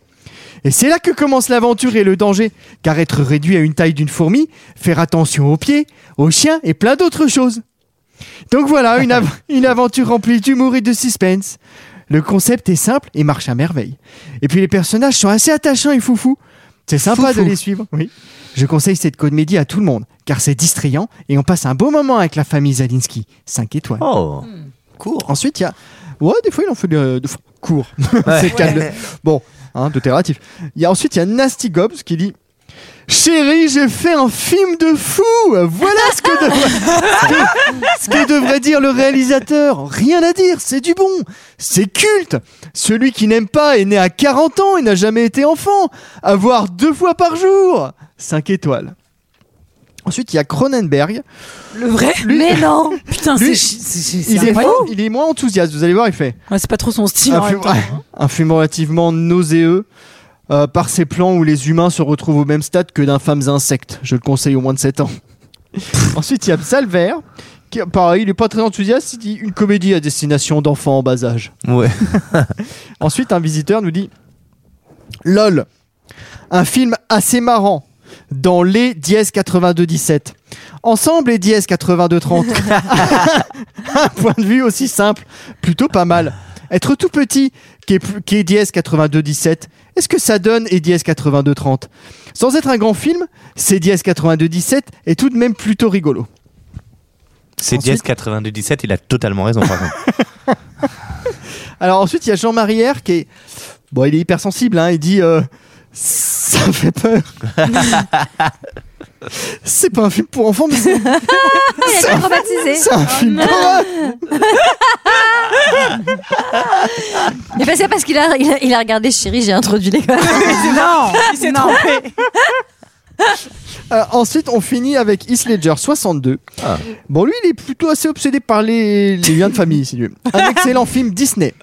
F: Et c'est là que commence l'aventure et le danger, car être réduit à une taille d'une fourmi, faire attention aux pieds, aux chiens et plein d'autres choses. Donc voilà, une, av- une aventure remplie d'humour et de suspense. Le concept est simple et marche à merveille. Et puis les personnages sont assez attachants et foufous. C'est sympa
M: Foufou.
F: de les suivre. Oui. Je conseille cette comédie à tout le monde, car c'est distrayant et on passe un beau moment avec la famille Zalinski. 5 étoiles.
H: Oh,
F: court. Ensuite, il y a. Ouais, des fois, il en fait de, de- court.
H: Ouais.
F: <laughs> c'est le cas de le-
H: Ouais.
F: Bon, hein, dotératif. Il y a ensuite, il y a Nasty Gobs qui dit. Chérie, j'ai fait un film de fou Voilà ce que, devrait- <laughs> ce que- ce que devrait dire le réalisateur. Rien à dire, c'est du bon. C'est culte. Celui qui n'aime pas est né à 40 ans et n'a jamais été enfant. À voir deux fois par jour. 5 étoiles. Ensuite, il y a Cronenberg.
A: Le vrai Mais non Putain, c'est chi- c'est- c'est- c'est
F: il, est
A: incroyable.
F: moins, il est moins enthousiaste, vous allez voir, il fait.
A: c'est pas trop son style.
H: Ah,
F: Un,
A: en
F: film,
A: même temps.
F: <laughs> un film relativement nauséeux euh, par ses plans où les humains se retrouvent au même stade que d'infâmes insectes. Je le conseille au moins de 7 ans. <laughs> Ensuite, il y a Salver, qui, pareil, il est pas très enthousiaste, il dit une comédie à destination d'enfants en bas âge.
H: Ouais.
F: Ensuite, un visiteur nous dit LOL, un film assez marrant dans les dièse 82-17. Ensemble, les dièse 82-30. <laughs> un point de vue aussi simple, plutôt pas mal. Être tout petit, qui est, plus- qui est dièse 82-17, est-ce que ça donne et dièse 82-30 Sans être un grand film, c'est dièse 82-17 est tout de même plutôt rigolo.
H: C'est Diez 97, il a totalement raison par contre.
F: Alors ensuite, il y a Jean-Marie R qui est. Bon, il est hypersensible, hein, il dit. euh, ça me fait peur. c'est pas un film pour enfants, mais c'est.
K: Il a
F: c'est
K: été
F: un-
K: traumatisé.
F: C'est un
K: Oh
F: film
K: non.
F: d'horreur.
K: Mais parce- c'est parce qu'il a, il a, il a regardé Chérie, j'ai introduit les <laughs>
A: Non, il s'est trompé.
F: Euh, ensuite, on finit avec Heath Ledger 62.
I: Ah.
F: Bon, lui, il est plutôt assez obsédé par les, les liens de famille, si tu veux.
I: <laughs>
F: Un excellent film Disney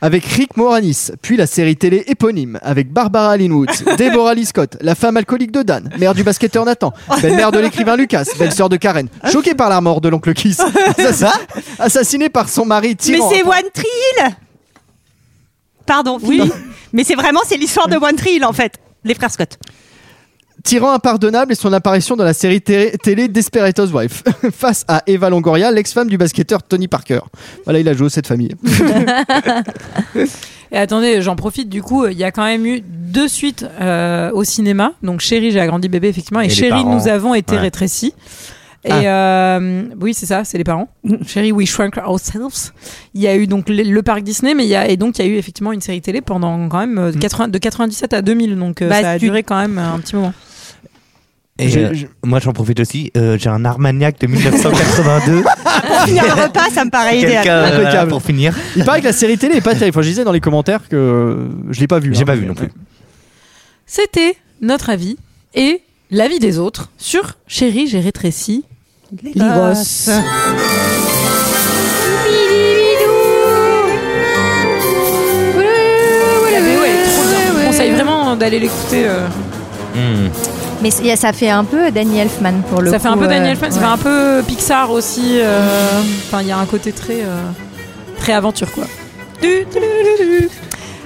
F: avec Rick Moranis, puis la série télé éponyme avec Barbara Lynn
I: <laughs>
F: Woods, Deborah Lee Scott, la femme alcoolique de Dan, mère du basketteur Nathan, belle-mère de l'écrivain Lucas, belle-sœur de Karen,
I: Ah.
F: choquée par la mort de l'oncle
I: <laughs>
F: Kiss, assassin- assassinée par son mari
I: Mais
F: tyran.
I: c'est One Tree Hill Pardon, oui. Mais c'est vraiment, c'est l'histoire de One Tree Hill, en fait. Les frères Scott.
F: Tyran impardonnable et son apparition dans la série té- télé Desperados Wife <laughs> face à Eva Longoria, l'ex-femme du basketteur Tony Parker. Voilà, il a joué cette famille.
A: Et attendez, j'en profite du coup, il y a quand même eu deux suites euh, au cinéma. Donc Chérie, j'ai agrandi bébé, effectivement.
F: Et
A: Et,
F: les
A: Chérie,
F: parents.
A: nous avons été
F: Ouais.
A: rétrécis. Et euh, oui, c'est ça, c'est les <laughs> parents. Chérie, we shrunk ourselves. Il y a eu donc le, le parc Disney, mais il y a, et donc il y a eu effectivement une série télé pendant quand même euh, 80 de 97 à 2000. Donc euh,
I: Bah,
A: ça a
I: tu-
A: duré quand même euh, un petit moment.
H: Et
A: Je-
H: euh, moi j'en profite aussi, euh, j'ai un Armagnac de 1982.
I: Pour finir le repas, ça me paraît idéal.
H: Quelqu'un, euh, voilà, pour finir.
F: Il paraît que la série télé est pas terrible. Enfin, je disais dans les commentaires que euh, je l'ai pas vu. J'ai pas vu non plus.
A: C'était notre avis et l'avis des autres sur Chérie, j'ai rétréci. Les
I: Euh,
A: grosses. Ah, mais ouais, elle est trop bien. Je vous conseille vraiment d'aller l'écouter. euh.
K: Mais c'est- ça fait un peu Danny Elfman pour le
A: Ça
K: coup.
A: fait un peu
K: euh,
A: Daniel Elfman, ça
K: ouais.
A: fait un peu Pixar aussi. euh. Enfin, il y a un côté très, euh, très aventure, quoi. Du- du- du- du- du.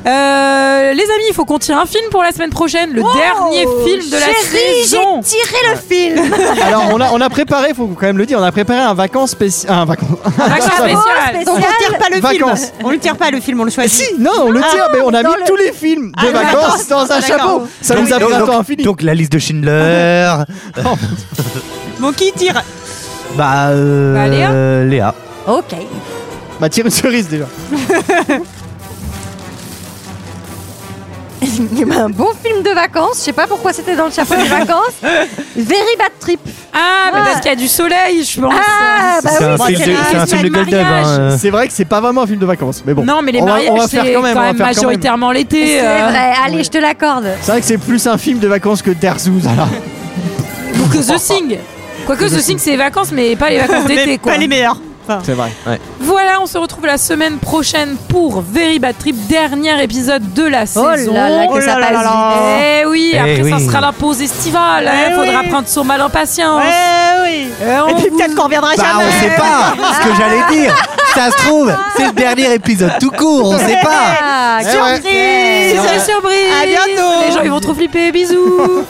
A: Euh, les amis, il faut qu'on tire un film pour la semaine prochaine, le
K: Wow,
A: dernier film de la
K: chérie, <laughs>
A: saison.
K: j'ai tiré le film.
F: Alors, on a, on a préparé, faut quand même le dire, on a préparé un vacances spécial. Un vacances.
K: Ah, oh,
I: Donc on tire pas le
F: Vacances.
I: film. On le tire pas le film, on le choisit.
F: Ah, Si, <laughs> non, on le
A: Ah,
F: tire, mais on a mis tous les films de vacances dans un chapeau. Ça nous a pris un temps infini.
H: Donc la liste de Schindler.
I: Mon qui tire
H: bah, euh,
I: Bah,
H: Léa.
K: Ok. <laughs>
F: Bah, tire une cerise déjà.
K: Eh ben, un bon film de vacances. Je sais pas pourquoi c'était dans le chapeau des vacances. <laughs> Very bad trip.
A: Ah, mais
K: Ouais.
A: parce qu'il y a du soleil, je pense.
K: Ah, bah
F: C'est
K: oui.
F: un film
A: c'est
F: de-
A: la
F: c'est un
A: question
F: film de Gold Dove,
A: mariage.
H: hein, euh.
F: C'est vrai que c'est pas vraiment un film de vacances, mais bon.
A: Non, mais les
F: On va-
A: mariages,
F: on va
A: c'est
F: faire
A: quand même,
F: on va faire quand même.
A: majoritairement l'été.
K: C'est
A: euh.
K: vrai. Allez, je te l'accorde.
F: C'est vrai que c'est plus un film de vacances que Derzouz, alors.
A: Ou que The Thing. Quoique The Thing, c'est les vacances, mais pas les
F: <laughs>
A: vacances
I: Mais
A: d'été. quoi.
I: Pas les meilleurs. Enfin,
F: C'est vrai.
A: Voilà, on se retrouve la semaine prochaine pour Very Bad Trip, dernier épisode de la saison.
K: là là, que Oh ça là passe là là. vite.
A: Eh oui,
K: Eh
A: après ça
K: oui.
A: sera la pause estivale. Il
I: Eh
A: faudra
I: oui.
A: prendre son mal en patience. Euh,
I: oui. Et puis peut-être qu'on reviendra
H: Bah,
I: jamais.
H: on sait pas ce que j'allais dire. Ça se trouve, c'est le dernier épisode tout court, on sait pas.
A: Ah,
H: Eh ouais.
A: surprise,
H: Eh ouais.
A: surprise.
I: À bientôt. <laughs>
A: Les gens, ils vont trop flipper. Bisous.